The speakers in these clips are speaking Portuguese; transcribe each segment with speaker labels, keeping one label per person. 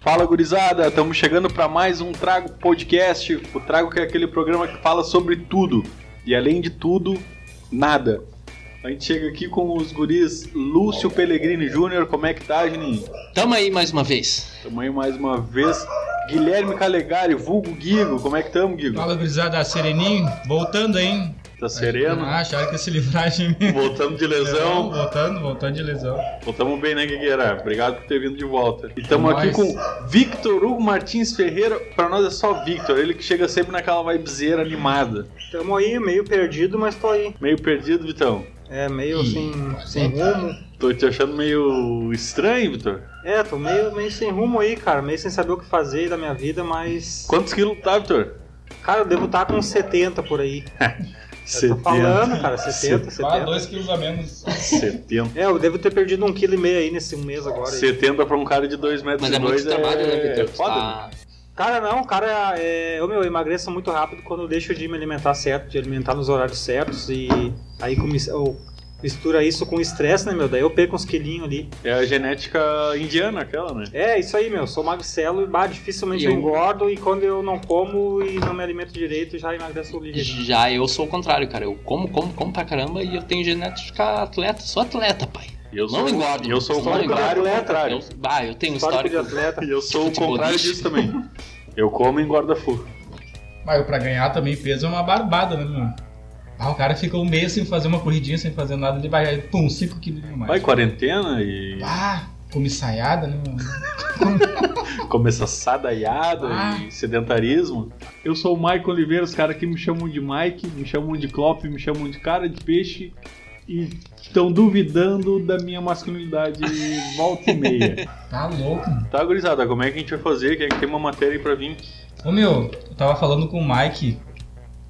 Speaker 1: Fala gurizada, estamos chegando para mais um Trago Podcast. O Trago que é aquele programa que fala sobre tudo e além de tudo, nada. A gente chega aqui com os guris Lúcio Pellegrini Júnior, como é que tá, Juninho?
Speaker 2: Tamo aí mais uma vez.
Speaker 1: Tamo aí mais uma vez. Guilherme Calegari, vulgo Guigo, como é que tamo, Guigo?
Speaker 3: Fala, gurizada, sereninho, voltando, hein?
Speaker 1: Tá sereno?
Speaker 3: Ah, acharam que esse livragem mesmo.
Speaker 1: Voltamos de lesão.
Speaker 3: Voltando, voltando de lesão.
Speaker 1: Voltamos bem, né, Guigueira? Obrigado por ter vindo de volta. E estamos aqui
Speaker 3: Nós.
Speaker 1: com Victor Hugo Martins Ferreira. Pra nós é só Victor, ele que chega sempre naquela vibezeira animada.
Speaker 4: Tamo aí, meio perdido, mas tô aí.
Speaker 1: Meio perdido, Vitão.
Speaker 4: É, meio
Speaker 2: Ih,
Speaker 4: sem, sem rumo.
Speaker 1: Tô te achando meio estranho, Vitor.
Speaker 4: É, tô meio, meio sem rumo aí, cara. Meio sem saber o que fazer da minha vida, mas.
Speaker 1: Quantos quilos tá, Vitor?
Speaker 4: Cara, eu devo estar com uns 70 por aí. Eu tô falando, cara, 70, 70.
Speaker 3: Ah, dois quilos a menos.
Speaker 1: 70.
Speaker 4: É, eu devo ter perdido um quilo e meio aí nesse mês agora. aí.
Speaker 1: 70 pra um cara de 2 metros
Speaker 2: Mas
Speaker 1: e
Speaker 2: é muito
Speaker 1: dois
Speaker 2: trabalho, né, Vitor?
Speaker 1: é foda.
Speaker 2: Tá-
Speaker 4: Cara, não, cara, é... eu, meu, eu emagreço muito rápido quando eu deixo de me alimentar certo, de alimentar nos horários certos e aí come... eu mistura isso com estresse, né, meu? Daí eu perco uns quilinhos ali.
Speaker 1: É a genética indiana aquela, né?
Speaker 4: É, isso aí, meu. Sou magricelo e bah, dificilmente
Speaker 2: E
Speaker 4: eu
Speaker 2: eu-
Speaker 4: engordo. E quando eu não como e não me alimento direito, já emagreço ligeirinho.
Speaker 2: Já eu sou o contrário, cara. Eu como, como, como pra caramba e eu tenho genética atleta. Sou atleta, pai.
Speaker 1: Eu
Speaker 2: Não engordo.
Speaker 1: Eu sou um o
Speaker 2: Não
Speaker 1: contrário,
Speaker 4: engordo.
Speaker 1: ao contrário.
Speaker 2: Eu, bah, eu tenho
Speaker 4: Histórico de
Speaker 2: histórico.
Speaker 4: atleta.
Speaker 1: E eu sou o
Speaker 2: Futebol.
Speaker 1: contrário disso também. Eu como e engorda full.
Speaker 3: Mas pra ganhar também peso é uma barbada, né, mano? Ah, o cara fica um mês sem fazer uma corridinha, sem fazer nada, ele vai, aí, pum, cinco quilos a mais.
Speaker 1: Vai quarentena e
Speaker 3: Ah, comissaiada, né, mano?
Speaker 1: começa sadaiada
Speaker 3: Ah.
Speaker 1: e sedentarismo. Eu sou o Mike Oliveira, os caras que me chamam de Mike, me chamam de Klopp, me chamam de cara de peixe e estão duvidando da minha masculinidade volta e meia.
Speaker 3: Tá louco, mano.
Speaker 1: tá, gurizada, como é que a gente vai fazer? Quem é que tem uma matéria aí pra vir?
Speaker 3: Ô, meu, eu tava falando com o Mike,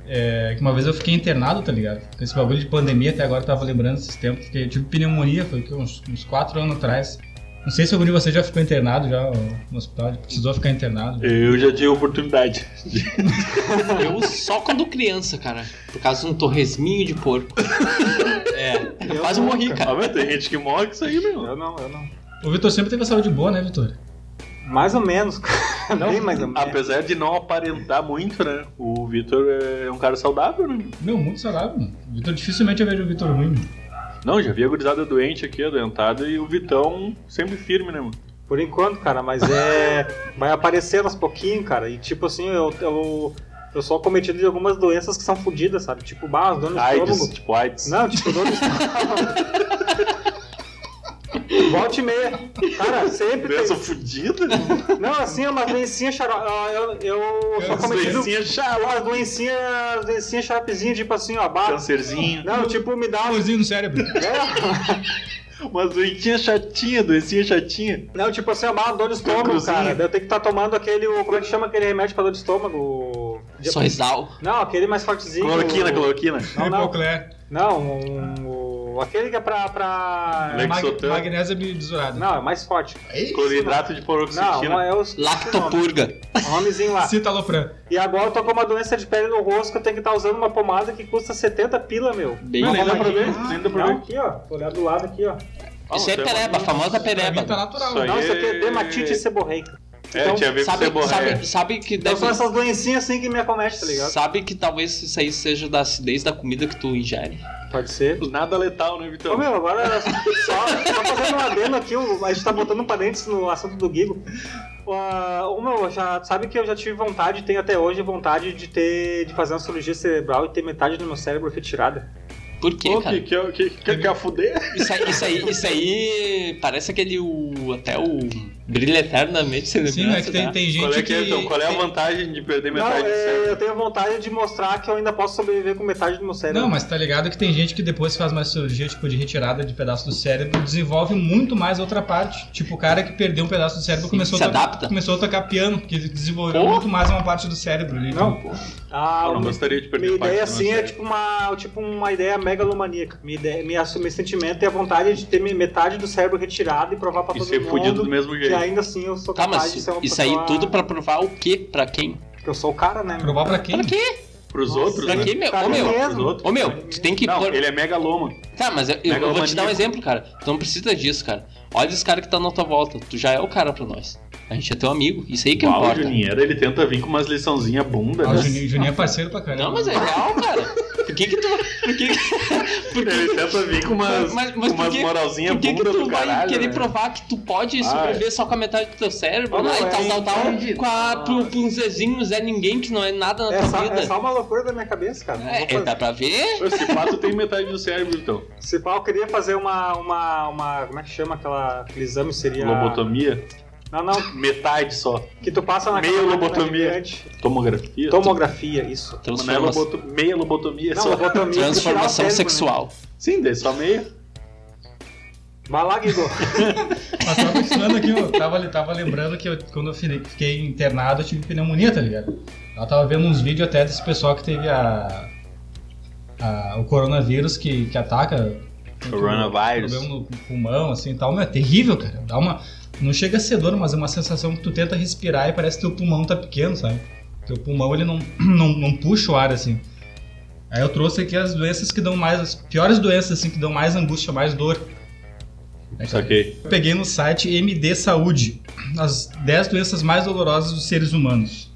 Speaker 3: é, que uma vez eu fiquei internado, tá ligado? Com esse bagulho de pandemia, até agora eu tava lembrando esses tempos, porque eu tive pneumonia, foi o quê? uns, uns quatro anos atrás. Não sei se algum de vocês já ficou internado já ó, no hospital, precisou ficar internado.
Speaker 1: Eu já tive oportunidade.
Speaker 2: Eu só quando criança, cara. Por causa de um torresminho de porco. É.
Speaker 4: Eu
Speaker 2: Quase eu
Speaker 4: não,
Speaker 2: morri, cara.
Speaker 1: Ah, mas tem gente que morre com isso aí, meu.
Speaker 4: Eu não, eu não.
Speaker 3: O Vitor sempre teve a saúde boa, né, Vitor?
Speaker 4: Mais ou menos, cara. Bem mais ou menos.
Speaker 1: Apesar de não aparentar muito, né? O Vitor é um cara saudável, né?
Speaker 3: Meu, muito saudável, mano. O Vitor, dificilmente eu vejo o Vitor ruim. mano.
Speaker 1: Não, já vi a gurizada doente aqui, adoentada, e o Vitão sempre firme, né, mano?
Speaker 4: Por enquanto, cara, mas é. Vai aparecendo aos pouquinhos, cara. E tipo assim, eu. eu... Eu sou acometido de algumas doenças que são fodidas, sabe? Tipo, bah, as dor no
Speaker 1: AIDS,
Speaker 4: estômago.
Speaker 1: tipo AIDS.
Speaker 4: Não, tipo, dor no estômago. Volte e meia. Cara, sempre
Speaker 1: Doença
Speaker 4: tem.
Speaker 1: fudida?
Speaker 4: Não, assim, é uma doencinha xarope. Ah, Eu, eu sou
Speaker 3: Doença-
Speaker 4: acometido
Speaker 1: Doencinha chata.
Speaker 4: Umas doencinhas, umas doencinhas chapezinhas, tipo assim, ó, barra.
Speaker 1: Cancerzinho.
Speaker 4: Não, tipo, me dá
Speaker 3: Tá
Speaker 4: uma.
Speaker 3: luzinho no cérebro.
Speaker 1: Umas doentinha chatinha, doencinha chatinha.
Speaker 4: Não, tipo assim, ó, barra dor de estômago,
Speaker 1: Cruzinho.
Speaker 4: cara. Daí Eu tenho que estar tomando aquele. o- Como é que chama aquele remédio pra dor de estômago? De-
Speaker 2: Sorrisal.
Speaker 4: Não, aquele mais fortezinho.
Speaker 1: Cloroquina,
Speaker 4: o-
Speaker 1: cloroquina.
Speaker 4: Não, não.
Speaker 3: Hipoclé.
Speaker 4: Não, um- o- aquele que é pra. pra...
Speaker 1: Lex-
Speaker 3: Mag
Speaker 1: Exotan.
Speaker 3: magnésia bisurada.
Speaker 4: Não, é mais forte.
Speaker 3: Ei,
Speaker 1: Cloridrato de
Speaker 4: Não, uma
Speaker 1: poroxetina.
Speaker 4: é os.
Speaker 2: Lactopurga.
Speaker 4: O nomezinho lá.
Speaker 3: Citalopram.
Speaker 4: E agora eu tô com uma doença de pele no rosto que eu tenho que estar usando uma pomada que custa 70 pila, meu.
Speaker 2: Bem
Speaker 1: Não, nem dá
Speaker 4: Uma
Speaker 1: pra ver,
Speaker 4: pomadinha.
Speaker 1: nem dá pra
Speaker 4: Não,
Speaker 1: ver.
Speaker 4: aqui, ó. Vou olhar do lado aqui, ó.
Speaker 2: Isso é né,
Speaker 1: Nossa,
Speaker 2: pereba, a famosa
Speaker 3: Pra mim tá
Speaker 2: pereba.
Speaker 3: natural.
Speaker 1: Isso aí.
Speaker 4: Não, isso aqui é dermatite seborreica.
Speaker 1: É,
Speaker 4: Então,
Speaker 1: tinha a ver com é.
Speaker 2: Sabe,
Speaker 1: seborreia.
Speaker 2: sabe, sabe que
Speaker 4: Então
Speaker 2: deve.
Speaker 4: são essas doencinhas assim que me acomete, tá ligado?
Speaker 2: Sabe que talvez isso aí seja da acidez da comida que tu ingere.
Speaker 4: Pode ser.
Speaker 1: Nada letal, né,
Speaker 4: Ô
Speaker 1: Vitão?
Speaker 2: é
Speaker 4: meu, agora só, só fazendo um adendo aqui, o- a gente tá botando um parênteses no assunto do Guigo. Ah, Ô meu, já sabe que eu já tive vontade, tenho até hoje vontade de ter de fazer uma cirurgia cerebral e ter metade do meu cérebro retirada.
Speaker 2: Por quê,
Speaker 1: Ô,
Speaker 2: cara?
Speaker 1: que, que, que, que, que a fuder?
Speaker 2: Isso aí, isso aí, isso aí parece aquele o, até o brilha eternamente cerebral.
Speaker 3: Sim, é que tem, tem gente
Speaker 1: Qual é que é, então? Qual é a
Speaker 3: tem-
Speaker 1: vantagem de perder
Speaker 4: Não,
Speaker 1: metade do
Speaker 4: é,
Speaker 1: cérebro?
Speaker 4: eu tenho vontade de mostrar que eu ainda posso sobreviver com metade do meu cérebro.
Speaker 3: Não, mas tá ligado que tem gente que depois faz uma cirurgia tipo de retirada de pedaço do cérebro desenvolve muito mais outra parte. Tipo, o cara que perdeu um pedaço do cérebro
Speaker 2: Sim,
Speaker 3: começou,
Speaker 2: se
Speaker 3: a tocar,
Speaker 2: adapta.
Speaker 3: começou a tocar piano, porque ele desenvolveu
Speaker 2: Pô.
Speaker 3: muito mais uma parte do cérebro ali.
Speaker 4: Não,
Speaker 3: pô.
Speaker 4: Ah,
Speaker 1: Eu não
Speaker 4: uma-
Speaker 1: gostaria de perder
Speaker 4: Minha
Speaker 1: parte
Speaker 4: ideia
Speaker 1: do meu
Speaker 4: assim é
Speaker 1: cérebro.
Speaker 4: tipo uma, tipo uma ideia megalomaníaca. Minha ideia, minha, meu sentimento é a vontade de ter me- metade do cérebro retirado e provar pra
Speaker 1: E
Speaker 4: todo
Speaker 1: ser
Speaker 4: mundo
Speaker 1: fudido do mesmo
Speaker 4: que
Speaker 1: jeito.
Speaker 4: ainda assim eu sou
Speaker 2: Tá,
Speaker 4: capaz
Speaker 2: mas
Speaker 4: de ser uma
Speaker 2: isso aí
Speaker 4: pessoa...
Speaker 2: tudo pra provar o quê? Pra quem?
Speaker 4: que eu sou o cara, né? meu?
Speaker 3: Provar pra quem?
Speaker 2: Pra quê?
Speaker 1: Pros
Speaker 4: Nossa, Tá
Speaker 1: outros,
Speaker 2: Pra
Speaker 1: né?
Speaker 2: quê, meu?
Speaker 4: Cara,
Speaker 2: Ô, meu,
Speaker 4: mesmo.
Speaker 1: Pros outros.
Speaker 2: ô, meu, tu tem que
Speaker 1: Não,
Speaker 2: pôr...
Speaker 1: ele é megaloma.
Speaker 2: Tá, mas eu, eu vou te dar um
Speaker 1: Megalomaníaco.
Speaker 2: exemplo, cara. Tu não precisa disso, cara. Olha os caras que estão na tua volta. Tu já é o cara pra nós. A gente é teu amigo. Isso aí que
Speaker 1: Uau, o
Speaker 2: importa.
Speaker 1: Juninheiro, ele tenta vir com umas liçãozinha bunda,
Speaker 3: Ah, o
Speaker 1: né?
Speaker 3: Juninho, o Juninho é parceiro pra caramba.
Speaker 2: Não, mas é real, cara. Por que que tu... Por que por que...
Speaker 1: Ele tenta vir com umas,
Speaker 2: Mas- mas
Speaker 1: com umas
Speaker 2: por que-
Speaker 1: moralzinha
Speaker 2: Por que, que
Speaker 1: bunda
Speaker 2: tu
Speaker 1: do
Speaker 2: vai
Speaker 1: caralho.
Speaker 2: querer
Speaker 1: né?
Speaker 2: provar que tu pode
Speaker 1: Ah,
Speaker 2: sobreviver só com a metade do teu cérebro?
Speaker 4: Não,
Speaker 2: Não,
Speaker 4: não,
Speaker 2: e tal,
Speaker 4: é
Speaker 2: tal, tal.
Speaker 1: inacreditável.
Speaker 2: Com a, pro, pro um Zezinho, um Zé Ninguém, que não é nada na
Speaker 4: É só,
Speaker 2: tua vida.
Speaker 4: é só uma loucura da minha cabeça, cara. Não
Speaker 2: É,
Speaker 4: vou fazer.
Speaker 2: dá pra ver?
Speaker 1: Esse pato tem metade do cérebro, então.
Speaker 4: Se pá, eu queria fazer uma, uma, uma. Como é que chama aquela, aquele exame? Seria.
Speaker 1: Lobotomia,
Speaker 4: Não, não.
Speaker 1: metade só.
Speaker 4: Que tu passa na
Speaker 1: Meio
Speaker 4: na- na
Speaker 1: lobotomia.
Speaker 4: gigante.
Speaker 1: Tomografia.
Speaker 4: Tomografia, isso.
Speaker 1: Mas não é
Speaker 2: Transforma
Speaker 1: loboto- Meia lobotomia
Speaker 4: Não,
Speaker 1: só.
Speaker 4: lobotomia. é
Speaker 2: transformação
Speaker 4: Tirar o né? cérebro,
Speaker 2: sexual.
Speaker 1: Sim, daí só meia.
Speaker 4: Né? Vai lá, Guigo.
Speaker 3: Mas tava continuando aqui, eu tava, tava lembrando que eu- quando eu fi- fiquei internado eu tive pneumonia, tá ligado? Eu tava vendo uns vídeos até desse pessoal que teve a. a- o coronavírus que, que ataca.
Speaker 1: Coronavirus.
Speaker 3: Problema no pulmão, assim e tal. Meu, é terrível, cara. Dá uma. Não chega a ser dor, mas é uma sensação que tu tenta respirar e parece que teu pulmão tá pequeno, sabe? Teu pulmão ele não, não, não puxa o ar assim. Aí eu trouxe aqui as doenças que dão mais. As piores doenças assim que dão mais angústia, mais dor. É, cara.
Speaker 1: Saquei.
Speaker 3: Eu peguei no site MD Saúde as 10 doenças mais dolorosas dos seres humanos.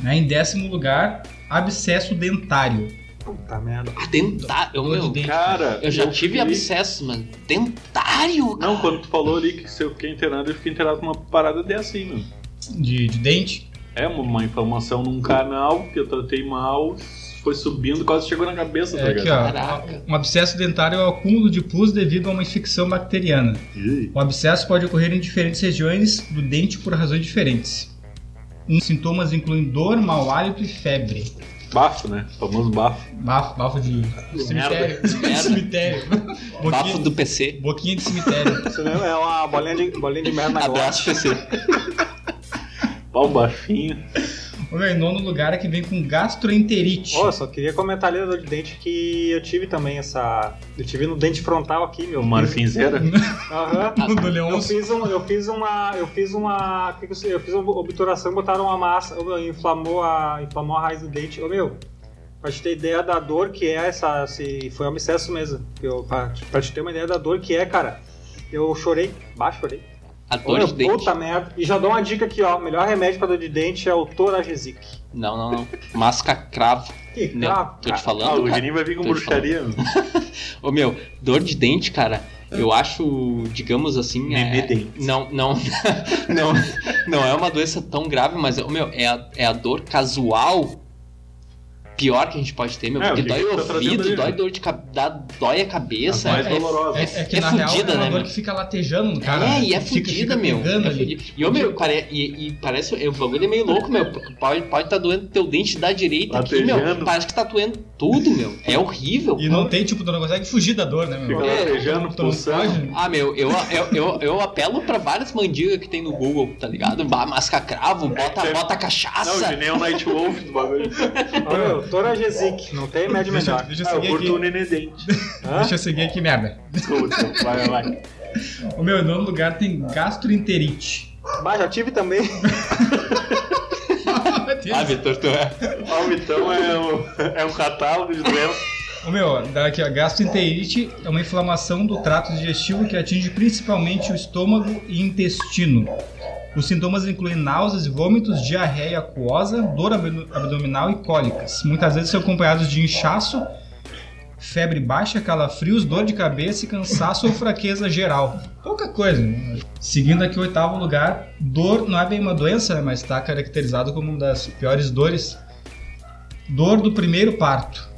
Speaker 3: Né, Em décimo lugar, abscesso dentário.
Speaker 4: Puta merda.
Speaker 2: Dentário.
Speaker 3: Dor de
Speaker 2: Meu,
Speaker 3: dente.
Speaker 1: Cara,
Speaker 2: eu já tive
Speaker 1: fiquei-
Speaker 2: abscesso, mano. Dentário, cara.
Speaker 1: Não, quando tu falou ali que se eu fiquei internado, eu fiquei internado com uma parada dessa aí, mano.
Speaker 3: De, de dente?
Speaker 1: É uma, uma informação num canal que eu tratei mal, foi subindo, quase chegou na cabeça, tá
Speaker 3: É aqui,
Speaker 1: ligado?
Speaker 2: Caraca.
Speaker 3: ó. Um abscesso dentário é o acúmulo de pus devido a uma infecção bacteriana.
Speaker 1: Ih,
Speaker 3: O abscesso pode ocorrer em diferentes regiões do dente por razões diferentes. Os sintomas incluem dor, mau hálito e febre.
Speaker 1: Bafo, né? Famoso bafo.
Speaker 3: Bafo, bafo de cemitério.
Speaker 2: Merda.
Speaker 3: cemitério.
Speaker 2: Bafo
Speaker 3: Boquinha,
Speaker 2: do PC.
Speaker 3: boquinha de cemitério.
Speaker 4: Isso não é uma bolinha de, bolinha de merda na gola.
Speaker 2: Abraço, PC.
Speaker 1: Pau bafinho.
Speaker 3: O meu em nono lugar é que vem com gastroenterite.
Speaker 4: Ô, só queria comentar ali a dor de dente que eu tive também essa. Eu tive no dente frontal aqui, meu.
Speaker 1: Uma finzeira.
Speaker 4: Aham.
Speaker 3: do
Speaker 2: Ah,
Speaker 4: Eu
Speaker 3: Leôncio.
Speaker 4: fiz, um, eu fiz uma. Eu fiz uma. o que que eu sei? Eu fiz uma obturação, botaram uma massa, ô, meu, inflamou a, inflamou a raiz do dente. Ô meu, pra te ter ideia da dor que é essa. Se, foi um abscesso mesmo. Eu, pra, pra te ter uma ideia da dor que é, cara. Eu chorei, baixo chorei.
Speaker 2: A
Speaker 4: Ô,
Speaker 2: dor
Speaker 4: meu,
Speaker 2: de dente.
Speaker 4: puta merda. E já dou uma dica aqui, ó. O melhor remédio pra dor de dente é o Toragesic.
Speaker 2: Não, não, não. Masca cravo.
Speaker 4: Que
Speaker 2: Não,
Speaker 4: cravo,
Speaker 2: tô te
Speaker 4: cara.
Speaker 1: Ah,
Speaker 2: falando,
Speaker 1: o
Speaker 2: cara.
Speaker 1: Juninho vai vir com
Speaker 2: Tô te
Speaker 1: bruxaria. mano.
Speaker 2: Ô, meu, dor de dente, cara, eu acho, digamos assim... é-
Speaker 1: Nenê dente.
Speaker 2: Não, não, não, não é uma doença tão grave, mas, ô, meu, é a, é a dor casual pior que a gente pode ter, meu.
Speaker 1: É,
Speaker 2: Porque
Speaker 1: o que
Speaker 2: dói
Speaker 1: que
Speaker 2: o
Speaker 1: tá trazendo
Speaker 2: ouvido,
Speaker 1: ali,
Speaker 2: dói
Speaker 1: né?
Speaker 2: dor de cabeça, dói a cabeça.
Speaker 1: mais
Speaker 2: é-
Speaker 1: dolorosa.
Speaker 3: É, é que
Speaker 2: É
Speaker 3: na
Speaker 2: fudida,
Speaker 3: real é uma
Speaker 2: né,
Speaker 3: dor
Speaker 2: meu?
Speaker 3: que fica latejando no cara.
Speaker 2: É, e é
Speaker 3: Fica- fica
Speaker 2: fudida, meu.
Speaker 3: pegando
Speaker 2: É
Speaker 3: ali.
Speaker 2: fudida. E, ô, meu, pare- e, e parece. O bagulho é meio louco, meu. porque Pode estar tá doendo teu dente da direita aqui, meu.
Speaker 1: Latejando.
Speaker 2: Parece que tá doendo tudo, meu. É horrível.
Speaker 3: E não tem, tipo, tu não consegue fugir da dor, né, meu?
Speaker 1: Fica
Speaker 2: É,
Speaker 1: latejando,
Speaker 3: Tu não
Speaker 1: pulsando.
Speaker 3: foge.
Speaker 2: Ah, meu, eu, eu, eu, eu apelo pra várias mandigas que tem no Google, tá ligado? Bah, masca cravo, bota,
Speaker 1: tem- É.
Speaker 2: bota
Speaker 1: Não, o
Speaker 2: cachaça.
Speaker 1: Juninho é o Night Wolf do bagulho.
Speaker 4: Ô, meu, Toragesic. Não tem remédio
Speaker 3: Deixa,
Speaker 4: melhor.
Speaker 3: deixa eu
Speaker 1: Ah, eu
Speaker 3: seguir
Speaker 1: curto o
Speaker 3: aqui.
Speaker 1: Nenê Dente.
Speaker 4: Hã?
Speaker 3: Deixa eu seguir aqui, merda.
Speaker 1: Desculpa, desculpa. Vai, vai, vai.
Speaker 3: O meu em nono lugar tem gastroenterite.
Speaker 4: Bah, já tive também.
Speaker 2: Ah, Vitor, tu é.
Speaker 1: Ó, o Vitão é um, é um catálogo de doenças.
Speaker 3: o meu, daqui, ó. Gastroenterite é uma inflamação do trato digestivo que atinge principalmente o estômago e intestino. Os sintomas incluem náuseas e vômitos, diarreia aquosa, dor abdo- abdominal e cólicas. Muitas vezes são acompanhados de inchaço, febre baixa, calafrios, dor de cabeça e cansaço ou fraqueza geral. Pouca coisa. né? Seguindo aqui o oitavo lugar, dor não é bem uma doença, né, mas está caracterizado como uma das piores dores. Dor do primeiro parto.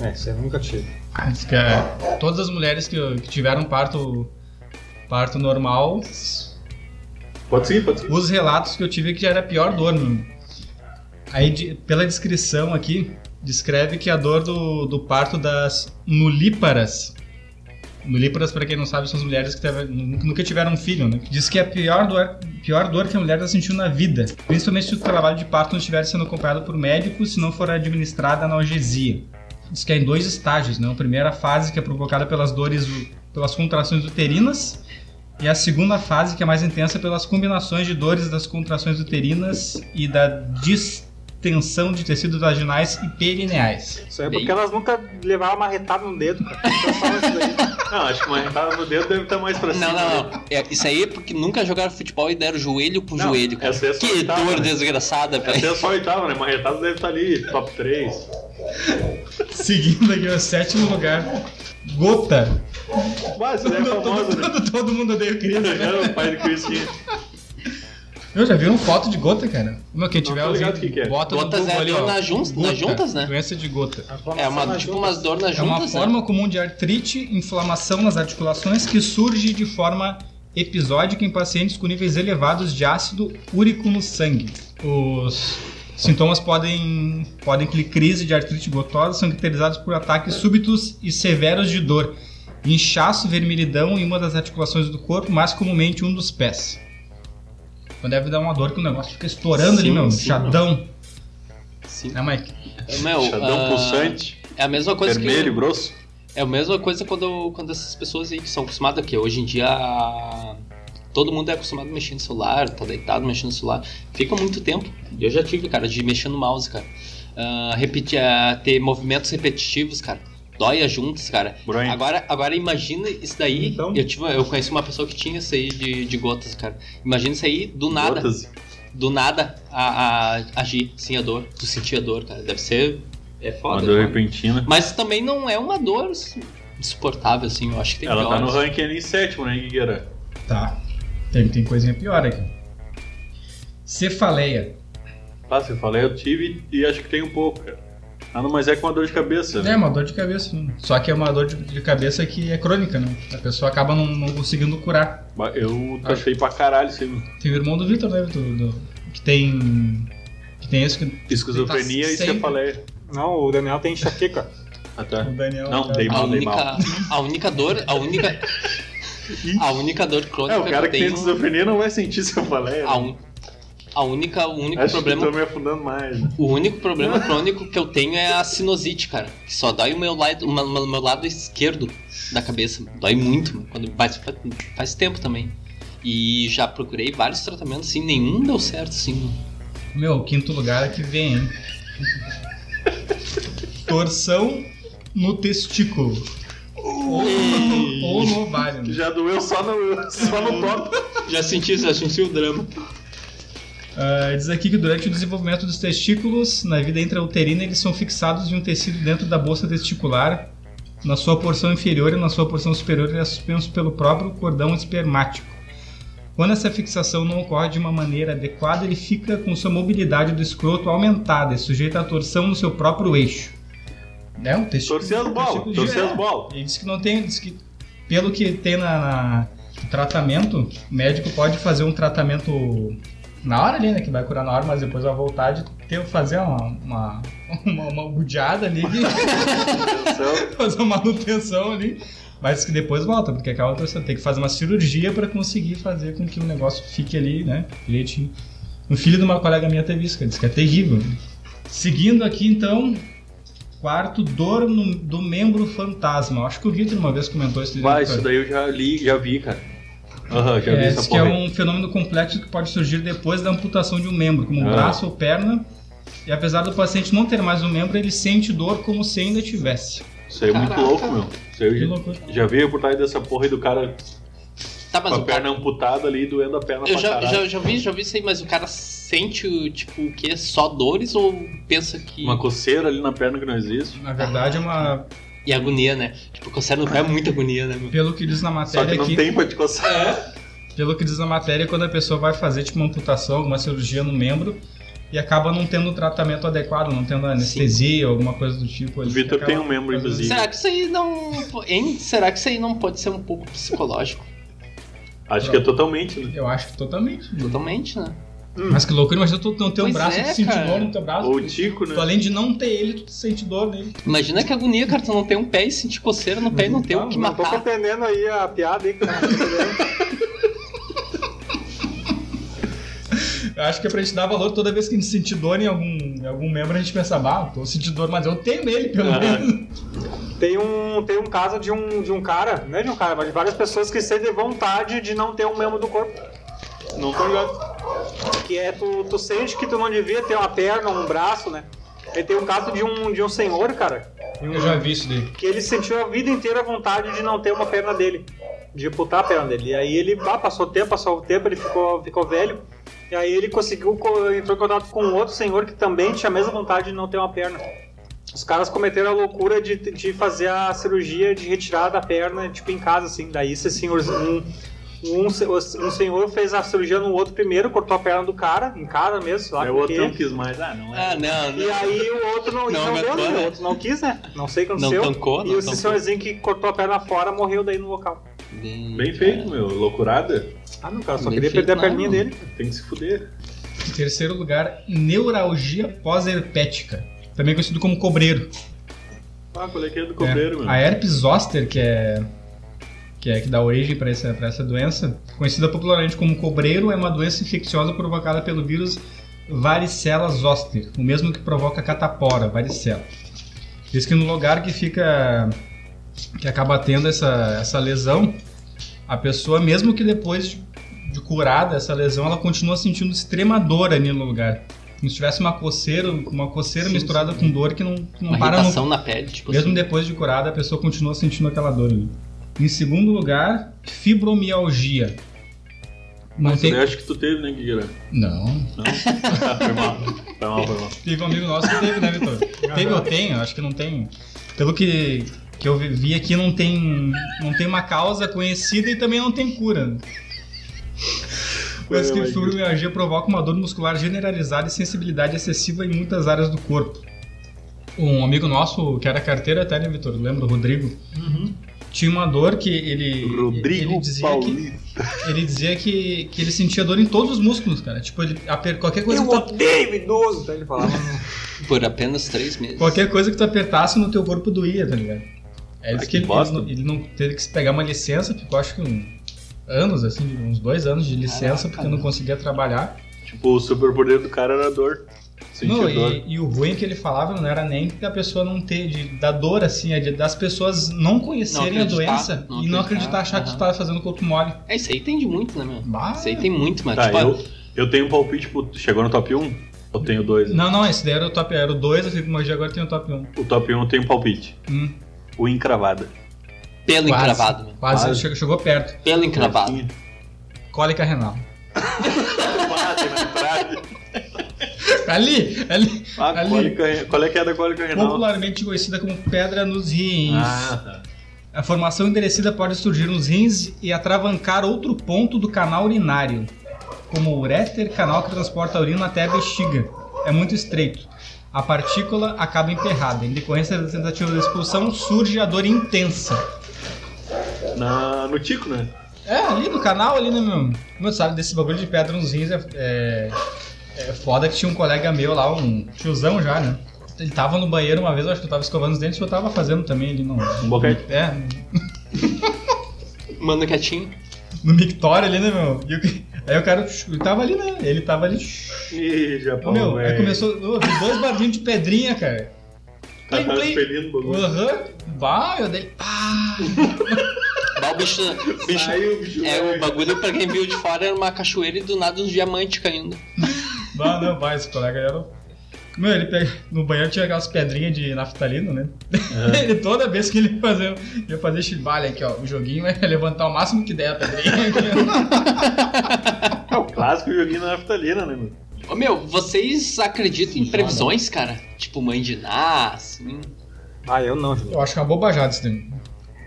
Speaker 4: É, isso eu nunca tive.
Speaker 3: Diz que, é, todas as mulheres que, que tiveram parto parto normal
Speaker 1: Pode seguir, pode seguir.
Speaker 3: os relatos que eu tive é que já era a pior dor, meu. Aí, de- pela descrição aqui, descreve que a dor do, do parto das nulíparas. Nulíparas, para quem não sabe, são as mulheres que teve- nu- nunca tiveram um filho, né? Diz que é a pior dor, pior dor que a mulher já sentiu na vida. Principalmente se o trabalho de parto não estiver sendo acompanhado por médicos, se não for administrada analgesia. Diz que é em dois estágios, né? A primeira fase que é provocada pelas dores, u- pelas contrações uterinas e a segunda é fase, que é mais intensa, pelas combinações de dores das contrações uterinas e da dis- tensão de tecidos vaginais e perineais.
Speaker 4: Isso é
Speaker 2: Bem-
Speaker 4: porque elas nunca levaram uma retada no dedo, cara. Então, só isso daí.
Speaker 1: Não, acho que uma retada no dedo deve estar mais pra cima. né?
Speaker 2: Não, não, não. É, isso aí é porque nunca jogaram futebol e deram joelho com
Speaker 1: Não,
Speaker 2: joelho. cara.
Speaker 1: essa é só
Speaker 2: que
Speaker 1: oitava,
Speaker 2: dor
Speaker 1: né?
Speaker 2: desgraçada, velho.
Speaker 1: Essa é só a oitava, né? Uma retada deve estar ali, top 3.
Speaker 3: Seguindo aqui o sétimo lugar, gota.
Speaker 1: Mas você é
Speaker 3: Todo,
Speaker 1: famosa,
Speaker 3: todo,
Speaker 1: né?
Speaker 3: todo, todo mundo odeia o Cris, né?
Speaker 1: É, o pai do Chris que-
Speaker 3: Eu já vi uma foto de gota, cara. Meu, quem tiver
Speaker 1: tô ligado
Speaker 3: ouvindo,
Speaker 1: o que que é.
Speaker 3: bota no
Speaker 2: Gotas é
Speaker 3: Google ali, ó.
Speaker 2: dor nas jun- nas
Speaker 3: Gota,
Speaker 2: juntas, né?
Speaker 3: Doença de gota.
Speaker 2: É uma, tipo umas dor nas
Speaker 3: É uma
Speaker 2: juntas. né?
Speaker 3: forma comum de artrite, inflamação nas articulações que surge de forma episódica em pacientes com níveis elevados de ácido úrico no sangue. Os sintomas podem podem incluir crise de artrite gotosa, são caracterizados por ataques súbitos e severos de dor, inchaço, vermelhidão em uma das articulações do corpo, mais comumente um dos pés. Então deve dar uma dor que o negócio fica estourando ali,
Speaker 2: Sim,
Speaker 3: meu,
Speaker 2: sim,
Speaker 3: chadão,
Speaker 2: Sim.
Speaker 3: né, Mike?
Speaker 2: Meu,
Speaker 1: Chadão
Speaker 2: ah,
Speaker 1: pulsante,
Speaker 2: É a mesma coisa que.
Speaker 1: vermelho, grosso.
Speaker 2: É a mesma coisa quando, quando essas pessoas aí que são acostumadas, que hoje em dia todo mundo é acostumado a mexer no celular, tá deitado mexendo no celular, fica muito tempo. Eu já tive, cara, de mexer no mouse, cara. Ah, repetir, ah, ter movimentos repetitivos, cara. Dói as juntas, cara.
Speaker 1: Brian.
Speaker 2: Agora, agora imagina isso daí.
Speaker 3: Então?
Speaker 2: Eu, tive, eu conheci uma pessoa que tinha isso aí de, de gotas, cara. Imagina isso aí do nada.
Speaker 1: Gotas.
Speaker 2: Do nada a, a- agir sem a dor. Tu sentir a dor, cara. Deve ser. É
Speaker 1: Uma
Speaker 2: foda.
Speaker 1: dor
Speaker 2: cara.
Speaker 1: repentina.
Speaker 2: Mas também não é uma dor insuportável, assim. Eu acho que tem
Speaker 1: Ela tá no
Speaker 2: piores.
Speaker 1: ranking ali em sétimo, né, Guigueira?
Speaker 3: Tá. Tem, tem coisinha pior aqui. Cefaleia.
Speaker 1: Tá, você falei, eu tive e acho que tem um pouco, cara. Ah, não, mas é com uma dor de cabeça, né?
Speaker 3: É, uma dor de cabeça. né? Só que é uma dor de, de cabeça que é crônica, né? A pessoa acaba não, não conseguindo curar.
Speaker 1: Ba- Eu
Speaker 3: Ah.
Speaker 1: achei pra caralho isso aí. mano.
Speaker 3: Tem o irmão do Victor, né? Do, do- que tem. Que tem esse que.
Speaker 1: Esquizofrenia
Speaker 3: Tá
Speaker 1: e
Speaker 3: sempre-
Speaker 1: cefaleia.
Speaker 4: Não, o Daniel tem enxaqueca.
Speaker 1: Ah, tá.
Speaker 3: O Daniel.
Speaker 1: Não,
Speaker 3: tá-
Speaker 1: tem
Speaker 2: A
Speaker 1: mal, tem mal.
Speaker 2: única, a única dor, a única, a única dor crônica
Speaker 1: É, o cara que tem
Speaker 2: eu tenho, é
Speaker 1: esquizofrenia não vai sentir cefaleia.
Speaker 2: a,
Speaker 1: né?
Speaker 2: un- a única, o Ah, único
Speaker 1: Acho que
Speaker 2: problema,
Speaker 1: eu tô me afundando mais. né?
Speaker 2: o único problema crônico que eu tenho é a sinusite, cara, que só dói o meu lado, o meu- meu lado esquerdo da cabeça, dói muito, mano, quando faz, faz tempo também. E já procurei vários tratamentos, sim, nenhum deu certo, assim, sim.
Speaker 3: Meu, o quinto lugar é que vem, hein? Torção no testículo. Ou, no- ou no ovário. né?
Speaker 1: Já doeu só no, só no top.
Speaker 2: Já senti, já senti o drama.
Speaker 3: Ah, diz aqui que durante o desenvolvimento dos testículos, na vida intrauterina, eles são fixados em um tecido dentro da bolsa testicular, na sua porção inferior e na sua porção superior, ele é suspenso pelo próprio cordão espermático. Quando essa fixação não ocorre de uma maneira adequada, ele fica com sua mobilidade do escroto aumentada e sujeita à torção no seu próprio eixo. É um testículo.
Speaker 1: Torcer as bolas,
Speaker 2: Tipo,
Speaker 3: testículo
Speaker 1: torcer
Speaker 3: gigante.
Speaker 1: as bolas.
Speaker 3: Ele disse que não tem, disse que pelo que tem na, na- no tratamento, o médico pode fazer um tratamento na hora ali, né? Que vai curar na hora, mas depois vai voltar de ter fazer uma uma, uma, uma budeada ali, de
Speaker 1: Atenção.
Speaker 3: fazer uma manutenção ali. Mas diz que depois volta, porque aquela torção tem que fazer uma cirurgia para conseguir fazer com que o negócio fique ali, né? Direitinho. O filho de uma colega minha teve isso, que disse que é terrível. Seguindo aqui então, quarto, dor no- do membro fantasma. Eu Acho que o Victor uma vez comentou isso.
Speaker 1: Vai,
Speaker 3: Victor.
Speaker 1: isso daí eu já li, já vi, cara. Aham, já vi
Speaker 3: É, diz
Speaker 1: essa
Speaker 3: que é
Speaker 1: porra. aí.
Speaker 3: um fenômeno complexo que pode surgir depois da amputação de um membro, como
Speaker 1: Ah.
Speaker 3: braço ou perna. E apesar do paciente não ter mais um membro, ele sente dor como se ainda tivesse.
Speaker 1: Isso aí é muito
Speaker 2: Caraca.
Speaker 1: louco, meu. Isso aí
Speaker 3: Que
Speaker 1: eu
Speaker 3: loucura.
Speaker 1: já, já vi por trás dessa porra aí do cara
Speaker 2: Tá, mas
Speaker 1: com
Speaker 2: o
Speaker 1: a
Speaker 2: cara-
Speaker 1: perna amputada ali, doendo a perna
Speaker 2: Eu
Speaker 1: pra
Speaker 2: já,
Speaker 1: caralho.
Speaker 2: já, já vi, já vi isso aí, mas o cara sente o tipo o quê? Só dores ou pensa que.
Speaker 1: Uma coceira ali na perna que não existe.
Speaker 3: Na verdade, é uma.
Speaker 2: E agonia, né? Tipo, coceira no pé é muita agonia, né, meu?
Speaker 3: Pelo que diz na
Speaker 1: Só que
Speaker 3: matéria
Speaker 1: não
Speaker 3: aqui.
Speaker 1: tem pra te coçar.
Speaker 2: É.
Speaker 3: Pelo que diz na matéria, quando a pessoa vai fazer tipo uma amputação, alguma cirurgia no membro e acaba não tendo um tratamento adequado, não tendo anestesia, alguma coisa do tipo.
Speaker 1: O
Speaker 3: ali,
Speaker 1: Vitor
Speaker 3: que
Speaker 1: tem
Speaker 3: acaba
Speaker 1: um membro,
Speaker 3: fazendo-
Speaker 1: inclusive.
Speaker 2: Será que isso aí não. Hein? Será que isso aí não pode ser um pouco psicológico?
Speaker 1: Acho que é totalmente, né?
Speaker 3: Eu acho que totalmente.
Speaker 2: Totalmente, né?
Speaker 3: Mas que loucura, imagina tu não ter um
Speaker 2: Pois
Speaker 3: braço,
Speaker 2: é,
Speaker 3: tu sente
Speaker 2: cara.
Speaker 3: dor no teu braço.
Speaker 1: Ou o
Speaker 3: tu-
Speaker 1: Tico, né?
Speaker 3: tu, além de não ter ele, tu sente dor nele.
Speaker 2: Imagina que agonia, cara, tu não tem um pé e sentir coceira no pé e não tem o que
Speaker 4: Não tô
Speaker 2: matar.
Speaker 4: compreendendo aí a piada aí, cara.
Speaker 3: Eu acho que é pra gente dar valor toda vez que a gente sentir dor em algum, em algum membro, a gente pensa, bah, tô sentindo dor, mas eu tenho ele, pelo
Speaker 1: Ah.
Speaker 3: menos.
Speaker 4: Tem um, tem um caso de um, de um cara, não é de um cara, mas de várias pessoas que sentem vontade de não ter um membro do corpo.
Speaker 1: Não tô ligado.
Speaker 4: Que é tu, tu sente que tu não devia ter uma perna, um braço, né? Aí tem um caso de um, de um senhor, cara,
Speaker 3: Eu já vi isso daí.
Speaker 4: que ele sentiu a vida inteira a vontade de não ter uma perna dele, de amputar a perna dele. E aí ele bah, passou o tempo, passou o tempo, ele ficou, ficou velho. E aí ele conseguiu, co- entrou em contato com outro senhor que também tinha a mesma vontade de não ter uma perna. Os caras cometeram a loucura de, de fazer a cirurgia de retirada da perna, tipo, em casa, assim. Daí esse senhor, um, um, se- um senhor fez a cirurgia no outro primeiro, cortou a perna do cara, em casa mesmo, lá
Speaker 1: Aí o É outro não quis mais. Ah, não é.
Speaker 2: Ah, não,
Speaker 4: e
Speaker 2: não.
Speaker 4: aí o outro não, e
Speaker 2: Não
Speaker 4: não,
Speaker 2: aguentou,
Speaker 4: deu, né?
Speaker 2: né?
Speaker 4: O outro não quis, né? Não sei o que
Speaker 2: Não
Speaker 4: aconteceu.
Speaker 2: tancou, não
Speaker 4: e o
Speaker 2: tancou.
Speaker 4: senhorzinho que cortou a perna fora morreu daí no local.
Speaker 2: Bem,
Speaker 1: Bem feito, meu. Loucurada.
Speaker 4: Ah, não, cara, só
Speaker 2: Nem
Speaker 4: queria
Speaker 2: feito
Speaker 4: perder a
Speaker 2: nada,
Speaker 4: perninha
Speaker 2: não.
Speaker 4: dele.
Speaker 1: Tem que se fuder.
Speaker 3: Em terceiro lugar, neuralgia pós-herpética. Também conhecido como cobreiro.
Speaker 1: Ah, qual é que é do cobreiro,
Speaker 3: É.
Speaker 1: meu?
Speaker 3: A herpes zoster, que é que é que dá origem para essa, pra essa doença, conhecida popularmente como cobreiro, é uma doença infecciosa provocada pelo vírus varicela zoster, o mesmo que provoca catapora, varicela. Diz que no lugar que fica que acaba tendo essa, essa lesão, a pessoa mesmo que depois de, de curada essa lesão, ela continua sentindo extrema dor ali no lugar. Como se tivesse uma coceira, uma coceira
Speaker 2: Sim,
Speaker 3: misturada com dor que não, que não
Speaker 2: Uma
Speaker 3: para no
Speaker 2: irritação na pele, tipo
Speaker 3: mesmo
Speaker 2: assim.
Speaker 3: depois de curada, a pessoa continua sentindo aquela dor ali. Em segundo lugar, fibromialgia. Não
Speaker 1: Mas
Speaker 3: tem...
Speaker 1: Eu acho que tu teve, né, Guigueira?
Speaker 3: Não.
Speaker 1: Não? Ah, foi mal. Foi mal, foi mal.
Speaker 3: Teve um amigo nosso que teve, né, Vitor? teve ou tem? Eu Acho que não tem. Pelo que, que eu vi aqui, não tem, não tem uma causa conhecida e também não tem cura. Mas que
Speaker 1: Vai, vai,
Speaker 3: fibromialgia provoca uma dor muscular generalizada e sensibilidade excessiva em muitas áreas do corpo. Um amigo nosso, que era carteiro até, né, Vitor? Lembra? O Rodrigo.
Speaker 2: Uhum.
Speaker 3: Tinha uma dor que ele.
Speaker 1: Rodrigo
Speaker 3: ele dizia que,
Speaker 1: Paulista.
Speaker 3: ele dizia que, que ele sentia dor em todos os músculos, cara. Tipo, ele, aper- qualquer coisa
Speaker 4: Eu
Speaker 2: então-
Speaker 3: que tu
Speaker 4: odeio idoso, tá? Ele falava.
Speaker 2: Por apenas três meses.
Speaker 3: Qualquer coisa que tu apertasse no teu corpo doía, tá ligado? É isso
Speaker 1: Ah, que
Speaker 3: que, ele,
Speaker 1: bosta.
Speaker 3: ele não- ele não teve que se pegar uma licença, ficou acho que um, anos, assim, uns dois anos de licença,
Speaker 2: Caraca,
Speaker 3: porque não
Speaker 2: né?
Speaker 3: conseguia trabalhar.
Speaker 1: Tipo, o superpoder do cara era dor. Sentir
Speaker 3: Não,
Speaker 1: dor.
Speaker 3: e, e o ruim que ele falava não era nem da pessoa não ter, de, da dor, assim, é de- das pessoas não conhecerem a
Speaker 2: acreditar,
Speaker 3: doença
Speaker 2: não
Speaker 3: e
Speaker 2: acreditar,
Speaker 3: não acreditar, achar que tu
Speaker 2: aham.
Speaker 3: tá fazendo corpo mole.
Speaker 2: É, isso aí tem de muito, né, meu?
Speaker 3: Bah.
Speaker 2: Isso aí tem muito, mas
Speaker 1: Tá,
Speaker 2: tipo,
Speaker 1: eu, eu tenho um palpite, tipo, chegou no top 1? Eu tenho dois. né?
Speaker 3: Não, não, esse daí era o top, era o 2, eu fico imaginando agora tem o top 1.
Speaker 1: O top 1 eu tenho um palpite.
Speaker 3: Hum,
Speaker 1: O encravada.
Speaker 2: pelo
Speaker 3: quase,
Speaker 2: encravado, meu.
Speaker 3: Quase,
Speaker 1: Quase.
Speaker 3: Chegou, chegou perto.
Speaker 2: Pelo encravado.
Speaker 1: Assim,
Speaker 3: Cólica renal.
Speaker 1: bate na trave.
Speaker 3: ali, ali.
Speaker 1: Ah,
Speaker 3: Ali.
Speaker 1: cólica, qual é que é da cólica renal?
Speaker 3: Popularmente conhecida como pedra nos rins.
Speaker 1: Ah, tá.
Speaker 3: A formação endurecida pode surgir nos rins e atravancar outro ponto do canal urinário, como o uréter, canal que transporta a urina até a bexiga. É muito estreito. A partícula acaba emperrada. Em decorrência da tentativa de expulsão, surge a dor intensa.
Speaker 1: Na, no tico, né?
Speaker 3: É, ali no canal, ali no meu. Meu, sabe, desse bagulho de pedra nos rins é, é. é foda que tinha um colega meu lá, um tiozão já, né? Ele tava no banheiro uma vez, eu acho que eu tava escovando os dentes, eu tava fazendo também ali no.
Speaker 1: Um boquete.
Speaker 3: É,
Speaker 2: Mano quietinho.
Speaker 3: no mictório ali, né, meu? E o- aí o cara ele tava ali, né? Ele tava ali.
Speaker 1: Ih,
Speaker 3: Ô,
Speaker 1: Japão,
Speaker 3: meu, aí
Speaker 1: velho.
Speaker 3: começou. ô, vi dois barrinhos de pedrinha, cara.
Speaker 1: Tá, tá
Speaker 3: play, play.
Speaker 1: expelindo o bagulho.
Speaker 3: Aham. Bah, eu dei. Ah!
Speaker 2: Dá o bicho. bicho
Speaker 1: Saiu, bicho.
Speaker 2: é
Speaker 1: velho.
Speaker 2: o bagulho pra quem viu de fora era uma cachoeira e do nada uns diamantes caindo.
Speaker 3: Bah, não, bah, esse colega ele era. Meu, ele pega... no banheiro tinha aquelas pedrinhas de naftalina, né? Ele toda vez que ele fazia, ia fazer chibalha aqui, ó. O joguinho é levantar o máximo que der a pedrinha. aqui,
Speaker 1: É o clássico joguinho na naftalina, né, mano?
Speaker 2: Ô meu, vocês acreditam em previsões, cara? Tipo mãe de Ná, assim.
Speaker 4: Ah, eu não, Júlio.
Speaker 3: ó. Eu acho que é uma bobajada isso
Speaker 2: Uhum.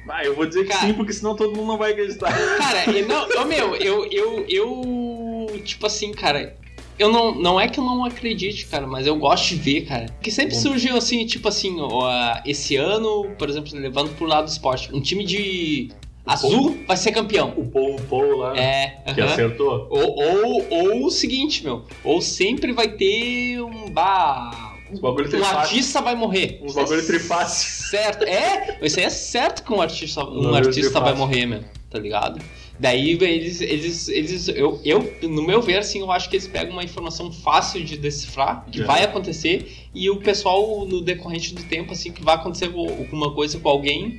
Speaker 3: daí.
Speaker 1: Ah, eu vou dizer que
Speaker 2: Cara.
Speaker 1: sim, porque senão todo mundo não vai acreditar.
Speaker 2: Cara, e não, ô meu, eu, eu, eu. Tipo assim, cara. Eu não, não é que eu não acredite, cara, mas eu gosto de ver, cara. Porque sempre
Speaker 1: Bom.
Speaker 2: surgiu assim, tipo assim, ó, ah, esse ano, por exemplo, levando pro lado do esporte, um time de azul vai ser campeão.
Speaker 1: O Paul, o Paul lá,
Speaker 2: É,
Speaker 1: que
Speaker 2: aham.
Speaker 1: acertou.
Speaker 2: Ou, ou, ou o seguinte, meu. Ou sempre vai ter um. Bah,
Speaker 1: Os bagulho
Speaker 2: um
Speaker 1: trifácil.
Speaker 2: artista vai morrer.
Speaker 1: Uns bagulho trifácil.
Speaker 2: Certo. É, isso aí é certo que um artista, um
Speaker 1: Não, eu
Speaker 2: artista
Speaker 1: faço.
Speaker 2: vai morrer, meu. Tá ligado? Daí velho, eles, eles, eles eu, eu, no meu ver, assim, eu acho que eles pegam uma informação fácil de decifrar, que
Speaker 1: É.
Speaker 2: vai acontecer, e o pessoal, no decorrente do tempo, assim, que vai acontecer alguma coisa com alguém,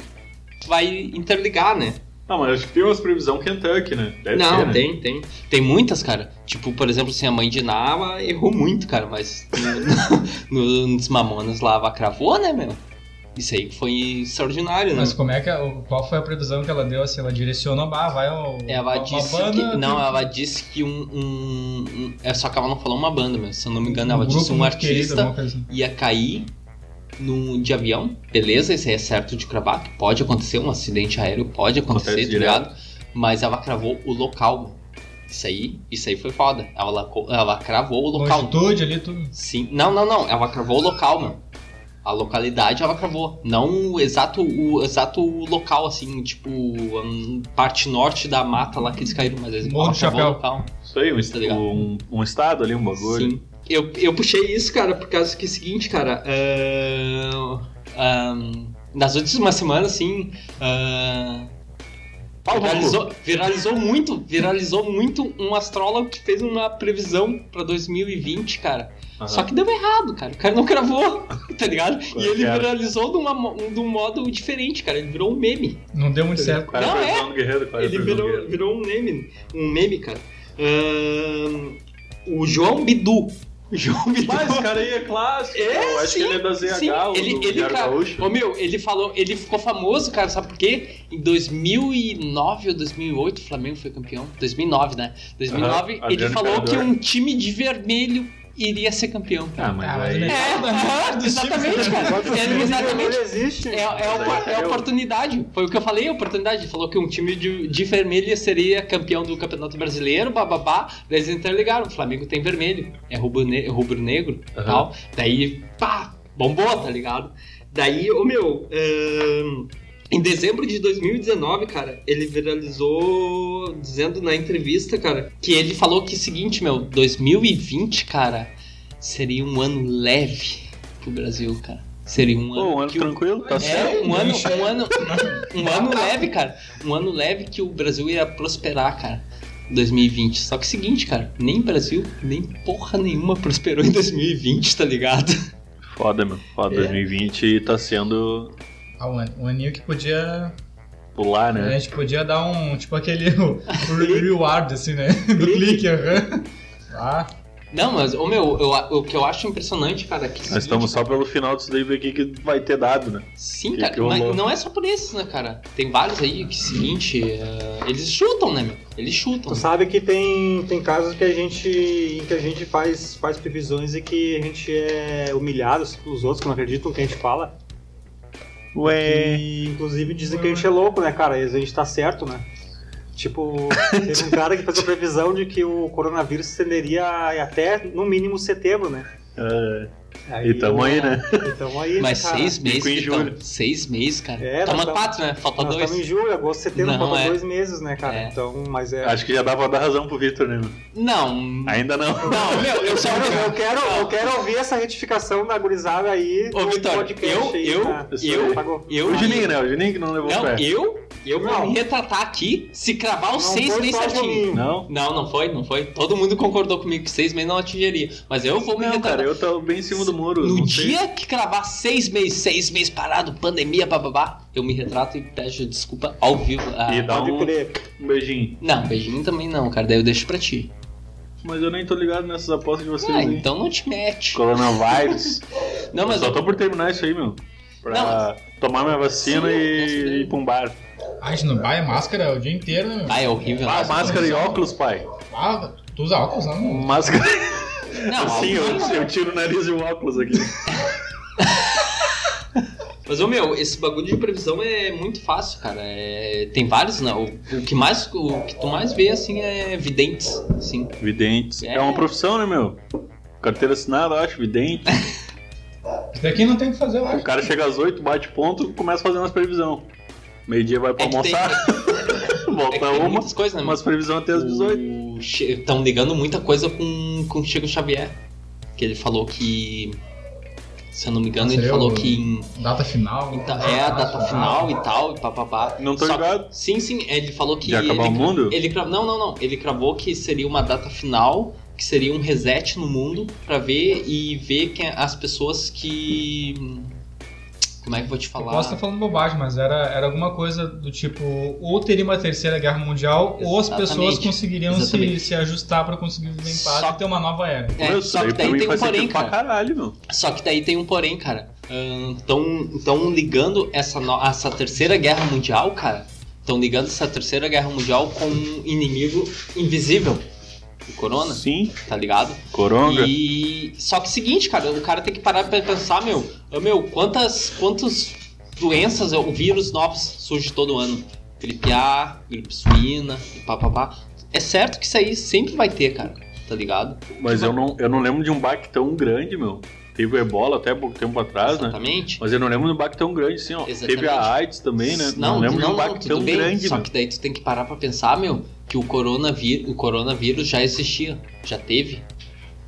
Speaker 2: vai interligar, né?
Speaker 1: Ah, mas acho que tem umas previsão Kentucky, né? Deve
Speaker 2: não,
Speaker 1: ser, né?
Speaker 2: tem, tem. Tem muitas, cara. Tipo, por exemplo, assim, a mãe de Ná ela errou muito, cara, mas no, no- nos Mamonas lá ela cravou, né, meu? Isso aí foi extraordinário, né?
Speaker 3: Mas como é que. o- Qual foi a previsão que ela deu? Assim, ela direcionou, bah, vai ao.
Speaker 2: É, Ela
Speaker 3: uma
Speaker 2: disse
Speaker 3: banda,
Speaker 2: que. Não,
Speaker 3: tem-
Speaker 2: ela disse que um. um- um- é só que ela não falou uma banda, meu. Se eu não me engano, ela
Speaker 3: grupo
Speaker 2: disse um
Speaker 3: muito querido,
Speaker 2: artista
Speaker 3: alguma coisa assim.
Speaker 2: ia cair no, de avião. Beleza, isso aí é certo de cravar, que pode acontecer, um acidente aéreo pode acontecer,
Speaker 1: Acontece
Speaker 2: tá
Speaker 1: direto.
Speaker 2: ligado? Mas ela cravou o local. Isso aí, isso aí foi foda. Ela, lacou- ela cravou o local.
Speaker 3: Longitude ali, tudo.
Speaker 2: Sim. Não, não, não. Ela cravou o local, mano. A localidade ela cravou. Não o exato, o exato local, assim, tipo, hum, parte norte da mata lá que eles caíram, mas eles
Speaker 3: Morro
Speaker 2: ela
Speaker 3: do
Speaker 2: cravou o
Speaker 3: Chapéu.
Speaker 2: local.
Speaker 1: Isso aí, um, est-
Speaker 2: Tá ligado.
Speaker 1: um, um estado ali, um bagulho.
Speaker 2: Sim. Eu, eu puxei isso, cara, por causa que é o seguinte, cara. ah, ahn, nas últimas semanas, assim. ah,
Speaker 1: Pau no cu.
Speaker 2: viralizou, viralizou muito, viralizou muito um astrólogo que fez uma previsão pra 2020, cara.
Speaker 1: Aham.
Speaker 2: Só que deu errado, cara. O cara não cravou, tá ligado?
Speaker 1: Claro,
Speaker 2: e ele
Speaker 1: cara.
Speaker 2: viralizou de, uma mo- de um modo diferente, cara. Ele virou um meme.
Speaker 3: Não deu muito certo.
Speaker 1: Qual é a
Speaker 2: Não,
Speaker 1: previsão do Guerreiro? Qual é a
Speaker 2: ele
Speaker 1: previsão do
Speaker 2: virou,
Speaker 1: Guerreiro?
Speaker 2: virou um meme, um meme, cara. Ahn, o João Bidu. O João Bidu.
Speaker 1: Mas esse cara aí é clássico.
Speaker 2: É,
Speaker 1: eu acho
Speaker 2: sim,
Speaker 1: que ele é da ZH,
Speaker 2: Sim,
Speaker 1: ou
Speaker 2: ele,
Speaker 1: do
Speaker 2: ele,
Speaker 1: Diário
Speaker 2: cara,
Speaker 1: Gaúcho.
Speaker 2: ô meu, ele falou, ele ficou famoso, cara, sabe por quê? Em 2009 ou 2008, o Flamengo foi campeão. 2009, né? 2009,
Speaker 1: Aham,
Speaker 2: ele
Speaker 1: Adriano
Speaker 2: falou que
Speaker 1: Imperador.
Speaker 2: um time de vermelho iria ser campeão.
Speaker 1: Ah, mas
Speaker 3: Ah, mas
Speaker 1: aí...
Speaker 3: ele-
Speaker 2: É, aham, exatamente, cara.
Speaker 4: Bota o
Speaker 2: É,
Speaker 4: filme,
Speaker 2: exatamente.
Speaker 4: Ele existe.
Speaker 2: É, é, uma- é a oportunidade. Foi o que eu falei, a oportunidade. Ele falou que um time de, de vermelha seria campeão do Campeonato Brasileiro, bababá. Daí eles interligaram. O Flamengo tem vermelho, é rubro-ne- rubro-negro e
Speaker 1: Aham.
Speaker 2: tal. Daí, pá, bombou, tá ligado? Daí, ô meu, ahn, em dezembro de 2019, cara, ele viralizou dizendo na entrevista, cara, que ele falou que seguinte, meu, 2020, cara, seria um ano leve pro Brasil, cara. Seria um ano.
Speaker 1: Pô, um ano
Speaker 2: que o-
Speaker 1: tranquilo, tá
Speaker 3: É.
Speaker 1: certo?
Speaker 2: é, um ano, um ano, um ano leve, cara. Um ano leve que o Brasil ia prosperar, cara. 2020. Só que é o seguinte, cara, nem Brasil, nem porra nenhuma prosperou em 2020, tá ligado?
Speaker 1: Foda, meu. Foda,
Speaker 2: É.
Speaker 1: 2020 tá sendo
Speaker 3: Ah, um an- um aninho que podia.
Speaker 1: pular,
Speaker 2: É.
Speaker 1: né?
Speaker 3: A gente podia dar um. Tipo aquele. O, o re- reward, assim, né? Do clique, aham. Ah,
Speaker 2: Não, mas, ô meu, eu a- o que eu acho impressionante, cara, é que. é o
Speaker 1: Nós
Speaker 2: seguinte,
Speaker 1: estamos só pelo final disso daí ver o que que vai ter dado, né?
Speaker 2: Sim,
Speaker 1: Que
Speaker 2: cara,
Speaker 1: que
Speaker 2: mas
Speaker 1: rolou?
Speaker 2: não é só por esses, né, cara? Tem vários aí que, seguinte, é, eles chutam, né, meu? Eles chutam.
Speaker 4: Tu sabe que tem, tem casos que a gente, em que a gente faz, faz previsões e que a gente é humilhado pelos outros que não acreditam no que a gente fala.
Speaker 1: Ué.
Speaker 4: E inclusive dizem que a gente é louco, né, cara? E a gente tá certo, né? Tipo, teve um cara que fez a previsão de que o coronavírus se estenderia até, no mínimo, setembro, né? É.
Speaker 1: E tamo aí, né?
Speaker 4: E tamo Então, aí,
Speaker 2: Mas
Speaker 4: cara.
Speaker 2: seis meses,
Speaker 1: Cinco em
Speaker 2: então,
Speaker 1: julho.
Speaker 2: Seis meses, cara.
Speaker 4: É,
Speaker 2: Toma
Speaker 4: nós tamo-
Speaker 2: quatro, né? Falta
Speaker 4: Nós
Speaker 2: dois.
Speaker 4: estamos em julho, agosto, setembro,
Speaker 2: Não,
Speaker 4: faltam
Speaker 2: é.
Speaker 4: dois meses, né, cara?
Speaker 2: É.
Speaker 4: Então, mas é.
Speaker 1: Acho que já dá pra dar razão pro Victor, né? meu?
Speaker 2: Não.
Speaker 1: Ainda não.
Speaker 2: Não, meu, eu só.
Speaker 4: Quero- eu, quero, eu quero ouvir essa retificação da gurizada aí
Speaker 2: Ô,
Speaker 4: no
Speaker 2: Vitória, eu-
Speaker 4: aí,
Speaker 2: eu-
Speaker 4: tá?
Speaker 1: eu-
Speaker 4: Apagou.
Speaker 2: eu-
Speaker 1: O Juninho, né? O Juninho que não levou
Speaker 2: Não,
Speaker 1: fé.
Speaker 2: eu, eu vou
Speaker 4: Não.
Speaker 2: me retratar aqui se cravar
Speaker 4: Não
Speaker 2: os seis
Speaker 4: foi
Speaker 2: meses
Speaker 4: só um
Speaker 2: certinho.
Speaker 4: Juninho.
Speaker 1: Não?
Speaker 2: Não, não foi, não foi. Todo mundo concordou comigo que seis meses não atingiria. Mas eu vou me
Speaker 1: Não,
Speaker 2: retratar.
Speaker 1: cara, eu tô bem em cima do muro.
Speaker 2: No
Speaker 1: não sei.
Speaker 2: dia que cravar seis meses, seis meses parado, pandemia, bababá, eu me retrato e peço desculpa ao vivo. Ah,
Speaker 1: E dá
Speaker 4: Pode
Speaker 1: um,
Speaker 4: crer.
Speaker 1: um beijinho.
Speaker 2: Não, beijinho também não, cara. Daí eu deixo pra ti.
Speaker 1: Mas eu nem tô ligado nessas apostas de vocês
Speaker 2: Ah,
Speaker 1: aí.
Speaker 2: então não te mete.
Speaker 1: Coronavírus.
Speaker 2: Não, mas
Speaker 1: Só
Speaker 2: eu
Speaker 1: tô por terminar isso aí, meu.
Speaker 2: Não,
Speaker 1: Pra tomar minha vacina
Speaker 2: Sim,
Speaker 1: e
Speaker 2: considero.
Speaker 1: e ir pra um bar.
Speaker 3: a gente não vai máscara o dia inteiro, né? meu?
Speaker 2: Ah, é horrível.
Speaker 1: Ah,
Speaker 2: nossa.
Speaker 1: máscara e óculos, pai.
Speaker 3: Ah, tu usa óculos, não?
Speaker 1: Máscara.
Speaker 2: Não,
Speaker 1: Sim, eu, eu tiro o nariz e o óculos aqui.
Speaker 2: Mas, ô meu, esse bagulho de previsão é muito fácil, cara. É, Tem vários, não. O que, mais, o que tu mais vê, assim, é videntes, assim.
Speaker 1: Videntes. É.
Speaker 2: É. É.
Speaker 1: uma profissão, né, meu? Carteira assinada, eu acho, vidente.
Speaker 3: Isso daqui não tem o que fazer, eu
Speaker 1: O
Speaker 3: acho.
Speaker 1: cara chega às 8, bate ponto, começa fazendo as previsão. Meio-dia vai pra
Speaker 2: É que tem,
Speaker 1: almoçar,
Speaker 2: é que
Speaker 1: volta
Speaker 2: tem
Speaker 1: uma,
Speaker 2: muitas coisas, né?
Speaker 1: umas previsão até as 18.
Speaker 2: Estão ligando muita coisa com, com o Chico Xavier. Que ele falou que... Se eu não me engano, ele
Speaker 3: Ah, Seria
Speaker 2: falou
Speaker 3: o-
Speaker 2: que em
Speaker 3: Data final.
Speaker 2: Então, é a data final e tal, e papapá.
Speaker 1: Não tô
Speaker 2: Só
Speaker 1: ligado.
Speaker 2: que- sim, sim, ele falou que.
Speaker 1: De acabar
Speaker 2: ele,
Speaker 1: o mundo?
Speaker 2: Ele cra- não, não, não. Ele cravou que seria uma data final, que seria um reset no mundo, pra ver e ver quem as pessoas que. Como é que eu vou te falar?
Speaker 3: Eu posso estar falando bobagem, mas era, era alguma coisa do tipo, ou teria uma terceira guerra mundial, ou as
Speaker 2: Exatamente.
Speaker 3: pessoas conseguiriam se,
Speaker 2: Exatamente.
Speaker 3: se ajustar para conseguir viver em paz
Speaker 2: Só-
Speaker 3: e ter uma nova era.
Speaker 2: É,
Speaker 1: Meu, isso
Speaker 2: só que
Speaker 1: pra mim
Speaker 2: daí tem um
Speaker 1: faz
Speaker 2: porém,
Speaker 1: sentido pra
Speaker 2: cara.
Speaker 1: caralho, meu.
Speaker 2: Só que daí tem um porém, cara. Estão tão ligando essa, no- essa terceira guerra mundial, cara. Estão ligando essa terceira guerra mundial com um inimigo invisível. O Corona,
Speaker 1: Sim,
Speaker 2: tá ligado?
Speaker 1: coronga.
Speaker 2: E. Só que seguinte, cara, o cara tem que parar pra pensar, meu, ah, meu, quantas. quantas doenças, o vírus novos surge todo ano. Gripe A, gripe suína, e pá, pá, pá. É certo que isso aí sempre vai ter, cara, tá ligado?
Speaker 1: Mas eu não, eu não lembro de um baque tão grande, meu. Teve o ebola até pouco tempo atrás, né?
Speaker 2: Exatamente.
Speaker 1: Mas eu não lembro de um baque tão grande, assim, ó.
Speaker 2: Exatamente.
Speaker 1: Teve a AIDS também, né?
Speaker 2: Não,
Speaker 1: lembro de
Speaker 2: não,
Speaker 1: um
Speaker 2: não,
Speaker 1: baque
Speaker 2: tudo
Speaker 1: tão
Speaker 2: bem.
Speaker 1: grande,
Speaker 2: Só
Speaker 1: meu.
Speaker 2: que daí tu tem que parar pra pensar, meu, que o coronavírus, o coronavírus já existia, já teve.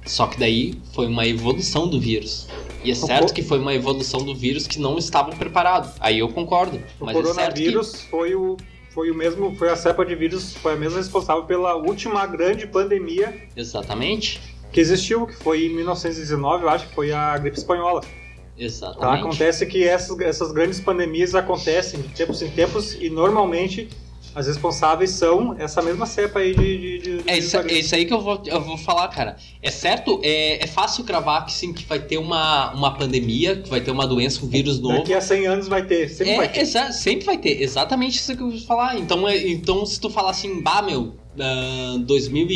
Speaker 2: Só que daí foi uma evolução do vírus. E é
Speaker 1: Então,
Speaker 2: certo
Speaker 4: co-
Speaker 2: que foi uma evolução do vírus que não estavam preparados. Aí eu concordo.
Speaker 4: O
Speaker 2: Mas é certo que
Speaker 4: coronavírus foi o foi o mesmo, foi a cepa de vírus, foi a mesma responsável pela última grande pandemia
Speaker 2: Exatamente.
Speaker 4: que existiu, que foi em 1919, eu acho, que foi a gripe espanhola. Tá?
Speaker 2: Exatamente.
Speaker 4: Acontece que essas, essas grandes pandemias acontecem de tempos em tempos e normalmente as responsáveis são essa mesma cepa aí de. de, de- de
Speaker 2: É isso, é isso aí que eu vou, eu vou falar, cara. É certo, é, é fácil cravar que sim, que vai ter uma, uma pandemia, que vai ter uma doença, um
Speaker 1: É.
Speaker 2: vírus novo.
Speaker 4: Daqui a 100 anos vai ter, sempre
Speaker 2: é,
Speaker 4: vai ter.
Speaker 2: exa- sempre vai ter, exatamente isso que eu vou falar. Então, é- então se tu falar assim, bah, meu, ah,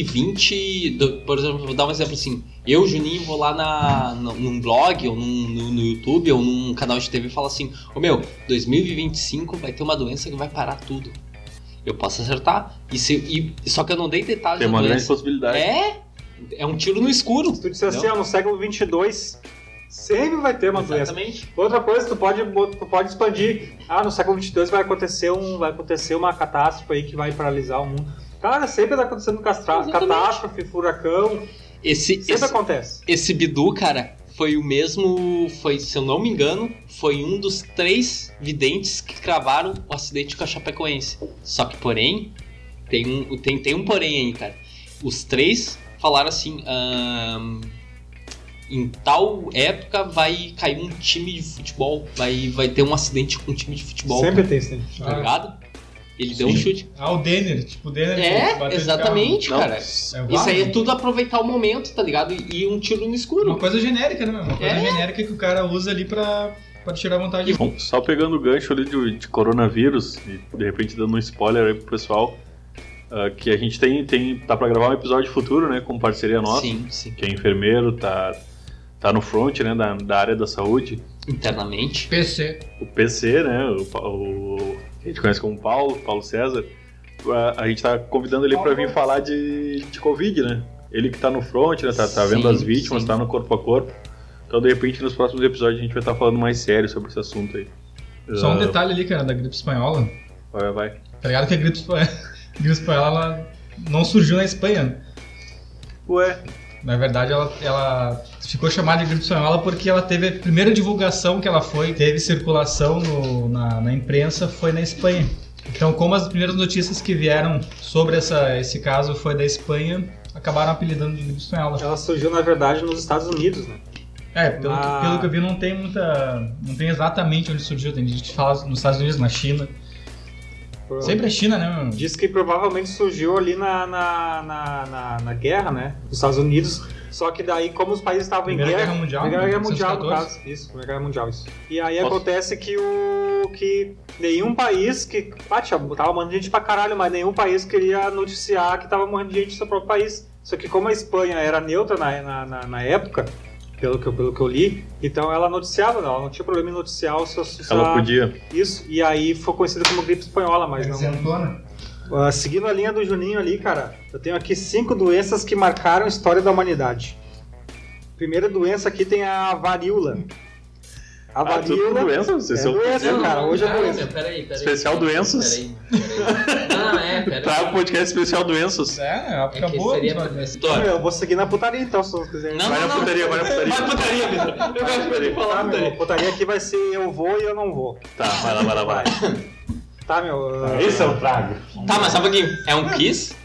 Speaker 2: 2020, do- por exemplo, vou dar um exemplo assim, eu, Juninho, vou lá na, no- num blog, ou num, no, no YouTube, ou num canal de TV e falo assim, ô meu, 2025 vai ter uma doença que vai parar tudo. Eu posso acertar, e se- e- só que eu não dei detalhes
Speaker 1: Tem
Speaker 2: da
Speaker 1: uma grande
Speaker 2: doença.
Speaker 1: possibilidade.
Speaker 2: É, é um tiro no escuro.
Speaker 4: Se tu disser assim, ó, no século 22, sempre vai ter uma doença.
Speaker 2: Exatamente.
Speaker 4: Outra coisa, tu pode, bot- tu pode expandir. Ah, no século 22 vai acontecer, um, vai acontecer uma catástrofe aí que vai paralisar o mundo. Cara, sempre tá acontecendo castra-
Speaker 2: Exatamente.
Speaker 4: catástrofe, furacão,
Speaker 2: Esse,
Speaker 4: sempre
Speaker 2: esse-
Speaker 4: acontece.
Speaker 2: Esse Bidu, cara, foi o mesmo. Foi, se eu não me engano, foi um dos três videntes que cravaram o acidente com a Chapecoense. Só que, porém, tem um, tem, tem um porém aí, cara. Os três falaram assim: ahn, em tal época vai cair um time de futebol, vai, vai ter um acidente com um time de futebol,
Speaker 4: sempre tem, sempre.
Speaker 2: tá ligado? Ele deu um
Speaker 3: Sim.
Speaker 2: chute.
Speaker 3: Ah, o Denner, tipo, o Denner bateu
Speaker 2: É,
Speaker 3: de
Speaker 2: exatamente,
Speaker 1: Não,
Speaker 2: cara.
Speaker 3: carro. É
Speaker 2: Isso aí é
Speaker 3: válido.
Speaker 2: tudo aproveitar o momento, tá ligado? E e um tiro no escuro.
Speaker 3: Uma coisa genérica, né, meu? Uma coisa
Speaker 2: É.
Speaker 3: genérica que o cara usa ali pra, pra tirar vantagem.
Speaker 1: Bom, só pegando o gancho ali de, de coronavírus, e de repente dando um spoiler aí pro pessoal, ah, que a gente tem, tem tá pra gravar um episódio futuro, né, com parceria nossa,
Speaker 2: Sim, sim.
Speaker 1: que é enfermeiro, tá, tá no front, né, da, da área da saúde.
Speaker 2: Internamente.
Speaker 3: PC.
Speaker 1: O PC, né, o, Pa- o- a gente conhece como Paulo, Paulo César, a, a gente tá convidando ele pra vir falar de, de Covid, né? Ele que tá no front, né, tá, tá vendo
Speaker 2: Sim,
Speaker 1: as vítimas,
Speaker 2: sim.
Speaker 1: tá no corpo a corpo. Então, de repente, nos próximos episódios a gente vai estar falando mais sério sobre esse assunto aí.
Speaker 3: Só um
Speaker 1: Ah,
Speaker 3: detalhe ali, cara, da gripe espanhola.
Speaker 1: Vai, vai.
Speaker 3: Tá ligado que a gripe espanhola, a gripe espanhola ela não surgiu na Espanha. né?
Speaker 1: Ué,
Speaker 3: Na verdade, ela, ela ficou chamada de gripe espanhola porque ela teve a primeira divulgação que ela foi, teve circulação no- na, na imprensa, foi na Espanha. Então, como as primeiras notícias que vieram sobre essa, esse caso foi da Espanha, acabaram apelidando de gripe espanhola.
Speaker 4: Ela surgiu, na verdade, nos Estados Unidos, né?
Speaker 3: É, pelo, que-
Speaker 4: Ah.
Speaker 3: pelo que eu vi, não tem muita. Não tem exatamente onde surgiu. Tem gente que fala nos Estados Unidos, na China.
Speaker 4: Por-
Speaker 3: Sempre a China, né? meu?
Speaker 4: Diz que provavelmente surgiu ali na, na, na, na, na guerra, né? Dos Estados Unidos. Só que daí, como os países estavam em
Speaker 3: Primeira
Speaker 4: guerra.
Speaker 3: Guerra Mundial. né?
Speaker 4: Primeira Guerra Mundial, no
Speaker 3: 1914.
Speaker 4: caso. Isso, Primeira Guerra Mundial, isso. E aí
Speaker 1: Posso?
Speaker 4: acontece que o. que nenhum país que. Ah, tinha, tava morrendo gente pra caralho, mas nenhum país queria noticiar que tava morrendo gente do seu próprio país. Só que como a Espanha era neutra na, na, na, na época, pelo que, eu, pelo que eu li, então ela noticiava, não, ela não tinha problema em noticiar os seus.
Speaker 1: Ela
Speaker 4: sua-
Speaker 1: podia.
Speaker 4: Isso, e aí foi conhecida como gripe espanhola, mas não.
Speaker 3: Isentona.
Speaker 4: Ah, seguindo a linha do Juninho ali, cara, eu tenho aqui cinco doenças que marcaram a história da humanidade. Primeira doença aqui tem a varíola. A
Speaker 1: Ah, tudo
Speaker 4: varíola.
Speaker 1: doença? Vocês
Speaker 4: É
Speaker 1: são
Speaker 4: doença. Não, cara, hoje é
Speaker 5: não,
Speaker 4: doença.
Speaker 5: meu, Peraí, peraí.
Speaker 1: Especial
Speaker 5: peraí,
Speaker 1: doenças?
Speaker 5: Peraí. peraí. Não, é, peraí.
Speaker 1: Traga um podcast especial doenças.
Speaker 3: É, é uma
Speaker 5: É
Speaker 3: época
Speaker 5: que
Speaker 3: boa.
Speaker 5: seria
Speaker 3: mano.
Speaker 5: pra-
Speaker 2: Vitória.
Speaker 4: Eu vou seguir na putaria então, se vocês quiserem.
Speaker 2: Não,
Speaker 1: Vai na
Speaker 2: não, não.
Speaker 1: putaria, vai na putaria.
Speaker 2: Vai putaria, Vitor. Eu gosto de falar
Speaker 4: Tá, meu, a
Speaker 2: putaria.
Speaker 4: putaria aqui vai ser eu vou e eu não vou.
Speaker 1: Tá, vai lá, vai lá, vai.
Speaker 4: Tá, meu. ah,
Speaker 1: é o trago.
Speaker 2: Tá, mas sabe o que? É um quiz?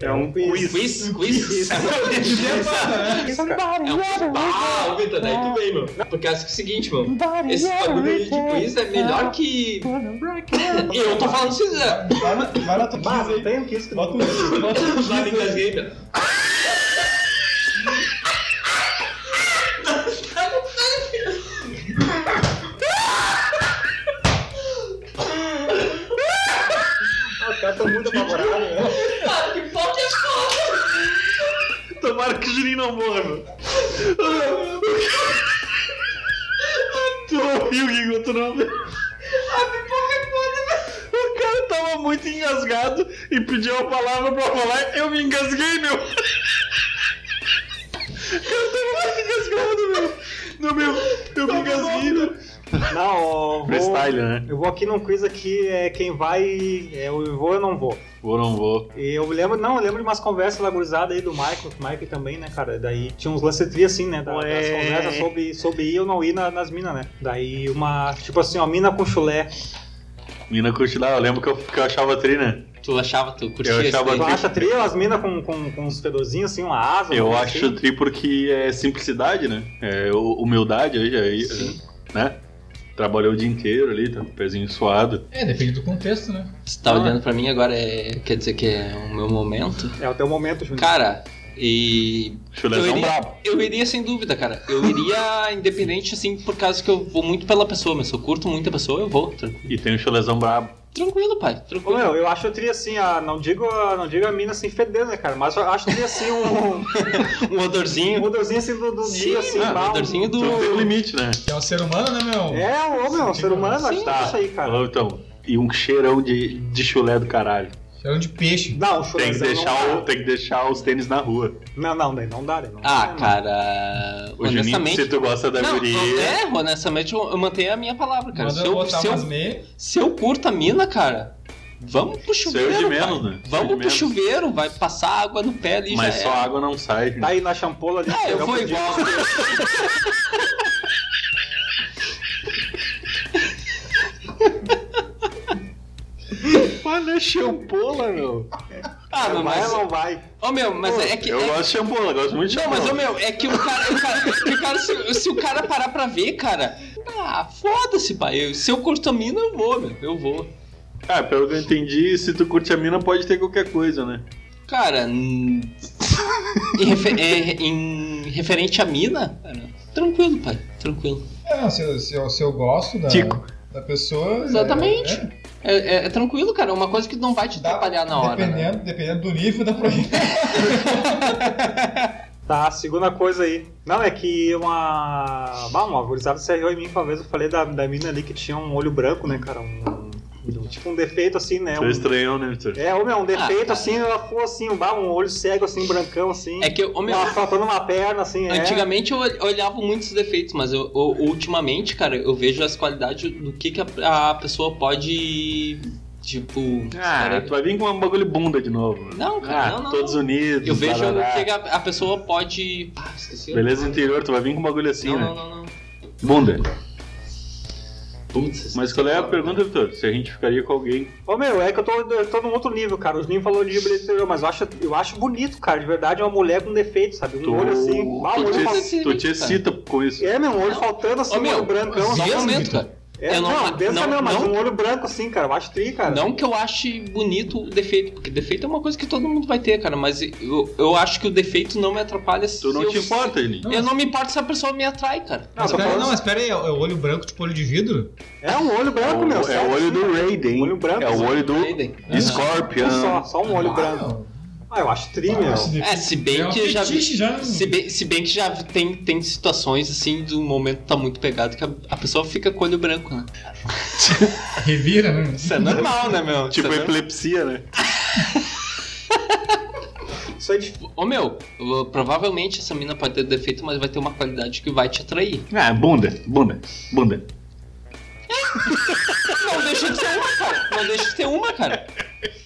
Speaker 1: É um
Speaker 2: Quiz,
Speaker 1: quiz.
Speaker 2: quiz, é um quiz.
Speaker 1: é
Speaker 4: Somebody
Speaker 2: Ah, Vitor, daí tu vem, meu. Porque acho que é o seguinte, meu. Esse bagulho aí de quiz é melhor que. Eu tô falando vocês. é.
Speaker 6: Vai na, vai na tua
Speaker 4: Bah,
Speaker 6: quiz
Speaker 4: não
Speaker 6: aí.
Speaker 4: tem um quiz que não.
Speaker 6: Bota um, bota um quiz
Speaker 2: Lá me
Speaker 6: aí.
Speaker 2: engasguei, meu.
Speaker 4: Os caras estão muito né? apavorados.
Speaker 2: Cara, que foda é foda.
Speaker 1: Tomara que o Juninho não morra, meu. tu não viu, Guigo, tu não viu. é O cara tava muito engasgado e pediu a palavra pra falar. Eu me engasguei, meu. O cara tava muito engasgado, meu. No meu, eu me engasguei, meu.
Speaker 4: Não, ó, vou-
Speaker 1: Freestyle, né?
Speaker 4: Eu vou aqui num quiz aqui, é quem vai, é, eu vou ou não vou.
Speaker 1: Vou, não vou.
Speaker 4: E eu lembro, não, eu lembro de umas conversas lá gurizada aí do Michael, do Michael também, né, cara? Daí tinha uns lance tri assim, né? da- Das
Speaker 1: Ué.
Speaker 4: conversas sobre, sobre ir ou não ir na- nas minas, né? Daí uma, tipo assim, ó, mina com chulé.
Speaker 1: Mina curte lá, eu lembro que eu, que eu achava tri, né?
Speaker 2: Tu achava, tu curtia
Speaker 1: Eu
Speaker 2: esse
Speaker 1: achava
Speaker 2: daí?
Speaker 4: Tu
Speaker 1: bem-
Speaker 4: acha tri as minas com, com, com uns fedorzinhos assim, uma asa? um
Speaker 1: Eu
Speaker 4: negócio
Speaker 1: acho
Speaker 4: assim?
Speaker 1: tri porque é simplicidade, né? É hu- humildade, aí, aí,
Speaker 2: Sim.
Speaker 1: né? Trabalhou o dia inteiro ali, tá com o pezinho suado.
Speaker 3: É, depende do contexto, né?
Speaker 2: Você tá olhando pra mim agora, é... quer dizer que é o meu momento?
Speaker 4: É o teu momento, Juninho.
Speaker 2: Cara, e.
Speaker 1: Chulezão
Speaker 2: iria-
Speaker 1: brabo.
Speaker 2: Eu iria sem dúvida, cara. Eu iria independente, assim, por causa que eu vou muito pela pessoa, mas se eu curto muito a pessoa, eu vou. Tran-
Speaker 1: E tem o chulezão brabo.
Speaker 2: Tranquilo, pai.
Speaker 4: Ô,
Speaker 2: Tranquilo.
Speaker 4: meu, eu acho tri assim, a, não, digo, a- não digo a mina assim fedendo, né, cara? Mas eu acho tri assim um,
Speaker 2: Um
Speaker 4: um
Speaker 2: odorzinho.
Speaker 4: odorzinho assim do, do
Speaker 2: Sim,
Speaker 4: dia, assim,
Speaker 2: mano,
Speaker 4: mal.
Speaker 2: odorzinho do.
Speaker 1: Tudo tem um limite, né?
Speaker 3: Que é um ser humano, né, meu?
Speaker 4: É, ô, meu, ser humano, acho que tá isso aí, cara.
Speaker 1: Ô, Então, e um cheirão de, de chulé do caralho.
Speaker 3: Cheirão de peixe.
Speaker 4: Não, o
Speaker 1: Tem que,
Speaker 4: chulezão
Speaker 1: deixar
Speaker 4: não
Speaker 1: o, tem que deixar os tênis na rua.
Speaker 4: dá. Não, não, daí não dá, daí não dá,
Speaker 2: Ah,
Speaker 4: né,
Speaker 2: cara.
Speaker 1: O Juninho,
Speaker 2: honestamente.
Speaker 1: se tu gosta da
Speaker 2: Não,
Speaker 1: guria.
Speaker 2: é, honestamente, eu, eu mantenho a minha palavra, cara.
Speaker 3: Manda
Speaker 2: Se
Speaker 3: eu
Speaker 2: eu,
Speaker 3: botar
Speaker 2: se,
Speaker 3: umas
Speaker 2: eu,
Speaker 3: meias.
Speaker 2: se eu curto a mina, cara, vamos pro
Speaker 1: Isso é o
Speaker 2: chuveiro.
Speaker 1: de
Speaker 2: pai.
Speaker 1: menos, né? Isso é o
Speaker 2: Vamos
Speaker 1: de
Speaker 2: pro
Speaker 1: menos.
Speaker 2: chuveiro, vai passar água no pé ali.
Speaker 1: Mas
Speaker 2: já
Speaker 1: só
Speaker 2: é.
Speaker 1: água não sai, gente.
Speaker 4: Tá aí na champola ali.
Speaker 2: Ah, eu
Speaker 4: pegamos
Speaker 2: vou
Speaker 4: o dia.
Speaker 2: igual.
Speaker 1: Olha a champola, meu.
Speaker 2: Ah, meu,
Speaker 4: Vai
Speaker 2: mas.
Speaker 4: ou não vai?
Speaker 2: Ô, meu, mas é que.
Speaker 1: Eu
Speaker 2: é-
Speaker 1: gosto de champola, gosto muito de
Speaker 2: Não,
Speaker 1: champola.
Speaker 2: mas, ô, meu, é que o cara. O cara, que o cara se, se o cara parar pra ver, cara. Ah, foda-se, pai. Eu- se eu curto a mina, eu vou, meu. Eu vou.
Speaker 1: Ah, pelo que eu entendi, se tu curte a mina, pode ter qualquer coisa, né?
Speaker 2: Cara. hum, em, refe- é, em referente à mina, cara, tranquilo, pai. Tranquilo.
Speaker 3: É, não, se, eu- se, eu, se eu gosto da,
Speaker 1: Tico.
Speaker 3: da pessoa. é-
Speaker 2: Exatamente.
Speaker 3: é,
Speaker 2: É, é- é tranquilo, cara. É uma coisa que não vai te
Speaker 3: dá-
Speaker 2: atrapalhar na hora. né?
Speaker 3: Dependendo, dependendo do nível da proibição.
Speaker 4: Tá, segunda coisa aí. Não, é que uma. Bah, uma gurizada se arriou em mim uma vez. Eu falei da, da mina ali que tinha um olho branco, né, cara? Um, um- tipo um defeito assim, né?
Speaker 1: Tô
Speaker 4: Um-
Speaker 1: estranhão, né, Vitor?
Speaker 4: é, ô, meu, um defeito
Speaker 2: cara.
Speaker 4: assim, ela foi assim, um, bah, um olho cego assim, brancão assim.
Speaker 2: tá. É que, ô, meu.
Speaker 4: Ela faltando uma perna assim, é.
Speaker 2: Antigamente eu ol- olhava muitos defeitos, mas eu, eu- ultimamente, cara, eu vejo as qualidades do que, que a, a pessoa pode. Tipo.
Speaker 1: Ah, tu vai vir com um bagulho bunda de novo.
Speaker 2: Não, cara,
Speaker 1: ah,
Speaker 2: não, não,
Speaker 1: todos
Speaker 2: não.
Speaker 1: unidos.
Speaker 2: Eu vejo
Speaker 1: barará.
Speaker 2: que a, a pessoa pode. Ah, esqueci. o
Speaker 1: Beleza
Speaker 2: nome.
Speaker 1: interior, tu vai vir com um bagulho assim,
Speaker 2: Não,
Speaker 1: né?
Speaker 2: não, não, não.
Speaker 1: Bunda.
Speaker 2: Putz,
Speaker 1: Mas qual é a pergunta, Vitor? Se a gente ficaria com alguém.
Speaker 4: Ô meu, é que eu tô, eu tô num outro nível, cara. Os ninhos falou de bilheteiro, mas eu acho, eu acho bonito, cara. De verdade, uma mulher com defeito, sabe? Um
Speaker 1: Tu,
Speaker 4: olho assim, ah, um
Speaker 1: tu,
Speaker 4: olho
Speaker 1: te,
Speaker 4: fal-
Speaker 2: faltando.
Speaker 1: tu te excita com isso.
Speaker 4: É, meu, um olho faltando assim,
Speaker 2: Ô,
Speaker 4: um olho
Speaker 2: meu,
Speaker 4: brancão.
Speaker 2: só um
Speaker 4: sabe?
Speaker 2: momento, cara.
Speaker 4: É,
Speaker 2: Eu
Speaker 4: não,
Speaker 2: não-
Speaker 4: pensa
Speaker 2: não-
Speaker 4: mesmo, mas
Speaker 2: não-
Speaker 4: um olho branco assim, cara. Eu acho tri, cara.
Speaker 2: Não que eu ache bonito o defeito, porque defeito é uma coisa que todo mundo vai ter, cara, mas eu, eu acho que o defeito não me atrapalha se
Speaker 1: Tu não
Speaker 2: eu,
Speaker 1: te importa, Eli.
Speaker 2: Eu não me importo se a pessoa me atrai, cara.
Speaker 4: Não,
Speaker 3: Mas
Speaker 4: tô
Speaker 3: pera,
Speaker 4: falando-
Speaker 3: não, mas pera aí, é o olho branco tipo olho de vidro?
Speaker 4: É um olho branco, meu.
Speaker 1: é
Speaker 4: sério,
Speaker 1: o olho
Speaker 4: assim,
Speaker 1: do Raiden.
Speaker 4: Olho branco,
Speaker 1: é o
Speaker 4: só.
Speaker 1: olho do
Speaker 2: Raiden. Ah. Aham.
Speaker 1: Scorpion.
Speaker 4: Só, só um olho
Speaker 3: Ah,
Speaker 4: branco.
Speaker 3: não.
Speaker 4: Ah, eu acho tri,
Speaker 3: Ah,
Speaker 4: meu.
Speaker 3: esse de-
Speaker 2: É, né? se bem
Speaker 3: um
Speaker 2: que eu já vi-
Speaker 3: fetiche já.
Speaker 2: Se bem, se bem que já tem, tem situações assim do momento que tá muito pegado que a, a pessoa fica com o olho branco, né?
Speaker 3: Revira, né?
Speaker 2: Isso é normal, né, meu?
Speaker 1: Tipo
Speaker 2: Isso é normal.
Speaker 1: epilepsia, né?
Speaker 4: Isso é difícil.
Speaker 2: Ô meu, eu- provavelmente essa mina pode ter defeito, mas vai ter uma qualidade que vai te atrair.
Speaker 1: Ah, bunda, bunda, bunda.
Speaker 2: Não deixa de ser uma, cara. Não deixa de ser uma, cara.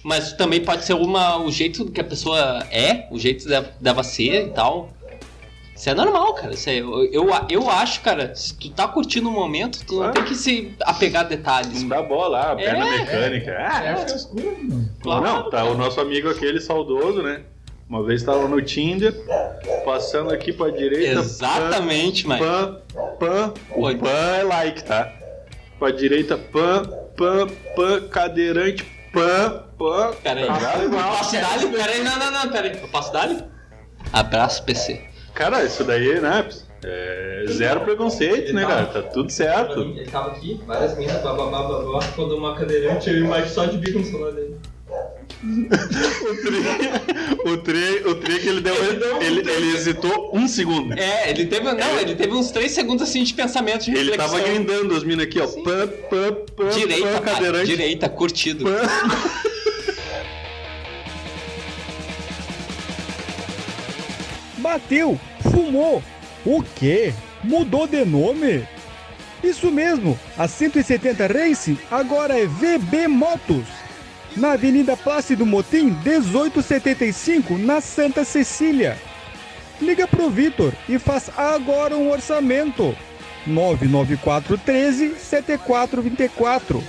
Speaker 2: Mas também pode ser uma. O jeito que a pessoa é, o jeito dela dela ser e tal. Isso é normal, cara. Isso é, eu, eu, eu acho, cara, se tu tá curtindo o momento, tu não
Speaker 1: Ah.
Speaker 2: tem que se apegar a detalhes.
Speaker 1: Não dá bola, ah, perna
Speaker 2: É.
Speaker 1: mecânica. Ah,
Speaker 3: É frescura, mano.
Speaker 2: Claro.
Speaker 1: Não, tá o nosso amigo aquele saudoso, né? Uma vez tava no Tinder, passando aqui pra direita.
Speaker 2: Exatamente,
Speaker 1: Pã,
Speaker 2: mano.
Speaker 1: pã, pã.
Speaker 2: Oi.
Speaker 1: O pã é like, tá? Pra direita, pã, pã, pã, cadeirante, pã, pã.
Speaker 2: Peraí.
Speaker 1: Tá ligado?
Speaker 2: Eu posso dar-lhe? Peraí, não, não, não, peraí. Eu posso dar-lhe? Abraço, PC.
Speaker 1: Cara, isso daí, né? É zero preconceito, né, cara? Tá tudo
Speaker 5: Pra
Speaker 1: certo.
Speaker 5: mim, Ele tava aqui, várias minas, bababá, babá, quando uma cadeirante, eu imagino só de bico no celular dele.
Speaker 1: O tri, o tri, o tri que ele deu.
Speaker 5: um
Speaker 1: Ele, ele hesitou um segundo.
Speaker 2: É, ele teve. Não, ele teve uns 3 segundos assim de pensamento, de
Speaker 1: Ele
Speaker 2: reflexão.
Speaker 1: tava grindando as minas aqui, ó.
Speaker 2: Sim.
Speaker 1: Pã, pã, pã,
Speaker 2: Direita,
Speaker 1: pã,
Speaker 2: cara,
Speaker 1: cadeirante.
Speaker 2: direita, curtido.
Speaker 1: Pã.
Speaker 6: Bateu, fumou. O quê? Mudou de nome? Isso mesmo, a 170 Racing agora é VB Motos. Na Avenida Plácido Motim, 1875, na Santa Cecília. Liga pro Vitor e faz agora um orçamento. 99413 7424.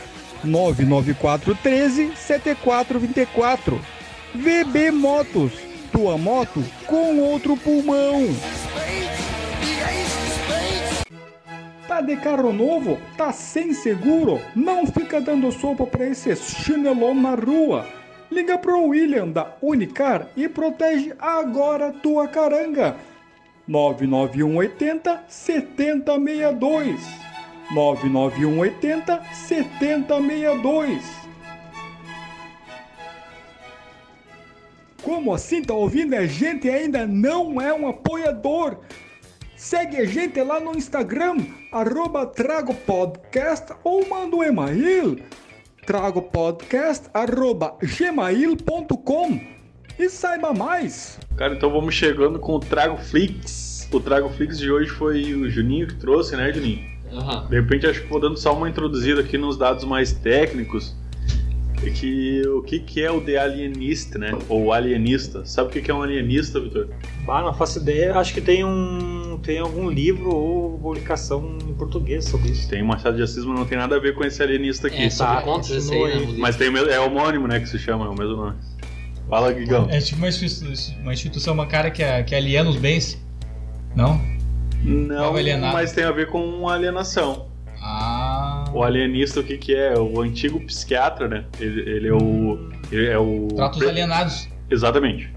Speaker 6: 99413 7424. VB Motos, tua moto com outro pulmão. Tá de carro novo? Tá sem seguro? Não fica dando sopa pra esse chinelão na rua. Liga pro William da Unicar e protege agora a tua caranga. 99180 7062 99180 7062 Como assim tá ouvindo? A gente ainda não é um apoiador. Segue a gente lá no Instagram, arroba Trago Podcast ou manda um e-mail, tragopodcast arroba gmail.com e saiba mais.
Speaker 1: Cara, então vamos chegando com o Trago Flix. O Trago Flix de hoje foi o Juninho que trouxe, né, Juninho?
Speaker 2: Aham.
Speaker 1: De repente acho que vou dando só uma introduzida aqui nos dados mais técnicos. E que o que, que é o de alienista, né? Ou alienista. Sabe o que, que é um alienista, Vitor?
Speaker 4: Bah, não faço ideia. Acho que tem um. Tem algum livro ou publicação em português sobre isso.
Speaker 1: Tem Machado de Assis, mas não tem nada a ver com esse alienista aqui.
Speaker 2: É, sobre
Speaker 4: tá,
Speaker 2: contas esse
Speaker 4: continua
Speaker 2: aí, né?
Speaker 4: aí.
Speaker 2: o livro.
Speaker 1: Mas tem o mesmo, é homônimo, né? Que se chama, é o mesmo nome. Fala, Guigão.
Speaker 3: É tipo uma instituição, uma instituição bancária que, a- que é aliena os bens. Não?
Speaker 1: Não,
Speaker 3: Não, alienado.
Speaker 1: mas tem a ver com alienação.
Speaker 3: Ah.
Speaker 1: O alienista, o que, que é? O antigo psiquiatra, né? Ele, ele é o. Ele é o.
Speaker 3: Trata os
Speaker 1: pre-
Speaker 3: alienados.
Speaker 1: Exatamente.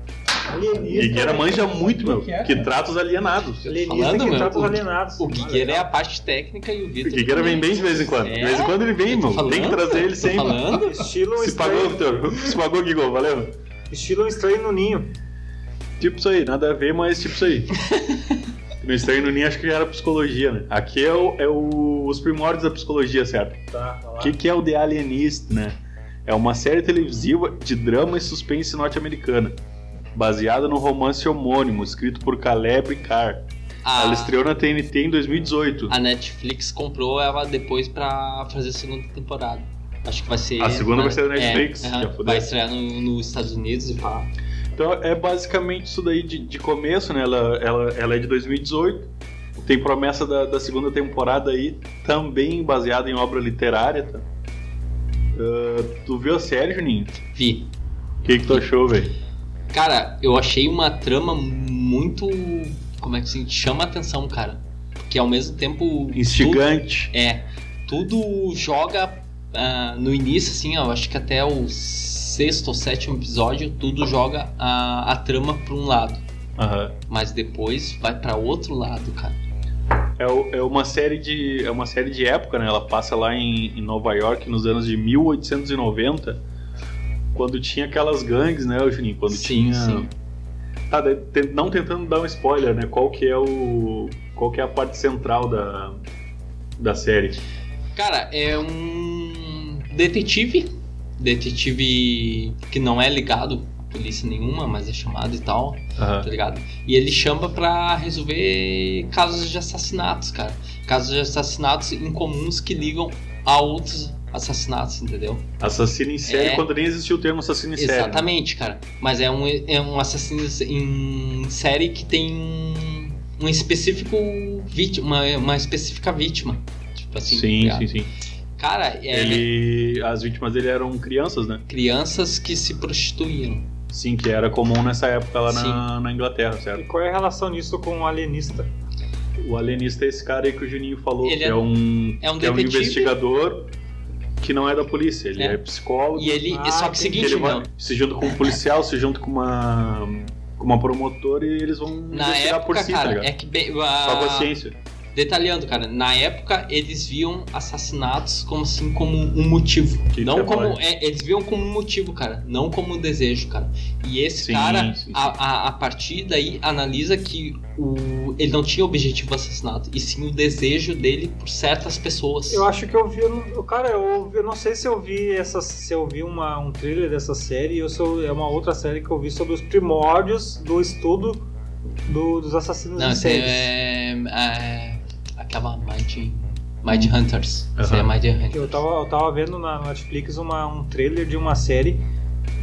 Speaker 4: Alienista.
Speaker 1: Guigueira manja muito, meu.
Speaker 3: Que é,
Speaker 1: Que
Speaker 3: cara?
Speaker 1: trata os alienados.
Speaker 4: Alienista
Speaker 2: Falando,
Speaker 4: que
Speaker 2: meu,
Speaker 4: trata os
Speaker 2: o-
Speaker 4: alienados.
Speaker 2: O Guigueira é
Speaker 4: Ah,
Speaker 2: a parte técnica e o
Speaker 1: O
Speaker 2: Vitor.
Speaker 1: Guigueira vem bem de vez em quando. De vez em quando ele vem,
Speaker 2: É? Eu tô
Speaker 1: meu. Tem que
Speaker 2: falando,
Speaker 1: trazer ele
Speaker 2: tô
Speaker 1: sempre.
Speaker 2: falando.
Speaker 4: legal. Estilo um
Speaker 1: Se pagou,
Speaker 4: estranho,
Speaker 1: Vitor. Se pagou, Guigol, valeu?
Speaker 4: estilo um estranho no ninho.
Speaker 1: Tipo isso aí, nada a ver, mas tipo isso aí. No estranho no Ninho acho que era psicologia, né? Aqui é, o- é o- os primórdios da psicologia, certo?
Speaker 4: Tá, tá
Speaker 1: O
Speaker 4: lá.
Speaker 1: que, que é o The Alienist, né? É uma série televisiva de drama e suspense norte-americana, baseada no romance homônimo, escrito por Caleb Carr.
Speaker 2: A,
Speaker 1: Ela estreou na TNT em 2018.
Speaker 2: a Netflix comprou ela depois pra fazer a segunda temporada. Acho que vai ser.
Speaker 1: A segunda
Speaker 2: né?
Speaker 1: vai ser da Netflix,
Speaker 2: É,
Speaker 1: já
Speaker 2: aham.
Speaker 1: fudeu.
Speaker 2: vai estrear no- nos Estados Unidos e pá.
Speaker 1: Então é basicamente isso daí de, de começo, né? Ela, ela, ela é de 2018. Tem promessa da, da segunda temporada aí, também baseada em obra literária. Tá? Ah, tu viu a série, Juninho?
Speaker 2: Vi.
Speaker 1: O que, que tu achou, velho?
Speaker 2: Cara, eu achei uma trama muito. Como é que assim? Chama atenção, cara. Porque ao mesmo tempo.
Speaker 1: Instigante.
Speaker 2: Tudo, é. Tudo joga. ah, no início, assim, ó, eu acho que até o sexto ou sétimo episódio, tudo joga a, a trama pra um lado.
Speaker 1: Aham.
Speaker 2: Mas depois vai pra outro lado, cara.
Speaker 1: É, o- é uma série de é uma série de época, né? Ela passa lá em, em Nova York nos anos de 1890, quando tinha aquelas gangues, né, Juninho? Quando
Speaker 2: Sim,
Speaker 1: tinha
Speaker 2: sim.
Speaker 1: Tá, de- te- não tentando dar um spoiler, né? Qual que é o qual que é a parte central da da série?
Speaker 2: Cara, é um detetive. Detetive que não é ligado à polícia nenhuma, mas é chamado e tal. tá ligado? E ele chama pra resolver casos de assassinatos, cara. Casos de assassinatos incomuns que ligam a outros assassinatos, entendeu?
Speaker 1: Assassino em série
Speaker 2: É.
Speaker 1: quando nem existia o termo assassino em série. né?
Speaker 2: Exatamente, cara. Mas é um, é um assassino em série que tem um, um específico vítima, uma, uma específica vítima. Tipo assim,
Speaker 1: sim, sim,
Speaker 2: cara.
Speaker 1: sim.
Speaker 2: Cara, é
Speaker 1: Ele. As vítimas dele eram crianças, né?
Speaker 2: crianças que se prostituíam.
Speaker 1: Sim, que era comum nessa época lá na, na Inglaterra,
Speaker 4: E
Speaker 1: certo?
Speaker 4: qual é a relação disso com o alienista?
Speaker 1: O alienista é esse cara aí que o Juninho falou,
Speaker 2: Ele
Speaker 1: que
Speaker 2: é-
Speaker 1: é, um,
Speaker 2: é um
Speaker 1: que é um
Speaker 2: detetive.
Speaker 1: investigador que não é da polícia, ele
Speaker 2: É.
Speaker 1: é, psicólogo.
Speaker 2: E ele.
Speaker 4: Ah,
Speaker 2: só que
Speaker 4: tem
Speaker 1: que
Speaker 2: seguinte,
Speaker 1: ele vai-
Speaker 2: meu,
Speaker 1: se junta com um policial, se junta com uma. com uma promotora e eles vão
Speaker 2: na
Speaker 1: investigar
Speaker 2: época,
Speaker 1: por si, tá
Speaker 2: cara,
Speaker 1: ligado?
Speaker 2: é que. bem-
Speaker 1: Só com a
Speaker 2: ah,
Speaker 1: ciência.
Speaker 2: Detalhando, cara, na época eles viam assassinatos como assim como um motivo.
Speaker 1: Que
Speaker 2: não
Speaker 1: demônio.
Speaker 2: como é, eles viam como um motivo, cara, não como um desejo, cara. E esse
Speaker 1: Sim,
Speaker 2: cara
Speaker 1: sim, sim.
Speaker 2: a, a, a partir daí analisa que o ele não tinha objetivo do assassinato, e sim o desejo dele por certas pessoas.
Speaker 4: Eu acho que eu vi. eu não- eu- Cara, eu, eu não sei se eu vi essa. Se eu vi uma, um trailer dessa série, ou se eu- é uma outra série que eu vi sobre os primórdios do estudo do- dos assassinos
Speaker 2: Não,
Speaker 4: em
Speaker 2: esse é,
Speaker 4: séries.
Speaker 2: é, aquela Mind Mind Hunters. Esse é
Speaker 1: Aham.
Speaker 2: Mind Hunters.
Speaker 4: Eu tava, eu tava vendo na Netflix uma, um trailer de uma série.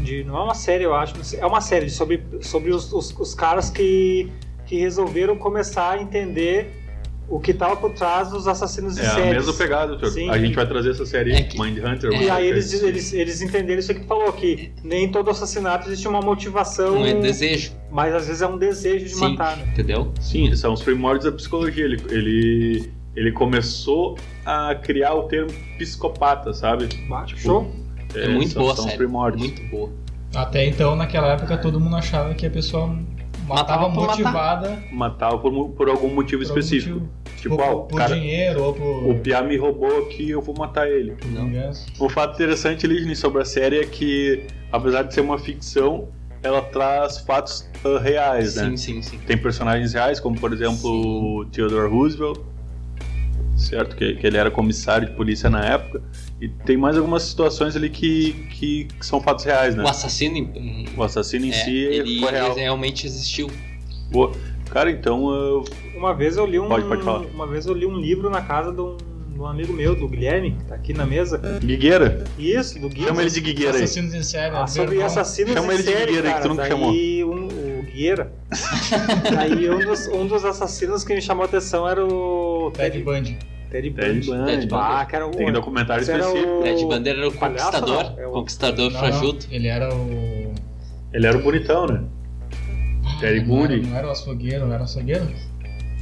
Speaker 4: De, não é uma série, eu acho. não sei, É uma série sobre, sobre os, os, os caras que, que resolveram começar a entender o que tava por trás dos assassinos em
Speaker 1: É a
Speaker 4: séries.
Speaker 1: mesma pegada, Thiago.
Speaker 4: Sim.
Speaker 1: A gente vai trazer essa série
Speaker 2: É que-
Speaker 1: Mindhunter.
Speaker 2: é.
Speaker 4: E aí
Speaker 1: Mindhunter.
Speaker 4: eles, eles, eles entenderam isso que tu falou, que nem todo assassinato existe uma motivação,
Speaker 2: Não é desejo,
Speaker 4: mas às vezes é um desejo de
Speaker 2: Sim.
Speaker 4: matar, né?
Speaker 2: entendeu?
Speaker 1: assim. Sim, são os primórdios da psicologia. Ele, ele, ele começou a criar o termo psicopata, sabe?
Speaker 4: Show?
Speaker 2: É, muito
Speaker 1: são,
Speaker 2: boa a
Speaker 1: são os
Speaker 2: série.
Speaker 1: primórdios.
Speaker 2: Muito boa.
Speaker 3: Até então, naquela época, todo mundo achava que a pessoa matava,
Speaker 2: Matava por matar.
Speaker 3: motivada
Speaker 1: Matava por, mu- por algum motivo
Speaker 3: por algum
Speaker 1: específico.
Speaker 3: motivo.
Speaker 1: Tipo,
Speaker 3: Ou
Speaker 1: ó,
Speaker 3: por,
Speaker 1: o cara,
Speaker 3: dinheiro ou
Speaker 1: o
Speaker 3: por,
Speaker 1: Pia me roubou aqui, eu vou matar ele.
Speaker 3: por
Speaker 2: Não.
Speaker 3: vingança.
Speaker 1: Um fato interessante, Ligny, sobre a série é que, apesar de ser uma ficção, ela traz fatos ah, reais, né?
Speaker 2: Sim, sim, sim.
Speaker 1: Tem personagens reais, como por exemplo o Theodore Roosevelt, certo? Que, que ele era comissário de polícia na época. E tem mais algumas situações ali que, que, que são fatos reais, né?
Speaker 2: O assassino em-
Speaker 1: O assassino em
Speaker 2: É,
Speaker 1: si
Speaker 2: ele
Speaker 1: foi real.
Speaker 2: realmente existiu.
Speaker 1: Boa. Cara, então eu.
Speaker 4: Uma vez eu li um.
Speaker 1: Pode- pode falar.
Speaker 4: Uma vez eu li um livro na casa de um, de um amigo meu, do Guilherme, que tá aqui na mesa.
Speaker 1: Guigueira?
Speaker 4: Isso, do Guilherme.
Speaker 1: Chama ele de Guigueira aí.
Speaker 3: Assassinos em série. é
Speaker 4: Ah, sobre
Speaker 3: Vergon-
Speaker 4: assassinos
Speaker 1: Chama
Speaker 4: em
Speaker 1: ele de
Speaker 4: série,
Speaker 1: Guieira aí,
Speaker 4: cara.
Speaker 1: que tu nunca
Speaker 4: Daí
Speaker 1: chamou.
Speaker 4: Um, o Guieira. Daí um dos, um dos assassinos que me chamou a atenção era o
Speaker 3: Ted
Speaker 4: Ted,
Speaker 3: Bundy.
Speaker 4: Ted Bundy.
Speaker 1: Ted Bundy.
Speaker 4: Ah, que era o...
Speaker 1: Tem documentário
Speaker 4: Esse era
Speaker 1: específico.
Speaker 4: o-
Speaker 2: Ted Bundy era o
Speaker 4: palhaço,
Speaker 2: conquistador,
Speaker 4: não, é o-
Speaker 2: conquistador
Speaker 3: Não, não,
Speaker 2: fajuto.
Speaker 3: ele era o. Ah,
Speaker 1: Ele era o bonitão, né?
Speaker 2: Ah,
Speaker 1: Ted
Speaker 3: não era-
Speaker 1: Bundy.
Speaker 3: Não era o açougueiro, não era o açougueiro?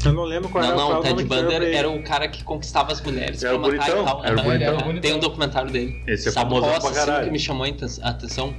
Speaker 4: Eu não lembro qual
Speaker 2: Não,
Speaker 4: era
Speaker 2: não,
Speaker 4: qual
Speaker 2: o
Speaker 4: era o
Speaker 2: Ted
Speaker 4: nome que
Speaker 2: Bundy era,
Speaker 4: era pra ele.
Speaker 2: era o cara que conquistava as mulheres
Speaker 1: Era
Speaker 2: pra matar
Speaker 1: bonitão,
Speaker 2: e tal.
Speaker 1: era
Speaker 2: Aham,
Speaker 1: bonitão.
Speaker 2: aham. Tem um documentário dele.
Speaker 1: Esse é
Speaker 2: Sabe qual
Speaker 1: famoso pra
Speaker 2: assassino que
Speaker 1: caralho.
Speaker 2: me chamou a inten- a atenção?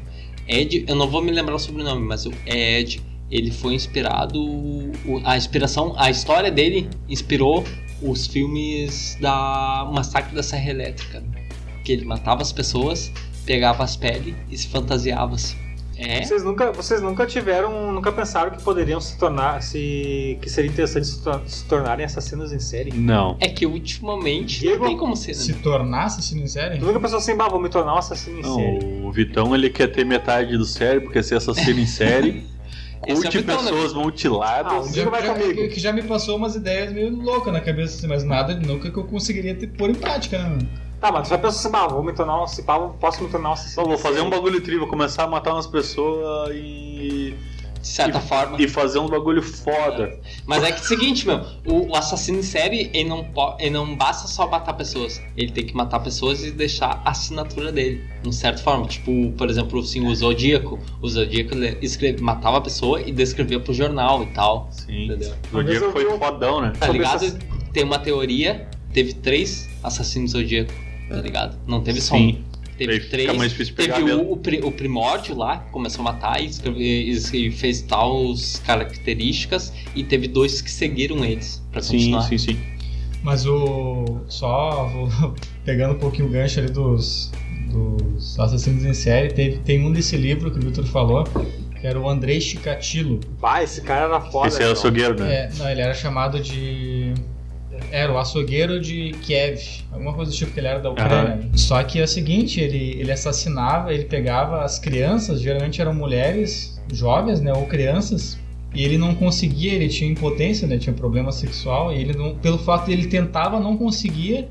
Speaker 2: Ed, eu não vou me lembrar o sobrenome, mas o Ed, ele foi inspirado. o- A inspiração, a história dele inspirou os filmes da o Massacre da Serra Elétrica. né? Que ele matava as pessoas, pegava as peles e se fantasiava-se. É.
Speaker 4: Vocês nunca, vocês nunca tiveram, nunca pensaram que poderiam se tornar, se que seria interessante se, tor- se tornarem assassinos em série?
Speaker 1: Não.
Speaker 2: É que ultimamente
Speaker 4: Diego,
Speaker 2: não tem como ser. Né?
Speaker 3: Se tornar assassino em série?
Speaker 4: Tu nunca pensou assim, bah, vou me tornar um assassino em série?
Speaker 1: Não, o Vitão ele quer ter metade do cérebro, quer ser assassino em série.
Speaker 2: Esse é o
Speaker 1: Curte
Speaker 2: Vitão, né?
Speaker 1: pessoas
Speaker 4: Ah,
Speaker 1: mutiladas.
Speaker 4: o Diego vai comigo.
Speaker 3: que, que já me passou umas ideias meio loucas na cabeça, assim, mas nada nunca que eu conseguiria ter, pôr em prática, né? mano?
Speaker 4: Tá, mas tu já pensou assim, bah, vou me tornar um, se pá, eu posso me tornar um
Speaker 2: Ah,
Speaker 4: assassino
Speaker 1: Bom, vou
Speaker 4: em
Speaker 1: fazer
Speaker 4: série?
Speaker 1: um bagulho tribo, começar a matar umas pessoas e.
Speaker 2: De certa forma.
Speaker 1: e fazer uns bagulho foda.
Speaker 2: Mas é que é o seguinte, meu, o, o assassino em série, ele não, po- ele não basta só matar pessoas. Ele tem que matar pessoas e deixar a assinatura dele. De certa forma. Tipo, por exemplo, assim, o Zodíaco. O Zodíaco ele escreve, matava a pessoa e descrevia pro jornal e tal.
Speaker 1: Sim.
Speaker 2: Entendeu?
Speaker 1: O Diego foi
Speaker 4: Resolveu.
Speaker 1: fodão, né?
Speaker 2: Tá
Speaker 4: Sobre
Speaker 2: ligado?
Speaker 4: essas-
Speaker 2: Tem uma teoria, teve três assassinos Zodíaco, tá ligado? Não teve só um.
Speaker 1: Sim. Aí
Speaker 2: Teve
Speaker 1: fica
Speaker 2: três.
Speaker 1: mais difícil pegar
Speaker 2: Teve um
Speaker 1: mesmo.
Speaker 2: o, o, pri- o primórdio lá, que começou a matar e, escreve- e- e fez tal características, e teve dois que seguiram eles pra
Speaker 1: Sim,
Speaker 2: continuar.
Speaker 1: sim, sim.
Speaker 3: Mas o. Só vou pegando um pouquinho o gancho ali dos, dos assassinos em série, teve, tem um desse livro que o Victor falou, que era o Andrei Chikatilo.
Speaker 4: Bah, esse cara era foda.
Speaker 1: Esse é o
Speaker 4: então.
Speaker 1: açougueiro, né?
Speaker 3: É, não, ele era chamado de. Era o açougueiro de Kiev, alguma coisa do tipo que ele era da Ucrânia. Só que é o seguinte, ele, ele assassinava, ele pegava as crianças, geralmente eram mulheres jovens, né, ou crianças, e ele não conseguia, ele tinha impotência, né, tinha problema sexual, e ele não, pelo fato de ele tentava, não conseguia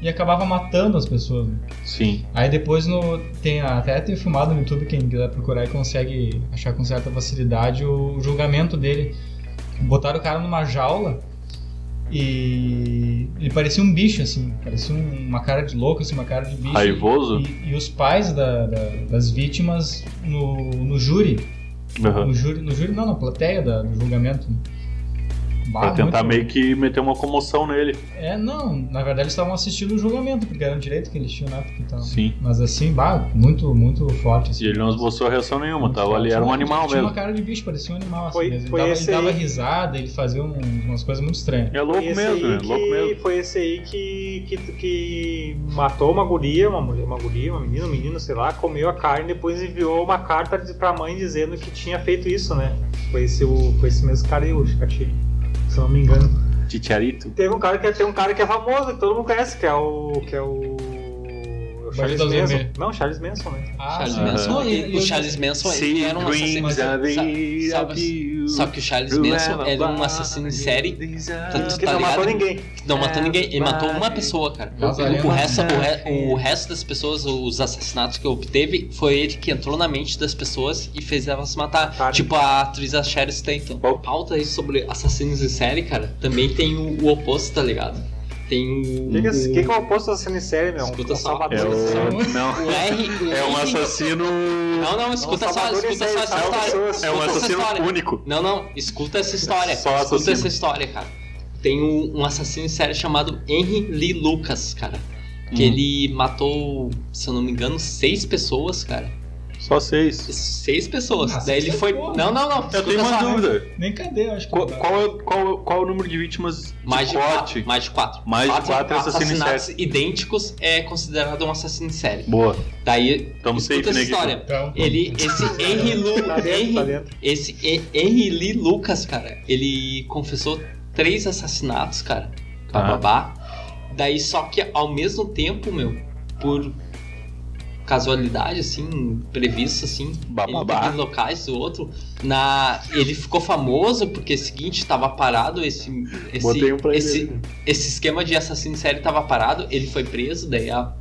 Speaker 3: e acabava matando as pessoas. né.
Speaker 2: É.
Speaker 1: Sim.
Speaker 3: Aí depois no tem até tem filmado no YouTube quem quiser procurar e consegue achar com certa facilidade o julgamento dele. botaram o cara numa jaula e ele parecia um bicho, assim, parecia um- uma cara de louco, assim, uma cara de bicho.
Speaker 1: Raivoso?
Speaker 3: E, e os pais da- da- das vítimas no, no júri,
Speaker 1: Aham.
Speaker 3: no júri, no júri não, na plateia da- do julgamento.
Speaker 1: Pra
Speaker 2: Ah,
Speaker 3: Bah,
Speaker 1: tentar
Speaker 3: muito-
Speaker 1: meio que meter uma comoção nele.
Speaker 3: É, não, na verdade eles estavam assistindo o julgamento, porque era um direito que eles tinham, né? Porque tavam-
Speaker 1: Sim.
Speaker 3: Mas assim, bah, muito, muito forte. Assim.
Speaker 1: E ele não esboçou reação nenhuma, tava ali, era um animal
Speaker 3: Tinha uma
Speaker 1: mesmo.
Speaker 3: cara de bicho, parecia um animal. Assim,
Speaker 4: Foi-
Speaker 3: mesmo. ele
Speaker 4: foi
Speaker 3: dava,
Speaker 4: esse
Speaker 3: ele dava
Speaker 4: aí.
Speaker 3: risada, ele fazia um- umas coisas muito estranhas.
Speaker 1: É louco
Speaker 4: Foi esse
Speaker 1: mesmo,
Speaker 4: aí
Speaker 1: né? Louco
Speaker 4: que-
Speaker 1: mesmo.
Speaker 4: Foi esse aí que, que, que matou uma guria, uma mulher, uma guria, uma menina, um menino, sei lá, comeu a carne e depois enviou uma carta de- pra mãe dizendo que tinha feito isso, né? Foi esse, o, foi esse mesmo cara aí, o Chicatinho, se eu não me engano.
Speaker 1: Titiarito.
Speaker 4: Teve um cara que, tem um cara que é famoso, que todo mundo conhece, que é o. que é o. o Charles
Speaker 3: Bandido
Speaker 4: Manson.
Speaker 3: Vermelho.
Speaker 4: Não, Charles Manson, né?
Speaker 3: Ah,
Speaker 2: Charles
Speaker 1: sim.
Speaker 2: Manson.
Speaker 3: Não,
Speaker 2: ele-
Speaker 3: e- e
Speaker 2: o
Speaker 3: eu-
Speaker 2: Charles Manson ele era um assassino.
Speaker 3: mas-
Speaker 1: Sabe-
Speaker 2: sabe- Só que o Charles Manson era um assassino em série tanto
Speaker 4: Que
Speaker 2: Tá
Speaker 4: não matou
Speaker 2: ligado?
Speaker 4: ninguém.
Speaker 2: que não matou ninguém. Ele matou uma pessoa, cara.
Speaker 3: Lazarento.
Speaker 2: O
Speaker 1: é
Speaker 2: resto, o, re- o resto das pessoas, os assassinatos que obteve, foi ele que entrou na mente das pessoas e fez elas se matar.
Speaker 4: Cara.
Speaker 2: Tipo a atriz a Sherry Stanton.
Speaker 1: Bom.
Speaker 2: Pauta aí sobre assassinos em série, cara. Também tem o, o oposto, tá ligado? Tem o.
Speaker 4: O que, que, é-
Speaker 2: o-
Speaker 4: que, que é o oposto da cena série, meu?
Speaker 2: Uhum. Escuta
Speaker 4: Um
Speaker 2: só.
Speaker 4: salvador.
Speaker 1: Hum. É o. Não.
Speaker 2: o R. o
Speaker 1: É um
Speaker 2: R-
Speaker 1: assassino.
Speaker 2: Não, não, escuta
Speaker 4: Não,
Speaker 2: só,
Speaker 4: Salvador
Speaker 2: escuta
Speaker 4: em
Speaker 2: só
Speaker 4: série,
Speaker 2: essa
Speaker 4: salva
Speaker 2: história.
Speaker 4: pessoas.
Speaker 1: É um
Speaker 2: Escuta essa
Speaker 1: assassino
Speaker 2: história.
Speaker 1: único.
Speaker 2: Não, não, escuta essa história.
Speaker 1: É Só
Speaker 2: escuta
Speaker 1: assassino.
Speaker 2: essa história, cara. Tem um, um assassino em série chamado Henry Lee Lucas, cara. Que
Speaker 1: Hum.
Speaker 2: ele matou, se eu não me engano, seis pessoas, cara.
Speaker 1: Só seis.
Speaker 2: Seis pessoas.
Speaker 3: Nossa,
Speaker 2: Daí ele
Speaker 3: isso é
Speaker 2: foi.
Speaker 3: porra.
Speaker 2: Não, não, não.
Speaker 1: Eu
Speaker 2: escuta
Speaker 1: tenho uma
Speaker 2: só.
Speaker 1: dúvida.
Speaker 3: Nem cadê, eu acho que.
Speaker 1: Qual, qual é, qual, é- qual é o número de vítimas de
Speaker 2: Mais de,
Speaker 1: corte?
Speaker 2: quatro, mais de quatro.
Speaker 1: Mais de quatro assassinos em série.
Speaker 2: assassinatos idênticos é considerado um assassino em série.
Speaker 1: Boa.
Speaker 2: Daí,
Speaker 1: Tamo
Speaker 2: escuta
Speaker 1: safe,
Speaker 2: essa
Speaker 1: né, Guido?
Speaker 2: história.
Speaker 3: Então,
Speaker 2: Ele, esse Henry, Lu,
Speaker 4: Tá dentro,
Speaker 2: Henry,
Speaker 4: tá dentro.
Speaker 2: Esse E- Henry Lee Lucas, cara, ele confessou três assassinatos, cara.
Speaker 1: Tá.
Speaker 2: Bababá. Daí, só que ao mesmo tempo, meu, por casualidade, assim, previsto, assim,
Speaker 1: Bababá.
Speaker 2: ele em locais do outro, na, ele ficou famoso porque, é seguinte, tava parado esse,
Speaker 1: Botei
Speaker 2: esse,
Speaker 1: um pra
Speaker 2: esse,
Speaker 1: ele.
Speaker 2: esse esquema de assassino em série tava parado, ele foi preso, daí a,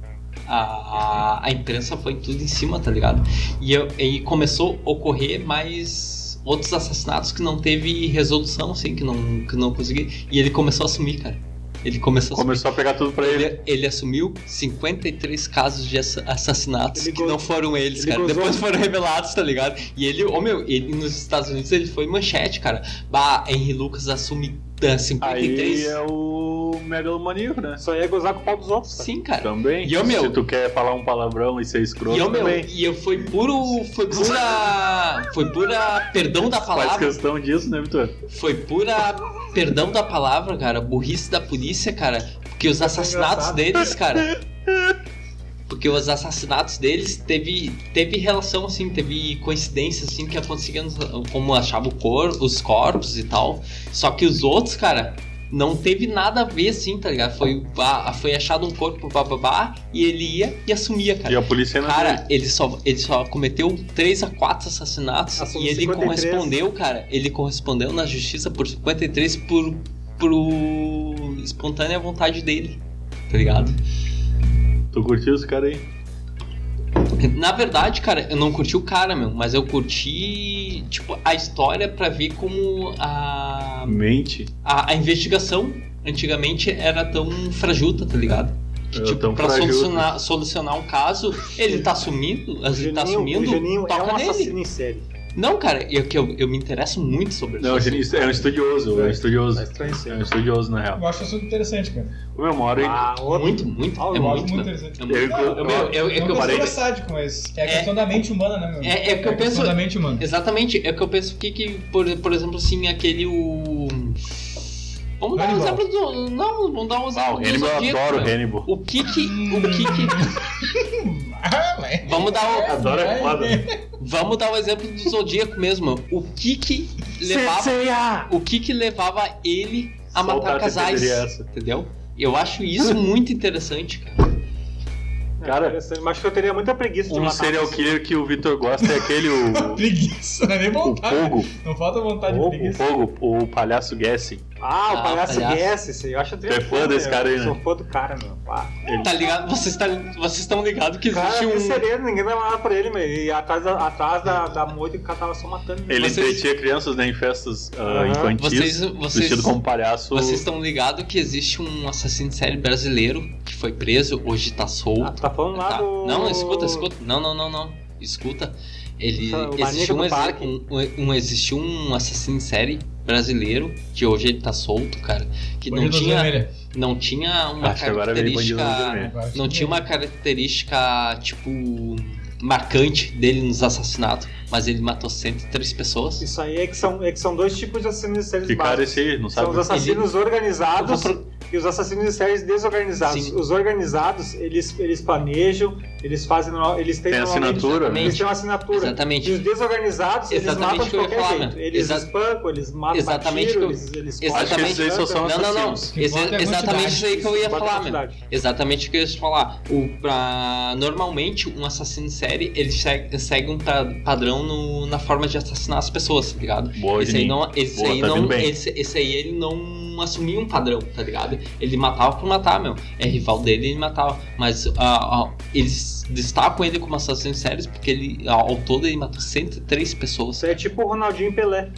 Speaker 2: a, a imprensa foi tudo em cima, tá ligado? E, eu- e começou a ocorrer mais outros assassinatos que não teve resolução, assim, que não, que não consegui. E ele começou a assumir, cara. Ele começou a assumir.
Speaker 1: Começou a pegar tudo pra ele.
Speaker 2: Ele, ele assumiu 53 casos de assa- assassinatos
Speaker 4: Ele
Speaker 2: que
Speaker 4: gozou-
Speaker 2: não foram eles,
Speaker 4: ele
Speaker 2: cara.
Speaker 4: gozou-
Speaker 2: Depois foram revelados, tá ligado? E ele, ô meu, ele nos Estados Unidos ele foi manchete, cara. Bah, Henry Lucas assume ah, 53
Speaker 1: Aí é o megalomaníaco, né?
Speaker 4: Só ia gozar com o pau dos outros. cara.
Speaker 2: Sim, cara.
Speaker 1: Também.
Speaker 2: E eu, meu?
Speaker 1: Se tu quer falar um palavrão e ser escroto,
Speaker 2: E eu, meu,
Speaker 1: também.
Speaker 2: e eu foi puro. Foi pura. Foi pura. Perdão um da
Speaker 1: Faz
Speaker 2: palavra.
Speaker 1: questão disso, né, Vitor?
Speaker 2: Foi pura. Perdão da palavra, cara. Burrice da polícia, cara. Porque os assassinatos
Speaker 4: engraçado.
Speaker 2: deles, cara. Porque os assassinatos deles teve, teve relação, assim, teve coincidência, assim, que acontecia no- como achava o cor, os corpos e tal. Só que os outros, cara, não teve nada a ver, assim, tá ligado? Foi, ah, foi achado um corpo, bababá, e ele ia e assumia, cara.
Speaker 1: E a polícia é ainda
Speaker 2: Cara, ele só, ele só cometeu 3 a 4 assassinatos
Speaker 4: Assunto
Speaker 2: e ele
Speaker 4: 53.
Speaker 2: correspondeu, cara. Ele correspondeu na justiça por 53 por, por espontânea vontade dele. Tá ligado?
Speaker 1: Tu curtiu esse cara aí?
Speaker 2: Na verdade, cara, eu não curti o cara, meu, mas eu curti, tipo, a história pra ver como a,
Speaker 1: Mente.
Speaker 2: a, a investigação antigamente era tão frajuta, tá ligado? Que,
Speaker 1: Era
Speaker 2: tipo,
Speaker 1: tão
Speaker 2: pra
Speaker 1: frajuta.
Speaker 2: solucionar, solucionar um caso, ele tá sumindo,
Speaker 4: O
Speaker 2: ele tá
Speaker 4: Juninho-
Speaker 2: sumindo,
Speaker 4: o Juninho é
Speaker 2: toca
Speaker 4: um
Speaker 2: nele.
Speaker 4: assassino em série.
Speaker 2: Não, cara, eu, que eu, eu me interesso muito sobre
Speaker 1: Não,
Speaker 2: isso.
Speaker 1: ele é um estudioso, é um estudioso.
Speaker 4: Tá estranho isso
Speaker 1: É
Speaker 4: aí.
Speaker 1: um estudioso, na real.
Speaker 3: Eu acho isso interessante, cara.
Speaker 1: O meu moro, hein?
Speaker 4: Ah, outro.
Speaker 2: Muito, muito.
Speaker 4: Ah,
Speaker 2: é
Speaker 4: eu
Speaker 3: Eu
Speaker 2: muito.
Speaker 3: acho muito
Speaker 2: né?
Speaker 3: interessante.
Speaker 2: É muito.
Speaker 1: Eu- eu-
Speaker 2: Eu- eu- eu- é
Speaker 3: não
Speaker 2: que eu
Speaker 3: que eu
Speaker 1: parei.
Speaker 3: seja sádico, mas é a
Speaker 2: É-
Speaker 3: questão da mente humana, né, meu?
Speaker 2: É- é que eu
Speaker 3: a questão
Speaker 2: penso-
Speaker 3: da mente humana.
Speaker 2: Exatamente, é o que eu penso que, que por, por exemplo, assim, aquele o. Vamos dar um
Speaker 3: Hannibal.
Speaker 2: exemplo do. Não, vamos dar um
Speaker 1: Ah, o
Speaker 2: exemplo do
Speaker 1: Hannibal, eu
Speaker 2: Zodíaco,
Speaker 1: adoro o
Speaker 2: meu.
Speaker 1: Hannibal.
Speaker 2: O que que. O que que.
Speaker 3: Ah, mas-
Speaker 2: Vamos dar o,
Speaker 1: Adoro é foda.
Speaker 2: vamos dar o exemplo do Zodíaco mesmo. meu. O que que levava. O que que levava ele a
Speaker 1: Soltar
Speaker 2: matar
Speaker 1: a
Speaker 2: casais?
Speaker 1: teoria essa.
Speaker 2: Entendeu? Eu acho isso muito interessante, cara.
Speaker 1: Cara,
Speaker 4: Interessante, mas acho que eu teria muita preguiça de
Speaker 1: Um
Speaker 4: matar.
Speaker 1: serial
Speaker 4: pessoas.
Speaker 1: killer que o Vitor gosta é aquele, o,
Speaker 3: Preguiça, não é nem
Speaker 1: o
Speaker 3: vontade.
Speaker 1: Pogo.
Speaker 3: Não falta vontade de
Speaker 1: O
Speaker 3: preguiça.
Speaker 1: Pogo, o palhaço Guessing.
Speaker 4: Ah, o
Speaker 2: Ah,
Speaker 4: palhaço
Speaker 2: palhaço.
Speaker 4: Guess, esse. Eu acho que
Speaker 1: é fã desse cara aí, né?
Speaker 4: Sou fã do cara, meu. Ah.
Speaker 2: Tá ligado? Vocês tá- vocês estão ligados que
Speaker 4: Cara,
Speaker 2: existe
Speaker 4: que
Speaker 2: um.
Speaker 4: sereno, ninguém vai lá por ele, meu. E atrás da, atrás da, da moita o cara tava só matando.
Speaker 1: Ele
Speaker 2: Vocês-
Speaker 1: entretinha crianças né, em festas ah,
Speaker 4: Aham.
Speaker 1: infantis,
Speaker 2: Vocês, vocês,
Speaker 1: vestido um como palhaço.
Speaker 2: vocês estão ligados que existe um assassino de série brasileiro que foi preso, hoje tá
Speaker 4: Ah,
Speaker 2: solto.
Speaker 4: tu tá falando lá
Speaker 2: Tá.
Speaker 4: do.
Speaker 2: Não, escuta, escuta. Não, não, não, não. Escuta. Ele
Speaker 4: Tá, o
Speaker 2: existiu
Speaker 4: maníaco
Speaker 2: um,
Speaker 4: do
Speaker 2: exe-
Speaker 4: parque.
Speaker 2: um- um- existiu um assassino em série brasileiro que hoje ele tá solto, cara. Que não
Speaker 3: Bandido azul
Speaker 2: tinha,
Speaker 3: vermelha.
Speaker 2: não tinha uma
Speaker 1: Acho que agora veio bandido
Speaker 2: característica,
Speaker 1: vermelho.
Speaker 3: Agora,
Speaker 2: não tinha uma característica tipo marcante dele nos assassinatos, mas ele matou 103 pessoas.
Speaker 4: Isso aí é que são, é que são dois tipos de assassinos de séries
Speaker 1: Que cara
Speaker 4: básicos.
Speaker 1: esse aí, não
Speaker 4: São
Speaker 1: sabe?
Speaker 4: os assassinos
Speaker 2: Eu vou
Speaker 4: organizados
Speaker 2: pro-
Speaker 4: e os assassinos de séries desorganizados.
Speaker 2: Sim.
Speaker 4: Os organizados, eles, eles planejam, eles fazem. normal- Eles têm
Speaker 1: Tem
Speaker 4: normalmente-
Speaker 1: assinatura, né?
Speaker 4: Eles têm uma assinatura.
Speaker 2: Exatamente.
Speaker 4: E os desorganizados,
Speaker 2: Exatamente
Speaker 4: eles matam de
Speaker 2: o que eu ia
Speaker 4: qualquer
Speaker 2: falar,
Speaker 4: jeito.
Speaker 2: né?
Speaker 4: Eles
Speaker 2: Exa-
Speaker 4: espancam, eles matam,
Speaker 2: Exatamente
Speaker 4: atiram,
Speaker 2: o é que eu-
Speaker 4: eles,
Speaker 1: Acho
Speaker 4: eles
Speaker 1: que
Speaker 4: cortam,
Speaker 1: esses aí só são
Speaker 4: cantam.
Speaker 2: Não, não, não.
Speaker 1: assassinos.
Speaker 3: Que
Speaker 2: Exa-
Speaker 3: bota a
Speaker 2: exatamente
Speaker 3: quantidade.
Speaker 2: isso aí um que eu ia
Speaker 4: Bota
Speaker 2: falar, mano.
Speaker 4: é quantidade.
Speaker 2: Exatamente o que eu ia falar. O, pra, normalmente, um assassino em série, ele segue, segue um pa- padrão no- na forma de assassinar as pessoas, tá ligado?
Speaker 1: é Boa,
Speaker 2: esse aí
Speaker 1: Juninho.
Speaker 2: não, esse
Speaker 1: Boa,
Speaker 2: aí
Speaker 1: tá vindo
Speaker 2: não,
Speaker 1: bem.
Speaker 2: esse, esse aí ele não assumia um padrão, tá ligado? Ele matava por matar, meu. É rival dele, ele matava. Mas ah, ah, eles destacam ele como assassino em séries porque ele, ah, ao todo, ele matou 103 pessoas.
Speaker 4: Isso aí é tipo o Ronaldinho e Pelé.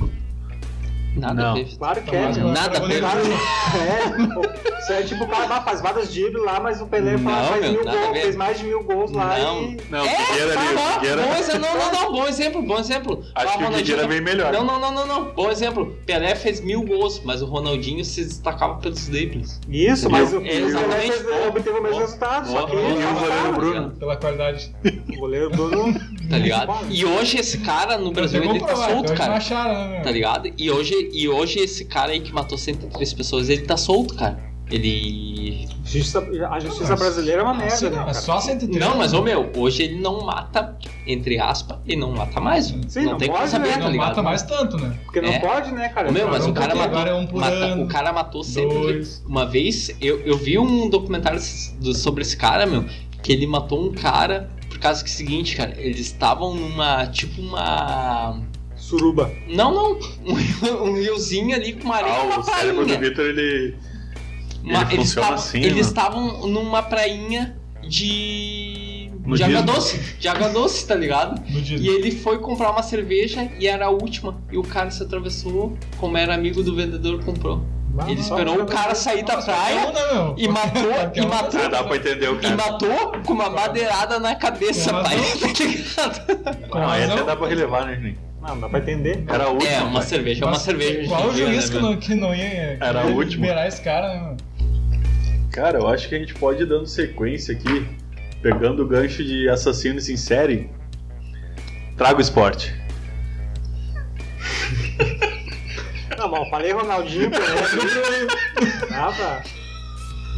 Speaker 2: Nada
Speaker 1: Não.
Speaker 2: a ver.
Speaker 4: Claro que é.
Speaker 3: Tomás,
Speaker 4: meu.
Speaker 3: agora
Speaker 2: Nada
Speaker 3: eu
Speaker 2: a
Speaker 3: vou
Speaker 2: ver.
Speaker 3: lembrar.
Speaker 4: Claro, é. Isso aí é tipo o cara lá, faz vários dribles lá, mas o Pelé faz-
Speaker 2: Não,
Speaker 4: faz
Speaker 2: meu,
Speaker 4: mil
Speaker 2: nada a
Speaker 4: gols,
Speaker 2: ver.
Speaker 4: fez mais de mil gols lá
Speaker 2: Não.
Speaker 4: e.
Speaker 1: Não, é o Figueira ali, o
Speaker 2: Tá bom,
Speaker 1: Figueira-
Speaker 2: bom exemplo, não, não, não, bom exemplo, bom exemplo. Ah,
Speaker 1: Acho que o
Speaker 2: Ronaldinho
Speaker 1: Figueira é bem melhor.
Speaker 2: Não, não, não, não, não. Bom exemplo, Pelé fez mil gols, mas o Ronaldinho se destacava pelos dribles.
Speaker 4: Isso, mas o
Speaker 2: É, exatamente.
Speaker 4: Pelé obteve o mesmo resultado, só que
Speaker 1: E
Speaker 4: ele
Speaker 1: o
Speaker 4: tava
Speaker 1: goleiro
Speaker 4: caro.
Speaker 1: Bruno?
Speaker 3: Pela qualidade.
Speaker 4: O goleiro Bruno.
Speaker 2: Tá ligado? E hoje esse cara no Brasil ele tá solto,
Speaker 3: Hoje não
Speaker 2: cara.
Speaker 3: acharam, né?
Speaker 2: Tá ligado? E hoje, e hoje esse cara aí que matou 103 pessoas, ele tá solto, cara. Ele.
Speaker 4: Justiça- a justiça
Speaker 3: mas-
Speaker 4: brasileira é uma
Speaker 3: Ah,
Speaker 4: merda,
Speaker 3: sim,
Speaker 4: né?
Speaker 3: não,
Speaker 4: cara?
Speaker 3: mas só 130.
Speaker 2: Não, mas ô meu, hoje ele não mata, entre aspas, ele não mata mais. velho.
Speaker 4: Sim,
Speaker 2: não,
Speaker 4: não
Speaker 2: tem como
Speaker 4: pode,
Speaker 2: saber,
Speaker 4: né?
Speaker 2: tá
Speaker 3: Não
Speaker 2: ligado?
Speaker 3: mata mais tanto, né?
Speaker 4: Porque não
Speaker 2: É.
Speaker 4: pode, né, cara?
Speaker 2: Ô, meu, mas
Speaker 4: Não
Speaker 2: o cara
Speaker 4: tem.
Speaker 3: Agora
Speaker 2: matou,
Speaker 3: é um por
Speaker 2: mata-
Speaker 3: ano.
Speaker 2: o cara matou 103
Speaker 3: Dois.
Speaker 2: Uma vez eu, eu vi um documentário s- do- sobre esse cara, meu, que ele matou um cara por causa que é o seguinte, cara, eles estavam numa. tipo uma.
Speaker 4: Suruba.
Speaker 2: Não, não, um, rio- um riozinho ali com uma areia e
Speaker 1: Ah,
Speaker 2: uma
Speaker 1: o cérebro do
Speaker 2: prainha.
Speaker 1: Vitor, ele.
Speaker 2: Uma-
Speaker 1: ele
Speaker 2: eles
Speaker 1: funciona
Speaker 2: tavam-
Speaker 1: assim,
Speaker 2: Eles
Speaker 1: mano.
Speaker 2: estavam numa prainha de. de
Speaker 1: Nudismo.
Speaker 2: água doce, de água doce, tá ligado?
Speaker 3: No dia.
Speaker 2: E ele foi comprar uma cerveja e era a última. E o cara se atravessou, como era amigo do vendedor, comprou. Ele esperou o cara sair da praia
Speaker 3: Não, né, não,
Speaker 2: e matou, e matou,
Speaker 1: Ah, dá pra entender o
Speaker 2: e
Speaker 1: cara.
Speaker 2: matou com uma madeirada na cabeça,
Speaker 3: Mas
Speaker 2: pai.
Speaker 3: não.
Speaker 2: Tá ligado?
Speaker 3: Com
Speaker 1: Ah,
Speaker 3: razão.
Speaker 1: essa dá pra relevar, né, Juninho?
Speaker 4: Não, não dá pra entender.
Speaker 1: Era a última.
Speaker 2: É, uma
Speaker 1: pai.
Speaker 2: cerveja é uma cerveja.
Speaker 3: Qual o
Speaker 2: hoje em dia,
Speaker 3: juiz
Speaker 2: né,
Speaker 3: que não, que não ia é, que
Speaker 1: Era
Speaker 3: ia
Speaker 1: o último.
Speaker 3: liberar esse cara, né, mano?
Speaker 1: Cara, eu acho que a gente pode ir dando sequência aqui, pegando o gancho de assassinos em série. Traga o esporte.
Speaker 4: Não, mal, falei Ronaldinho, Pelé. Dá pra.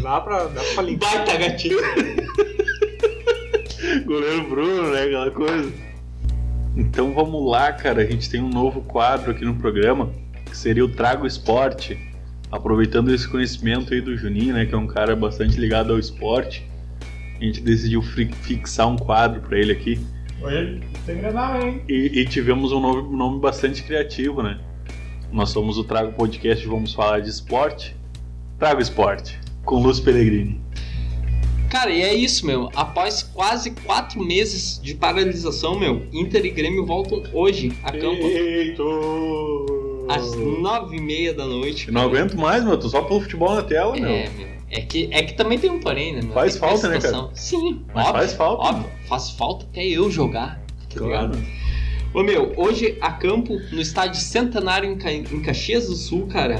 Speaker 4: Dá pra. Dá pra
Speaker 2: velho?
Speaker 4: limpar.
Speaker 2: Baita né? gatinho.
Speaker 1: Goleiro Bruno, né? Aquela coisa. Então vamos lá, cara. A gente tem um novo quadro aqui no programa, que seria o Trago Esporte. Aproveitando esse conhecimento aí do Juninho, né? Que é um cara bastante ligado ao esporte. A gente decidiu fri- fixar um quadro pra ele aqui.
Speaker 3: Hoje tem granada, hein?
Speaker 1: E, e tivemos um nome, um nome bastante criativo, né? Nós somos o Trago Podcast e vamos falar de esporte. Trago Esporte, com Lúcio Pellegrini.
Speaker 2: Cara, e é isso, meu. Após quase quatro meses de paralisação, meu, Inter e Grêmio voltam hoje a campo às nove e meia da noite.
Speaker 1: Eu não
Speaker 2: meu.
Speaker 1: aguento mais, meu. Tô só pelo futebol na tela, meu.
Speaker 2: É, meu. É que, é que também tem um porém, né, meu?
Speaker 1: Faz
Speaker 2: Tem que ver a
Speaker 1: falta, né, cara?
Speaker 2: situação. Sim,
Speaker 1: Mas
Speaker 2: óbvio.
Speaker 1: faz falta.
Speaker 2: Óbvio, faz falta até eu jogar. Tá ligado? Ô meu, hoje a campo no estádio Centenário em, Ca... em Caxias do Sul, cara.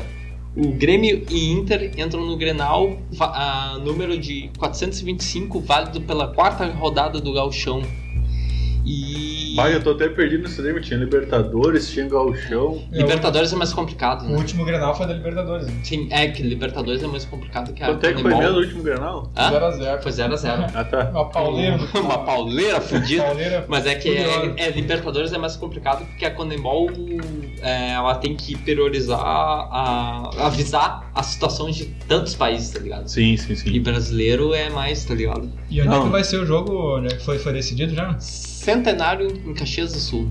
Speaker 2: O Grêmio e Inter entram no Grenal, va- a número de 425, válido pela quarta rodada do Gauchão. E
Speaker 1: Pai, eu tô até perdido nesse game. Tinha Libertadores, tinha Galchão.
Speaker 3: É,
Speaker 2: Libertadores é mais complicado,
Speaker 3: O
Speaker 2: né?
Speaker 3: último Grenal foi da Libertadores. né?
Speaker 2: Sim, é que Libertadores é mais complicado que a
Speaker 1: Quanto é que foi
Speaker 2: Conmebol.
Speaker 1: mesmo o último Grenal?
Speaker 2: Hã?
Speaker 3: 0x0.
Speaker 2: Foi 0x0.
Speaker 1: Ah, tá.
Speaker 3: Uma pauleira.
Speaker 2: Ah? Uma pauleira fudida.
Speaker 3: Pauleira.
Speaker 2: Mas é que é, é, Libertadores é mais complicado porque a Conmebol é, ela tem que priorizar, a, avisar a situação de tantos países, tá ligado?
Speaker 1: Sim, sim,
Speaker 2: E
Speaker 1: sim.
Speaker 2: brasileiro é mais, tá ligado?
Speaker 3: E onde é
Speaker 1: Não.
Speaker 3: né? que vai ser o jogo? Onde é que foi, foi decidido já?
Speaker 2: Centenário em Caxias do Sul.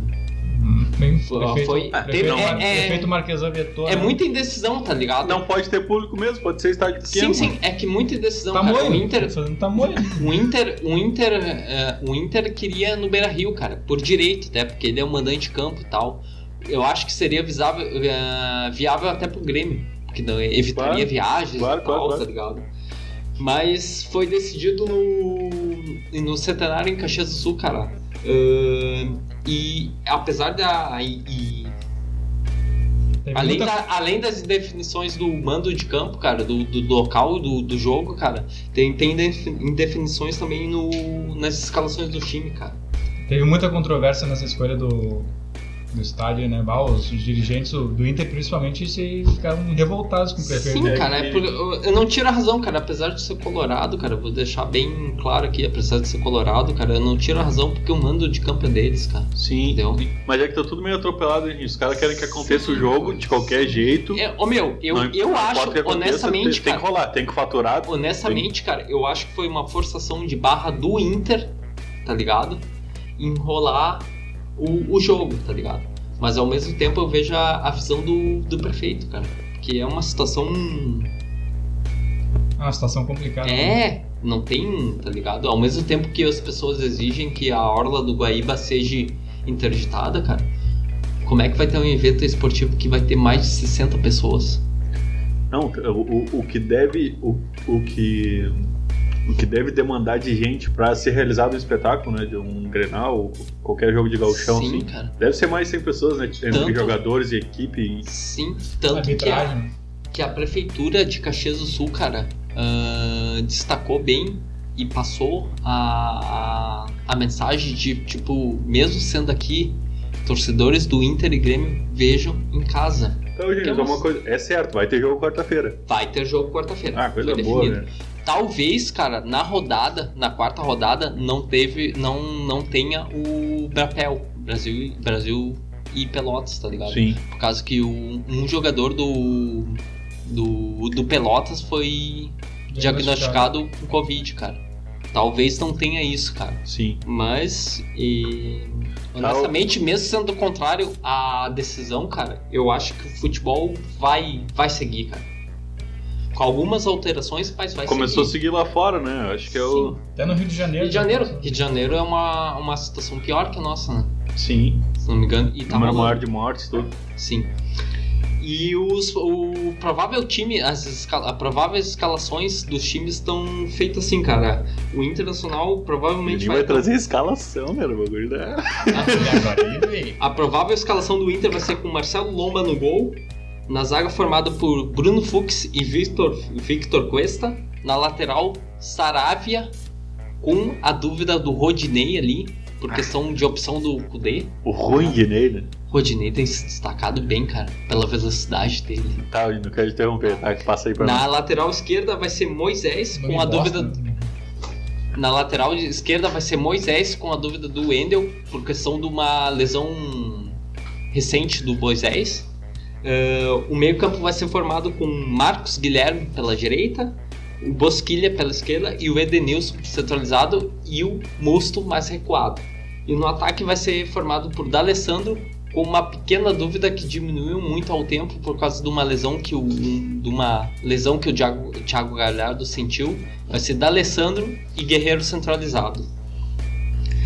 Speaker 3: Bem,
Speaker 2: Foi-
Speaker 3: prefeito,
Speaker 2: foi-
Speaker 3: prefeito,
Speaker 2: teve-
Speaker 3: Mar-
Speaker 2: é- é-
Speaker 3: prefeito Marquesã vetou.
Speaker 2: É
Speaker 3: né?
Speaker 2: muita indecisão, tá ligado?
Speaker 1: Ah, Não pode ter público mesmo, pode ser estádio
Speaker 2: Sim,
Speaker 1: pequeno.
Speaker 2: sim, é que muita indecisão, cara.
Speaker 3: Tamanho.
Speaker 2: O Inter,
Speaker 3: Fazendo tamanho.
Speaker 2: O Inter, o Inter, eh, o Inter queria no Beira Rio, cara, por direito, até porque ele é o mandante de campo e tal. Eu acho que seria visável, eh, viável até pro Grêmio, porque não, evitaria
Speaker 1: Claro,
Speaker 2: viagens
Speaker 1: claro,
Speaker 2: e tal,
Speaker 1: claro, claro.
Speaker 2: tá ligado? Mas foi decidido no, no centenário em Caxias do Sul, cara. Eh, e apesar da. e- e
Speaker 3: Teve
Speaker 2: Além,
Speaker 3: muita-
Speaker 2: da- além das definições do mando de campo, cara, do, do local do, do jogo, cara, tem, tem indefi- indefinições também no, nas escalações do time, cara.
Speaker 3: Teve muita controvérsia nessa escolha do, do estádio, né? Bah, os dirigentes do Inter, principalmente, se ficaram revoltados com o prefeito. né?
Speaker 2: Sim, cara, é porque eu, eu não tiro a razão, cara, apesar de ser colorado, cara, vou deixar bem claro aqui, apesar de ser colorado, cara, eu não tiro a razão porque o mando de campo é deles, cara,
Speaker 1: Sim.
Speaker 2: entendeu?
Speaker 1: Mas é que tá tudo meio atropelado, gente. Os caras querem que aconteça o jogo de qualquer jeito.
Speaker 2: É, ô meu, eu,
Speaker 1: Não
Speaker 2: eu
Speaker 1: importa
Speaker 2: acho,
Speaker 1: o que aconteça,
Speaker 2: honestamente,
Speaker 1: tem, tem
Speaker 2: cara,
Speaker 1: que rolar, tem que faturar.
Speaker 2: Honestamente, cara, eu acho que foi uma forçação de barra do Inter, tá ligado? Enrolar o, o jogo, tá ligado? Mas ao mesmo tempo eu vejo a, a visão do, do prefeito, cara. Que é uma situação.
Speaker 3: É uma situação complicada. né?
Speaker 2: É, não tem, tá ligado? Ao mesmo tempo que as pessoas exigem que a orla do Guaíba seja interditada, cara. Como é que vai ter um evento esportivo que vai ter mais de 60 pessoas?
Speaker 1: Não, o, o, o que deve. O, o que. O que deve demandar de gente pra ser realizado um espetáculo, né? De um Grenal, ou qualquer jogo de gauchão,
Speaker 2: Sim,
Speaker 1: assim.
Speaker 2: cara.
Speaker 1: Deve ser mais 100 pessoas, né? Entre
Speaker 2: Tanto-
Speaker 1: jogadores e equipe.
Speaker 2: Sim,
Speaker 3: A
Speaker 2: tanto que a,
Speaker 3: Arbitragem. né?
Speaker 2: que a prefeitura de Caxias do Sul, cara, ah, destacou bem e passou a, a, a mensagem de, tipo, mesmo sendo aqui, torcedores do Inter e Grêmio vejam em casa.
Speaker 1: Então, gente,
Speaker 2: Temos-
Speaker 1: uma coisa. É certo, vai ter jogo quarta-feira.
Speaker 2: Vai ter jogo quarta-feira.
Speaker 1: Ah, coisa
Speaker 2: Foi
Speaker 1: boa,
Speaker 2: definido.
Speaker 1: né?
Speaker 2: Talvez, cara, na rodada, na quarta rodada, não teve, não, não tenha o Brapel, Brasil, Brasil e Pelotas, tá ligado?
Speaker 1: Sim.
Speaker 2: Por causa que o- um jogador do, do, do Pelotas foi é diagnosticado com Covid, cara. Talvez não tenha isso, cara.
Speaker 1: Sim.
Speaker 2: Mas, e, honestamente, mesmo sendo o contrário à decisão, cara, eu acho que o futebol vai, vai seguir, cara. Com algumas alterações, mas vai
Speaker 1: Começou a
Speaker 2: seguir.
Speaker 1: seguir lá fora, né? Acho que é o.
Speaker 3: Até no Rio de Janeiro.
Speaker 2: Rio de Janeiro. Rio de Janeiro é uma, uma situação pior que a nossa, né?
Speaker 1: Sim.
Speaker 2: Se não me engano. E tá
Speaker 1: Número
Speaker 2: rolando.
Speaker 1: maior de mortes, tudo.
Speaker 2: Sim. E os, o provável time, as escala, a prováveis escalações dos times estão feitas assim, cara. O Internacional provavelmente
Speaker 1: Ele
Speaker 2: vai.
Speaker 1: vai trazer escalação, né? O bagulho da.
Speaker 3: E Ah, agora, aí, velho?
Speaker 2: A provável escalação do Inter vai ser com Marcelo Lomba no gol, na zaga formada por Bruno Fux e Victor, Victor Cuesta, na lateral Saravia, com a dúvida do Rodinei ali, por questão de opção do Kudê.
Speaker 1: O ruim de nele.
Speaker 2: Rodinei tem se destacado bem, cara, pela velocidade dele.
Speaker 1: Tá, eu não quero te interromper, tá? Que passa aí pra
Speaker 2: Na lateral esquerda vai ser Moisés
Speaker 3: Não
Speaker 2: com a
Speaker 3: me bosta,
Speaker 2: dúvida.
Speaker 3: né?
Speaker 2: Na lateral esquerda vai ser Moisés com a dúvida do Wendel por questão de uma lesão recente do Moisés. Eh, o meio-campo vai ser formado com Marcos Guilherme pela direita, o Bosquilha pela esquerda e o Edenilson centralizado e o Musto mais recuado. E no ataque vai ser formado por D'Alessandro com uma pequena dúvida que diminuiu muito ao tempo por causa de uma lesão que o um- de uma lesão que o Thiago, Thiago Galhardo sentiu. Vai ser D'Alessandro e Guerreiro centralizado.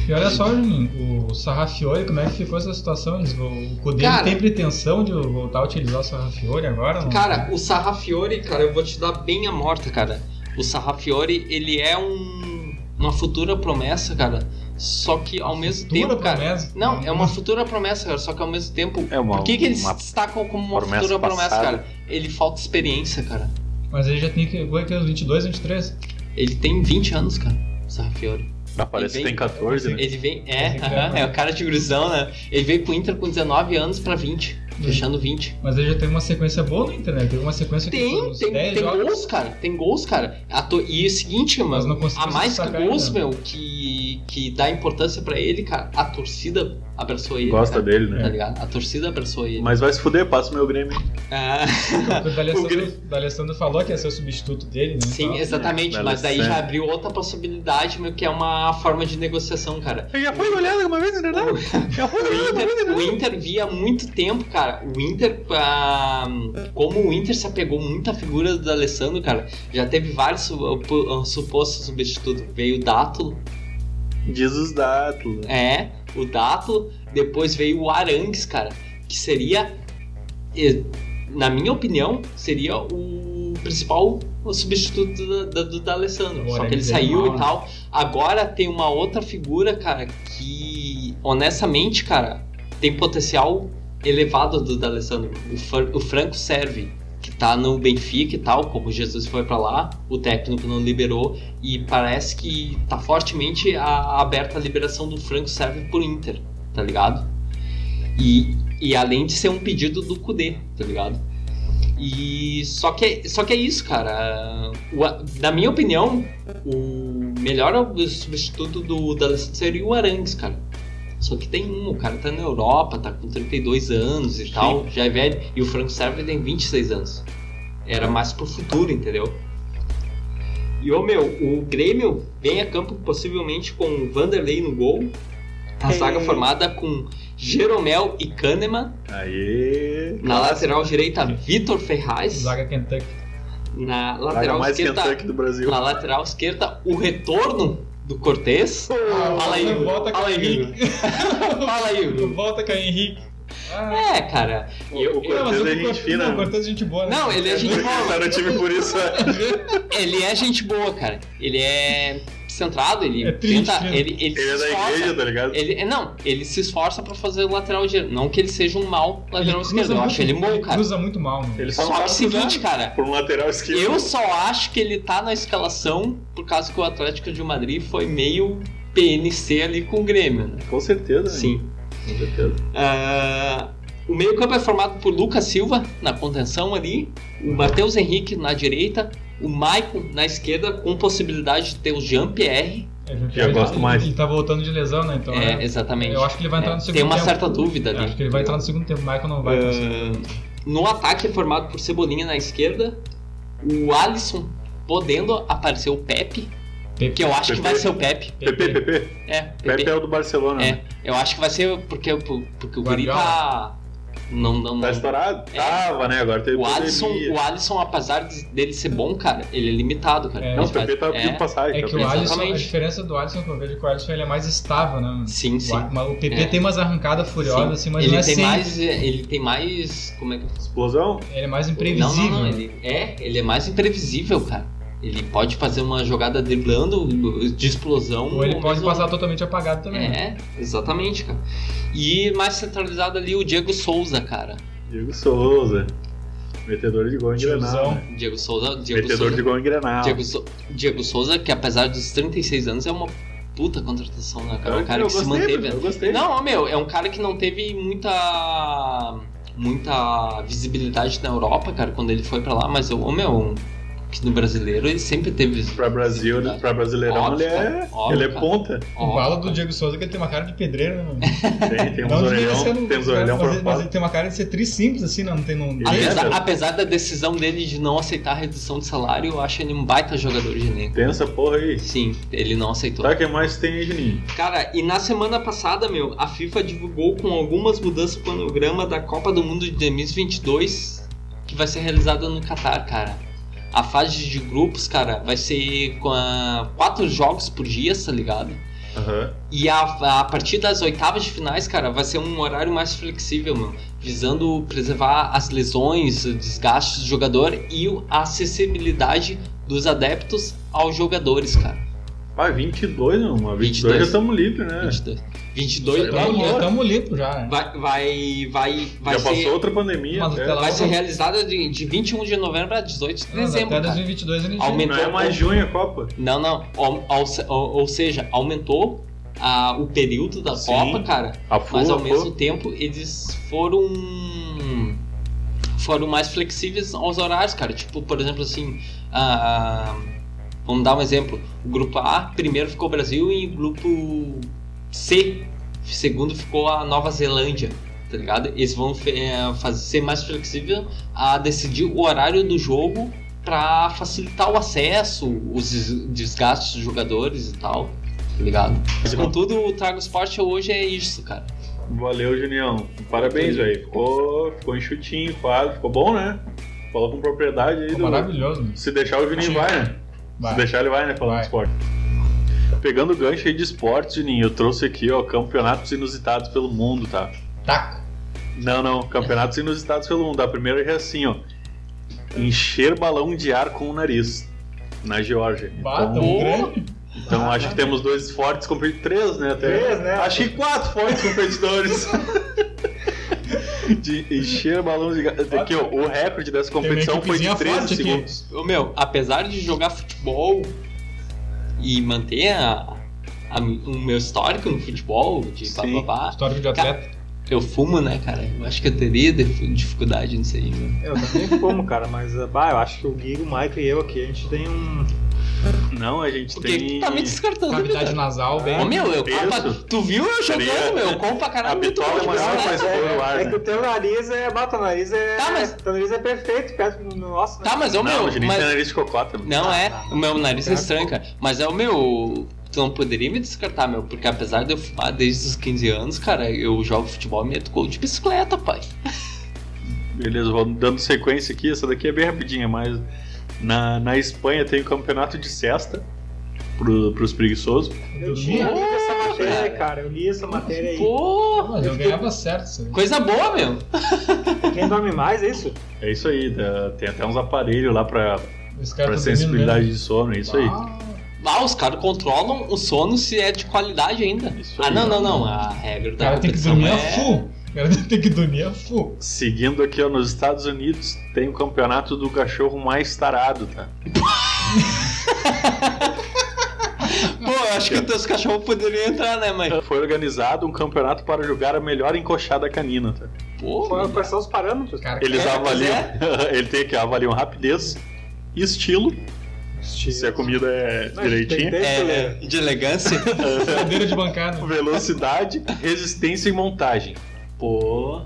Speaker 3: E olha só, Juninho, o Sarrafiore, como é que ficou essa situação? Eles vão- O Cudê
Speaker 2: Cara.
Speaker 3: tem pretensão de voltar a utilizar o Sarrafiore agora? Não?
Speaker 2: Cara, o Sarrafiore, cara, eu vou te dar bem a morta, cara. O Sarrafiore, ele é um, uma futura promessa, cara. Só que ao mesmo
Speaker 3: Dura
Speaker 2: tempo, cara.
Speaker 3: promessa.
Speaker 2: Não, é uma futura promessa, cara. Só que ao mesmo tempo.
Speaker 1: É uma-
Speaker 2: por que, que eles
Speaker 1: uma
Speaker 2: se destacam como uma
Speaker 1: promessa
Speaker 2: futura promessa,
Speaker 1: passada.
Speaker 2: cara? Ele falta experiência, cara.
Speaker 3: Mas ele já tem que. Qual é que é? Os 22, 23?
Speaker 2: Ele tem 20 anos, cara. o Sarrafiore.
Speaker 1: Ah, parece que
Speaker 2: Ele
Speaker 1: tem 14, né?
Speaker 2: Ele vem. É,
Speaker 3: Ele vem
Speaker 2: aham,
Speaker 3: pra-
Speaker 2: é o cara de grusão, né? Ele veio pro Inter com 19 anos pra 20. fechando 20.
Speaker 3: Mas ele já teve uma sequência boa no internet. Teve uma sequência que foi
Speaker 2: Tem,
Speaker 3: uns
Speaker 2: tem,
Speaker 3: 10
Speaker 2: tem
Speaker 3: jogos.
Speaker 2: gols, cara. Tem gols, cara. A to- E é o seguinte,
Speaker 3: Mas
Speaker 2: mano.
Speaker 3: não conseguiu
Speaker 2: Há mais que
Speaker 3: destacar
Speaker 2: gols,
Speaker 3: ainda.
Speaker 2: meu, que, que dá importância pra ele, cara. A torcida abraçou ele.
Speaker 1: Gosta
Speaker 2: cara,
Speaker 1: dele,
Speaker 2: Tá
Speaker 1: né?
Speaker 2: ligado? A torcida abraçou ele.
Speaker 1: Mas vai se fuder, passa o meu Grêmio.
Speaker 2: Ah, O
Speaker 3: O
Speaker 2: Grêmio-
Speaker 3: D'Alessandro- D'Alessandro falou que ia ser o substituto dele, né?
Speaker 2: sim,
Speaker 3: Então,
Speaker 2: exatamente.
Speaker 1: É,
Speaker 2: Mas daí
Speaker 1: Alessandro.
Speaker 2: já abriu outra possibilidade, meu, que é uma forma de negociação, cara.
Speaker 1: Já foi olhada alguma vez, né? Já foi
Speaker 2: O Inter, o Inter via há muito tempo, cara. O Inter, ah, como o Inter se apegou muito à figura do Alessandro, cara, já teve vários su- pu- ah, supostos substitutos. Veio o Dátulo,
Speaker 1: Diz os dados.
Speaker 2: é, o Dátulo, depois veio o Arangues, cara, que seria, eh, na minha opinião, seria o principal substituto da- da- do D'Alessandro.
Speaker 3: O
Speaker 2: Só que ele
Speaker 3: Arangues é
Speaker 2: saiu
Speaker 3: mal,
Speaker 2: e
Speaker 3: né?
Speaker 2: tal. Agora tem uma outra figura, cara, que honestamente, cara, tem potencial elevado do D'Alessandro. O, Fran- o Franco serve. Que tá no Benfica e tal, como Jesus foi pra lá, o técnico não liberou, e parece que tá fortemente a- aberta a liberação do Franco serve por Inter, tá ligado? E, e além de ser um pedido do Kudê, tá ligado? E só que, só que é isso, cara. O, a- na minha opinião, o melhor substituto do D'Alessandro seria o Arangues, cara. Só que tem um, o cara tá na Europa, tá com 32 anos e tal, já é velho. E o Franco Serve tem 26 anos. Era mais pro futuro, entendeu? E, ô meu, o Grêmio vem a campo possivelmente com o Vanderlei no gol. A
Speaker 4: Ei.
Speaker 2: zaga formada com Jeromel e Kahneman.
Speaker 1: Aê!
Speaker 2: Na lateral direita, Vitor Ferraz.
Speaker 3: Zaga Kentucky.
Speaker 2: Na
Speaker 1: Paga
Speaker 2: lateral
Speaker 1: mais
Speaker 2: esquerda,
Speaker 1: Kentucky do Brasil.
Speaker 2: na lateral esquerda, o retorno do Cortez. Fala aí, Igor.
Speaker 3: Volta com
Speaker 2: fala
Speaker 3: o
Speaker 2: aí,
Speaker 3: Henrique.
Speaker 2: Igor. Fala aí, Igor.
Speaker 3: Volta com o Henrique. Ah,
Speaker 2: É, cara.
Speaker 1: O-
Speaker 2: Eu,
Speaker 1: o
Speaker 2: eu-
Speaker 1: Cortez é gente fina,
Speaker 3: Não,
Speaker 1: né?
Speaker 3: Cortez é gente boa, né?
Speaker 2: Não, ele é gente boa.
Speaker 1: Tá no time por isso. é.
Speaker 2: Ele é gente boa, cara. Ele é centrado, ele
Speaker 3: É triste,
Speaker 2: tenta.
Speaker 3: né?
Speaker 2: Ele, ele
Speaker 1: Ele é
Speaker 2: se
Speaker 1: da
Speaker 2: esforça.
Speaker 1: igreja, tá ligado?
Speaker 2: Ele, é, não, ele se esforça pra fazer o lateral direito. Não que ele seja um mau
Speaker 3: Ele
Speaker 2: lateral
Speaker 3: cruza
Speaker 2: esquerdo. Eu
Speaker 3: muito-
Speaker 2: acho ele bom, cara.
Speaker 3: cruza muito Tipo- mal, né? mano.
Speaker 1: Ele
Speaker 2: Só que é o seguinte, cara.
Speaker 1: Por um lateral esquerdo.
Speaker 2: Eu só acho que ele tá na escalação por causa que o Atlético de Madrid foi meio PNC ali com o Grêmio, né?
Speaker 1: Com certeza, né?
Speaker 2: Sim.
Speaker 1: Com certeza.
Speaker 2: Ah, o meio-campo é formado por Lucas Silva na contenção ali, o Matheus Henrique na direita, o Maicon na esquerda, com possibilidade de ter o Jean-Pierre.
Speaker 3: É, gente,
Speaker 1: Já
Speaker 3: ele-
Speaker 1: gosto
Speaker 3: ele-
Speaker 1: mais.
Speaker 3: Ele tá voltando de lesão, né? Então,
Speaker 2: é,
Speaker 3: é,
Speaker 2: exatamente.
Speaker 3: eu acho que ele vai entrar
Speaker 2: É,
Speaker 3: no segundo
Speaker 2: Tem uma
Speaker 3: tempo. É.
Speaker 2: certa dúvida
Speaker 3: Eu
Speaker 2: ali.
Speaker 3: Acho que ele vai entrar no segundo tempo. O Michael não
Speaker 1: É,
Speaker 3: vai.
Speaker 2: Ah, no ataque é formado por Cebolinha na esquerda, o Alisson podendo aparecer o Pepe, que eu acho que vai ser o Pepe.
Speaker 1: PP, PP.
Speaker 2: É, Pepe.
Speaker 1: PP é o do Barcelona.
Speaker 2: É,
Speaker 1: né?
Speaker 2: eu acho que vai ser porque, porque o Guri
Speaker 3: Guardiola.
Speaker 2: tá. Não, não,
Speaker 1: Tá
Speaker 2: não.
Speaker 1: estourado?
Speaker 2: É.
Speaker 1: Tava, né? Agora teve
Speaker 2: O Alisson,
Speaker 1: pandemia.
Speaker 2: o Alisson, apesar de- dele ser bom, cara, ele é limitado, cara.
Speaker 3: É.
Speaker 2: Ele
Speaker 1: Não, tá o
Speaker 2: faz-
Speaker 1: PP tava pedindo
Speaker 2: é,
Speaker 1: passagem.
Speaker 3: É que
Speaker 1: cara.
Speaker 3: o Alisson, a
Speaker 2: Exatamente.
Speaker 3: diferença do Alisson que eu vejo é que o Alisson ele é mais estável, né? mano?
Speaker 2: Sim, sim.
Speaker 3: O, A- mas o PP
Speaker 2: É.
Speaker 3: tem umas arrancadas furiosas, assim, mas
Speaker 2: ele
Speaker 3: não é
Speaker 2: tem
Speaker 3: sempre.
Speaker 2: mais. Ele tem mais. Como é que.
Speaker 1: Explosão?
Speaker 3: Ele é mais
Speaker 2: Não,
Speaker 3: imprevisível.
Speaker 2: não, não. Ele, é, ele é mais imprevisível, cara. Ele pode fazer uma jogada driblando, de explosão.
Speaker 3: Ou ele pode
Speaker 2: mesmo-
Speaker 3: passar totalmente apagado também. né?
Speaker 2: É, exatamente, cara. E mais centralizado ali o Diego Souza, cara.
Speaker 1: Diego Souza. Metedor de gol em
Speaker 3: Tiozão.
Speaker 1: Grenal. né?
Speaker 2: Diego Souza. Diego
Speaker 1: Metedor
Speaker 2: Souza
Speaker 1: de gol em Grenal.
Speaker 2: Diego, Sou- Diego Souza, que apesar dos 36 anos, é uma puta contratação, né, cara? É um cara
Speaker 1: Então, eu
Speaker 2: que
Speaker 1: gostei,
Speaker 2: se manteve.
Speaker 1: Eu gostei.
Speaker 2: Não, meu, é um cara que não teve muita. muita visibilidade na Europa, cara, quando ele foi pra lá, mas eu, ô, meu, que no brasileiro ele sempre teve
Speaker 1: Pra
Speaker 2: visibilidade.
Speaker 1: Brasil, né? pra brasileirão,
Speaker 2: Óbvio,
Speaker 1: ele é.
Speaker 2: cara. Óbvio,
Speaker 1: ele é
Speaker 2: cara.
Speaker 1: ponta.
Speaker 3: O bala do Diego Souza que ele tem uma cara de pedreiro, né? mano?
Speaker 1: Tem, tem uns
Speaker 3: Não desmerecendo
Speaker 1: orelhão. Tem uns
Speaker 3: o cara,
Speaker 1: orelhão
Speaker 3: mas,
Speaker 1: pra
Speaker 3: ele- mas ele
Speaker 1: fora.
Speaker 3: tem uma cara de ser tri simples, assim, né? Não tem não.
Speaker 1: Ele é,
Speaker 2: Apesar,
Speaker 1: velho.
Speaker 2: apesar da decisão dele de não aceitar a redução de salário, eu acho ele um baita jogador de elenco.
Speaker 1: Tem essa porra aí.
Speaker 2: Sim, ele não aceitou.
Speaker 1: Tá, o que mais tem aí, Juninho?
Speaker 2: Cara, e na semana passada, meu, a FIFA divulgou com algumas mudanças o cronograma da Copa do Mundo de 2022, que vai ser realizada no Catar, cara. A fase de grupos, cara, vai ser com a- quatro jogos por dia, tá ligado?
Speaker 1: Aham.
Speaker 2: E a, a partir das oitavas de finais, cara, vai ser um horário mais flexível, mano. Visando preservar as lesões, o desgaste do jogador e o- a acessibilidade dos adeptos aos jogadores, cara.
Speaker 1: Ah, 22, não. Mas 22,
Speaker 2: 22.
Speaker 1: já estamos livres, né?
Speaker 2: 22. 22
Speaker 3: é
Speaker 1: Tá bom.
Speaker 3: Estamos limpos já, né?
Speaker 2: Vai, vai, vai, vai
Speaker 1: já passou
Speaker 2: ser,
Speaker 1: outra pandemia. né?
Speaker 3: Mas
Speaker 1: até.
Speaker 3: até lá-
Speaker 2: vai ser realizada de, de 21 de novembro a 18 de
Speaker 3: Não,
Speaker 2: dezembro.
Speaker 3: Até
Speaker 2: cara.
Speaker 3: 2022 ele
Speaker 2: Aumenta-
Speaker 1: Não é
Speaker 3: um
Speaker 1: mais junho a Copa.
Speaker 2: Não, não. Ou, ou- ou seja, aumentou a- o período da
Speaker 1: Sim.
Speaker 3: Ah,
Speaker 2: Copa, cara.
Speaker 1: A
Speaker 2: Mas
Speaker 1: FUA,
Speaker 2: ao mesmo tempo eles foram foram mais flexíveis aos horários, cara. Tipo, por exemplo, assim, a- vamos dar um exemplo. O grupo A primeiro ficou o Brasil e o grupo C segundo ficou a Nova Zelândia, tá ligado? Eles vão eh, fazer, ser mais flexível a decidir o horário do jogo pra facilitar o acesso, os des- desgastes dos jogadores e tal, tá ligado? Mas contudo, o Trago Esporte hoje é isso, cara.
Speaker 1: Valeu, Junião. Parabéns, velho. Ficou, ficou enxutinho, quadro. Ficou bom, né? Falou com propriedade aí
Speaker 3: Pô,
Speaker 1: do.
Speaker 3: maravilhoso. meu.
Speaker 1: Se deixar o Juninho vai, né?
Speaker 3: Vai.
Speaker 1: Se deixar ele vai, né? Falando
Speaker 3: Vai.
Speaker 1: de esporte. Pegando o gancho aí de esportes, Juninho, eu trouxe aqui, ó, campeonatos inusitados pelo mundo, tá?
Speaker 3: Taco.
Speaker 1: Não, não. Campeonatos inusitados pelo mundo. A primeira é assim, ó. Encher balão de ar com o nariz. Na Geórgia.
Speaker 3: Bah, tá.
Speaker 1: Então,
Speaker 3: tão grande.
Speaker 1: então acho que temos dois fortes competidores. Três, né? Até.
Speaker 4: Três, né?
Speaker 1: Acho que quatro fortes competidores. de encher balão de ar. Aqui, ó, o recorde dessa competição foi de
Speaker 3: equipezinha
Speaker 1: 13
Speaker 3: forte aqui.
Speaker 1: segundos.
Speaker 2: Ô, meu, apesar de jogar futebol e manter a- a- o meu histórico no futebol, de
Speaker 1: Sim.
Speaker 2: bababá,
Speaker 3: Histórico de atleta.
Speaker 2: eu fumo, né, cara? Eu acho que eu teria dif- dificuldade nisso aí, meu.
Speaker 4: Eu também como, cara, mas eh, bah, eu acho que o Gui, o Mike e eu aqui, a gente tem um.
Speaker 1: Não, a gente
Speaker 2: Por que que
Speaker 1: tem.
Speaker 2: tu tá me descartando, meu?
Speaker 3: Cavidade
Speaker 2: cara?
Speaker 3: nasal, bem.
Speaker 2: Ô, meu, eu
Speaker 1: Isso.
Speaker 2: capa- tu viu eu
Speaker 1: é Seria-
Speaker 2: jogando, meu? Eu como pra caralho. tipo
Speaker 1: A
Speaker 2: muito
Speaker 1: bitola
Speaker 2: bom de
Speaker 1: é maior,
Speaker 2: personagem.
Speaker 1: mas foi no ar.
Speaker 4: É
Speaker 1: né?
Speaker 4: que o teu nariz é. Bah, teu nariz é.
Speaker 2: Tá, mas-
Speaker 4: Teu nariz é perfeito, perto do nosso. né?
Speaker 2: Tá, mas é o
Speaker 1: Não, o
Speaker 2: meu.
Speaker 1: Juninho
Speaker 2: mas-
Speaker 1: tem Ah, nariz de cocó também.
Speaker 2: Não é, o meu nariz é estranho, cara. Mas é o meu. Tu não poderia me descartar, meu, porque apesar de eu fumar desde os 15 anos, cara, eu jogo futebol e meto gol de bicicleta, pai.
Speaker 1: Beleza, vou dando sequência aqui. Essa daqui é bem rapidinha, mas na, na Espanha tem o campeonato de cesta pro, pros preguiçosos.
Speaker 3: Dormia?
Speaker 4: Eu tinha lido essa matéria aí,
Speaker 2: cara.
Speaker 4: cara. Eu li essa matéria aí.
Speaker 2: Pô,
Speaker 3: Mas eu ganhava certo. sabe?
Speaker 2: coisa boa, meu.
Speaker 4: Quem dorme mais, é isso?
Speaker 1: É isso aí, tá? tem até uns aparelhos lá pra,
Speaker 3: Esse cara
Speaker 1: pra
Speaker 3: tá dormindo
Speaker 1: sensibilidade
Speaker 3: mesmo.
Speaker 1: de sono, é isso aí.
Speaker 3: Ah,
Speaker 2: Ah, os caras controlam o sono se é de qualidade ainda.
Speaker 1: Isso
Speaker 2: Ah,
Speaker 1: aí.
Speaker 2: não, não, não. A regra
Speaker 3: O
Speaker 2: da
Speaker 3: cara tem que
Speaker 2: competição
Speaker 3: dormir a
Speaker 2: é-
Speaker 3: full. O cara tem que dormir a full.
Speaker 1: Seguindo aqui, ó, nos Estados Unidos tem o campeonato do cachorro mais tarado, tá?
Speaker 2: Pô, eu acho que os teus cachorros poderiam entrar, né, mãe?
Speaker 1: Foi organizado um campeonato para jogar a melhor encoxada canina, tá?
Speaker 2: Pô,
Speaker 4: Qual- é, Quais são os parâmetros?
Speaker 3: Cara,
Speaker 1: Eles
Speaker 2: É, pois
Speaker 1: avaliam, ele tem que avaliam rapidez, estilo, se a comida é
Speaker 4: Mas
Speaker 1: direitinha,
Speaker 4: tem- tem-
Speaker 2: é, de elegância.
Speaker 3: cadeira de bancada.
Speaker 1: velocidade, resistência e montagem.
Speaker 2: Pô.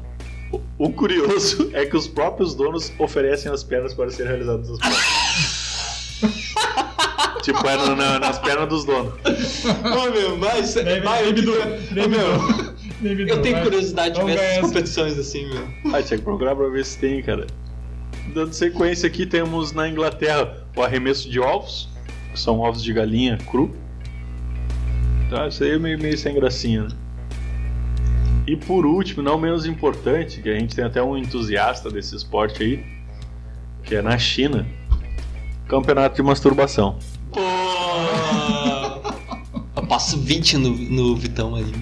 Speaker 1: O curioso é que os próprios donos oferecem as pernas para ser realizadas as provas. tipo, é na- na- nas pernas dos donos.
Speaker 2: Ô, meu, mas.
Speaker 3: Nem
Speaker 2: mas eu
Speaker 3: me
Speaker 2: te-
Speaker 3: doa. Nem me
Speaker 2: meu,
Speaker 3: doa. Nem me
Speaker 2: Eu
Speaker 3: doa,
Speaker 2: tenho
Speaker 3: vai.
Speaker 2: curiosidade de
Speaker 3: Vamos
Speaker 2: ver essas
Speaker 3: ganhar essa.
Speaker 2: competições assim, meu.
Speaker 1: Ah, tinha que procurar pra ver se tem, cara. Dando sequência aqui, temos na Inglaterra o arremesso de ovos, que são ovos de galinha cru. Tá, isso aí é meio, meio sem gracinha, né? E por último, não menos importante, que a gente tem até um entusiasta desse esporte aí, que é na China, campeonato de masturbação.
Speaker 2: Pô! Eu passo 20 no, no Vitão ali.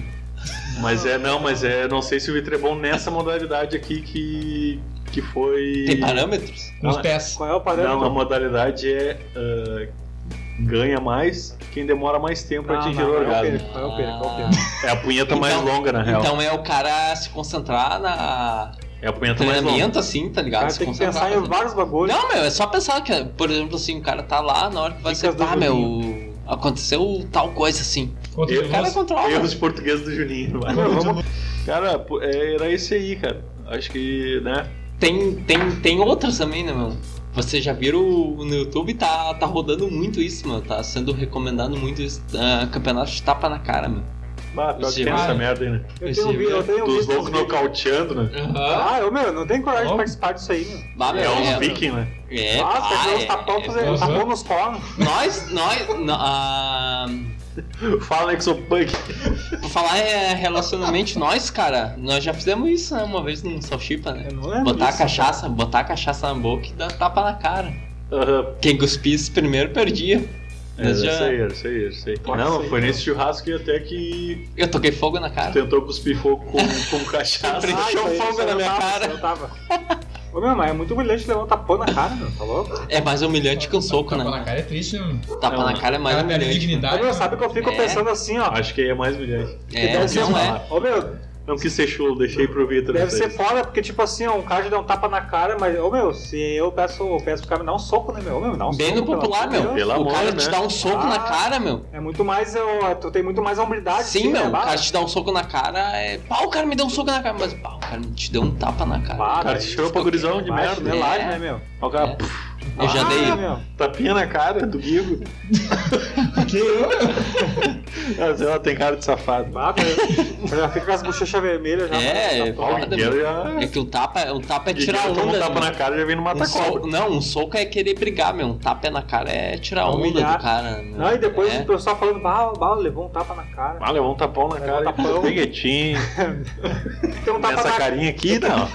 Speaker 1: Mas é, não, mas é, não sei se o Vitor é bom nessa modalidade aqui que, que foi...
Speaker 2: Tem parâmetros?
Speaker 3: Com os pés.
Speaker 4: Qual é o
Speaker 1: Não, a
Speaker 4: parâmetro?
Speaker 1: modalidade é ah, ganha mais quem demora mais tempo pra atingir o
Speaker 4: é o
Speaker 1: orgasmo.
Speaker 4: pênis, é o pênis, é o pênis.
Speaker 2: Ah,
Speaker 1: É, a punheta mais
Speaker 2: Então-
Speaker 1: longa, na real.
Speaker 2: então é o cara se concentrar na
Speaker 1: é a punheta mais longa.
Speaker 2: treinamento, assim, tá ligado?
Speaker 4: Cara,
Speaker 2: Se
Speaker 4: tem que
Speaker 2: concentrar.
Speaker 4: pensar em
Speaker 2: fazer-
Speaker 4: vários bagulhos.
Speaker 2: Não, meu, é só pensar que, por exemplo, assim, o cara tá lá, na hora que vai
Speaker 4: Dicas
Speaker 2: ser,
Speaker 4: do
Speaker 2: pá, meu, aconteceu tal coisa assim.
Speaker 3: Contra
Speaker 1: Eu-
Speaker 3: o
Speaker 2: O cara
Speaker 3: Veloso.
Speaker 2: controla.
Speaker 1: Erros portugueses do Juninho. vai.
Speaker 4: Não,
Speaker 3: vamos-
Speaker 1: Cara, pô, é, era esse aí, cara. Acho que, né?
Speaker 2: Tem, tem, tem outras também, né, meu? Você já viram o- no YouTube, tá, tá rodando muito isso, mano. Tá sendo recomendado muito isso. ah, campeonato de tapa na cara, meu.
Speaker 1: Bah, pior que
Speaker 2: Sim,
Speaker 1: tem
Speaker 3: vai.
Speaker 1: essa merda aí, né?
Speaker 4: Eu tenho vi- eu tenho
Speaker 1: Dos
Speaker 4: visto.
Speaker 1: loucos
Speaker 4: uns vídeos.
Speaker 1: nocauteando, né?
Speaker 2: Aham.
Speaker 4: Ah, eu, meu, não tenho coragem de
Speaker 3: Ó.
Speaker 4: participar disso aí, meu.
Speaker 2: Bah, meu,
Speaker 1: É uns
Speaker 2: é,
Speaker 1: viking, né?
Speaker 2: é,
Speaker 4: ah,
Speaker 2: ah,
Speaker 4: você deu uns
Speaker 2: é,
Speaker 4: tapão,
Speaker 2: é.
Speaker 4: fazer-
Speaker 3: Aham.
Speaker 4: tapão nos cornos.
Speaker 2: Nós, nós, nó- ah,
Speaker 1: Fala que sou punk.
Speaker 2: pra falar é, relacionamento, nós, cara, nós já fizemos isso né, uma vez num salchipa, né?
Speaker 4: Eu não
Speaker 1: É
Speaker 4: lembro.
Speaker 2: Botar a
Speaker 4: disso.
Speaker 2: cachaça, botar a cachaça na boca e dar tapa na cara.
Speaker 1: Aham.
Speaker 2: Quem cuspisse primeiro perdia.
Speaker 1: É,
Speaker 2: Nós já-
Speaker 1: isso aí, era isso aí, era isso aí.
Speaker 4: Pode
Speaker 1: não,
Speaker 4: ser,
Speaker 1: foi
Speaker 4: então.
Speaker 1: nesse churrasco que até que
Speaker 2: Eu toquei fogo na cara.
Speaker 1: tentou cuspir fogo com, com cachaça.
Speaker 2: Sempre. Deixou
Speaker 4: Ah, isso aí,
Speaker 2: fogo
Speaker 4: isso aí
Speaker 2: na
Speaker 4: eu
Speaker 2: minha
Speaker 4: tava,
Speaker 2: cara.
Speaker 4: isso Eu tava. Ô, meu, mas é muito humilhante levar um tapão na cara, meu. Tá louco?
Speaker 2: É mais humilhante que um soco,
Speaker 3: Tapa na
Speaker 2: né?
Speaker 3: cara é triste, né? mano?
Speaker 2: Tapa
Speaker 1: Não,
Speaker 2: na cara é
Speaker 3: O
Speaker 2: mais
Speaker 3: cara perde
Speaker 2: humilhante.
Speaker 4: Ô,
Speaker 3: dignidade.
Speaker 4: meu, sabe que eu fico
Speaker 2: É.
Speaker 4: pensando assim, ó.
Speaker 1: Acho que aí é mais humilhante.
Speaker 2: É,
Speaker 4: deve ser
Speaker 2: não
Speaker 4: uma-
Speaker 2: é.
Speaker 4: Ô, meu,
Speaker 1: Não quis ser chulo, deixei pro Vitor.
Speaker 4: Deve
Speaker 1: essa
Speaker 4: ser
Speaker 1: aí.
Speaker 4: foda, porque tipo assim, ó, um cara te dá um tapa na cara, mas, ô meu, se eu peço, eu peço pro cara me dar um soco, né, meu? Ô, meu, me dá um
Speaker 2: Bem
Speaker 4: soco,
Speaker 2: no
Speaker 4: pelo
Speaker 2: popular,
Speaker 4: amor de
Speaker 2: meu.
Speaker 4: Deus.
Speaker 1: Pelo amor,
Speaker 2: o cara
Speaker 1: né?
Speaker 2: te dá um soco na
Speaker 4: Ah.
Speaker 2: cara, meu.
Speaker 4: É muito mais, eu, tu tem muito mais a hombridade.
Speaker 2: Sim,
Speaker 4: assim,
Speaker 2: meu.
Speaker 4: né,
Speaker 2: O
Speaker 4: bah?
Speaker 2: cara te dá um soco na cara, é. Pá, o cara me deu um soco na cara. Mas, pá, o cara me te deu um tapa na cara.
Speaker 4: Bah,
Speaker 1: O cara te
Speaker 4: isso
Speaker 1: chama pra gurizão de
Speaker 4: baixo,
Speaker 1: merda,
Speaker 4: né,
Speaker 1: né?
Speaker 4: laje, né, meu?
Speaker 1: Ó, O cara
Speaker 2: É. Eu já dei.
Speaker 4: Ah, meu.
Speaker 1: tapinha na cara do Guigo.
Speaker 3: Que eu?
Speaker 1: Ah, sei lá, tem cara de safado.
Speaker 4: Bah, meu. Eu já fica com as bochechas vermelhas já.
Speaker 2: É, é
Speaker 4: tá
Speaker 1: Ó, o
Speaker 2: foda,
Speaker 1: Guigueiro
Speaker 2: meu.
Speaker 1: já...
Speaker 2: É que o tapa, o tapa é tirar
Speaker 1: Guigueiro
Speaker 2: onda.
Speaker 1: toma um tapa
Speaker 2: meu.
Speaker 1: na cara e já vem no
Speaker 4: tá
Speaker 2: Um
Speaker 1: mata-cobra.
Speaker 2: soco- não, um soco é querer brigar, meu. Um tapa é na cara é tirar onda
Speaker 4: Humilhar.
Speaker 2: do cara. meu.
Speaker 4: Não, e depois
Speaker 2: É.
Speaker 4: o pessoal falando, bah, bah, levou um tapa na cara.
Speaker 1: Ah, levou um tapão na
Speaker 4: Levou um
Speaker 1: cara.
Speaker 4: tapão.
Speaker 1: Peguetinho.
Speaker 4: Tem um tapa
Speaker 1: Essa
Speaker 4: na
Speaker 1: carinha aqui, não.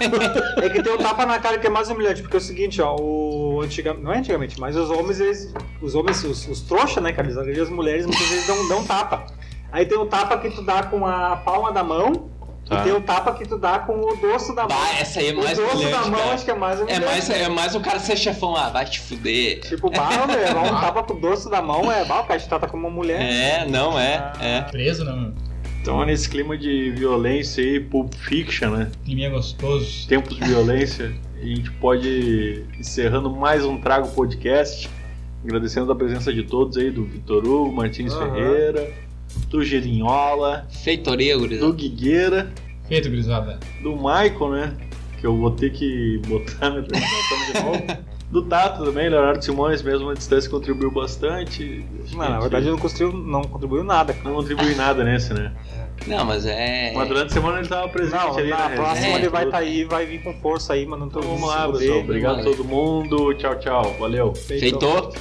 Speaker 4: É que tem o tapa na cara que é mais humilhante, porque é o seguinte, ó, o antiga, não é antigamente, mas os homens, eles, os homens, os, os trouxa, né, cara, eles agredem as mulheres, muitas vezes dão, dão tapa. Aí tem o tapa que tu dá com a palma da mão,
Speaker 1: Tá.
Speaker 4: e tem o tapa que tu dá com o dorso da mão.
Speaker 2: Bah, essa aí é
Speaker 4: o
Speaker 2: mais
Speaker 4: dorso
Speaker 2: humilhante,
Speaker 4: da mão
Speaker 2: cara.
Speaker 4: acho que é mais
Speaker 2: É
Speaker 4: humilhante.
Speaker 2: mais, é mais o cara ser chefão, ah, vai te fuder.
Speaker 4: Tipo, bah, meu, levar um tapa pro dorso da mão é, bah, o cara te trata como uma mulher.
Speaker 2: É, não, é,
Speaker 4: Ah.
Speaker 2: é.
Speaker 3: Preso, né, meu?
Speaker 1: Então, nesse clima de violência aí, Pulp Fiction, né?
Speaker 3: Climinha gostoso.
Speaker 1: Tempos de violência, a gente pode encerrando mais um Trago Podcast. Agradecendo a presença de todos aí, do Vitor Hugo, Martins
Speaker 4: Aham.
Speaker 1: Ferreira, do Gelinhola,
Speaker 2: Feitoria, gurizada.
Speaker 1: do Guigueira,
Speaker 3: Feito, gurizada.
Speaker 1: do Michael, né? Que eu vou ter que botar né, na apresentação de novo. Do Tato também, Leonardo Simões, mesmo à distância, contribuiu bastante.
Speaker 2: É,
Speaker 1: Acho
Speaker 4: Não,
Speaker 1: que
Speaker 4: na verdade não contribuiu, não contribuiu nada, cara.
Speaker 1: não contribui nada nesse, né?
Speaker 2: Não, mas é.
Speaker 1: Mas durante a semana ele tava presente
Speaker 4: Não,
Speaker 1: ali
Speaker 4: na
Speaker 1: na
Speaker 4: próxima
Speaker 1: resenha,
Speaker 4: ele vai
Speaker 1: tudo.
Speaker 4: estar aí, vai vir com força aí, mandando
Speaker 1: Então
Speaker 4: todo mundo
Speaker 1: vamos
Speaker 4: se
Speaker 1: lá,
Speaker 4: fuder.
Speaker 1: pessoal. Obrigado a
Speaker 2: Valeu.
Speaker 1: todo mundo. Tchau, tchau. Valeu.
Speaker 2: Feitou.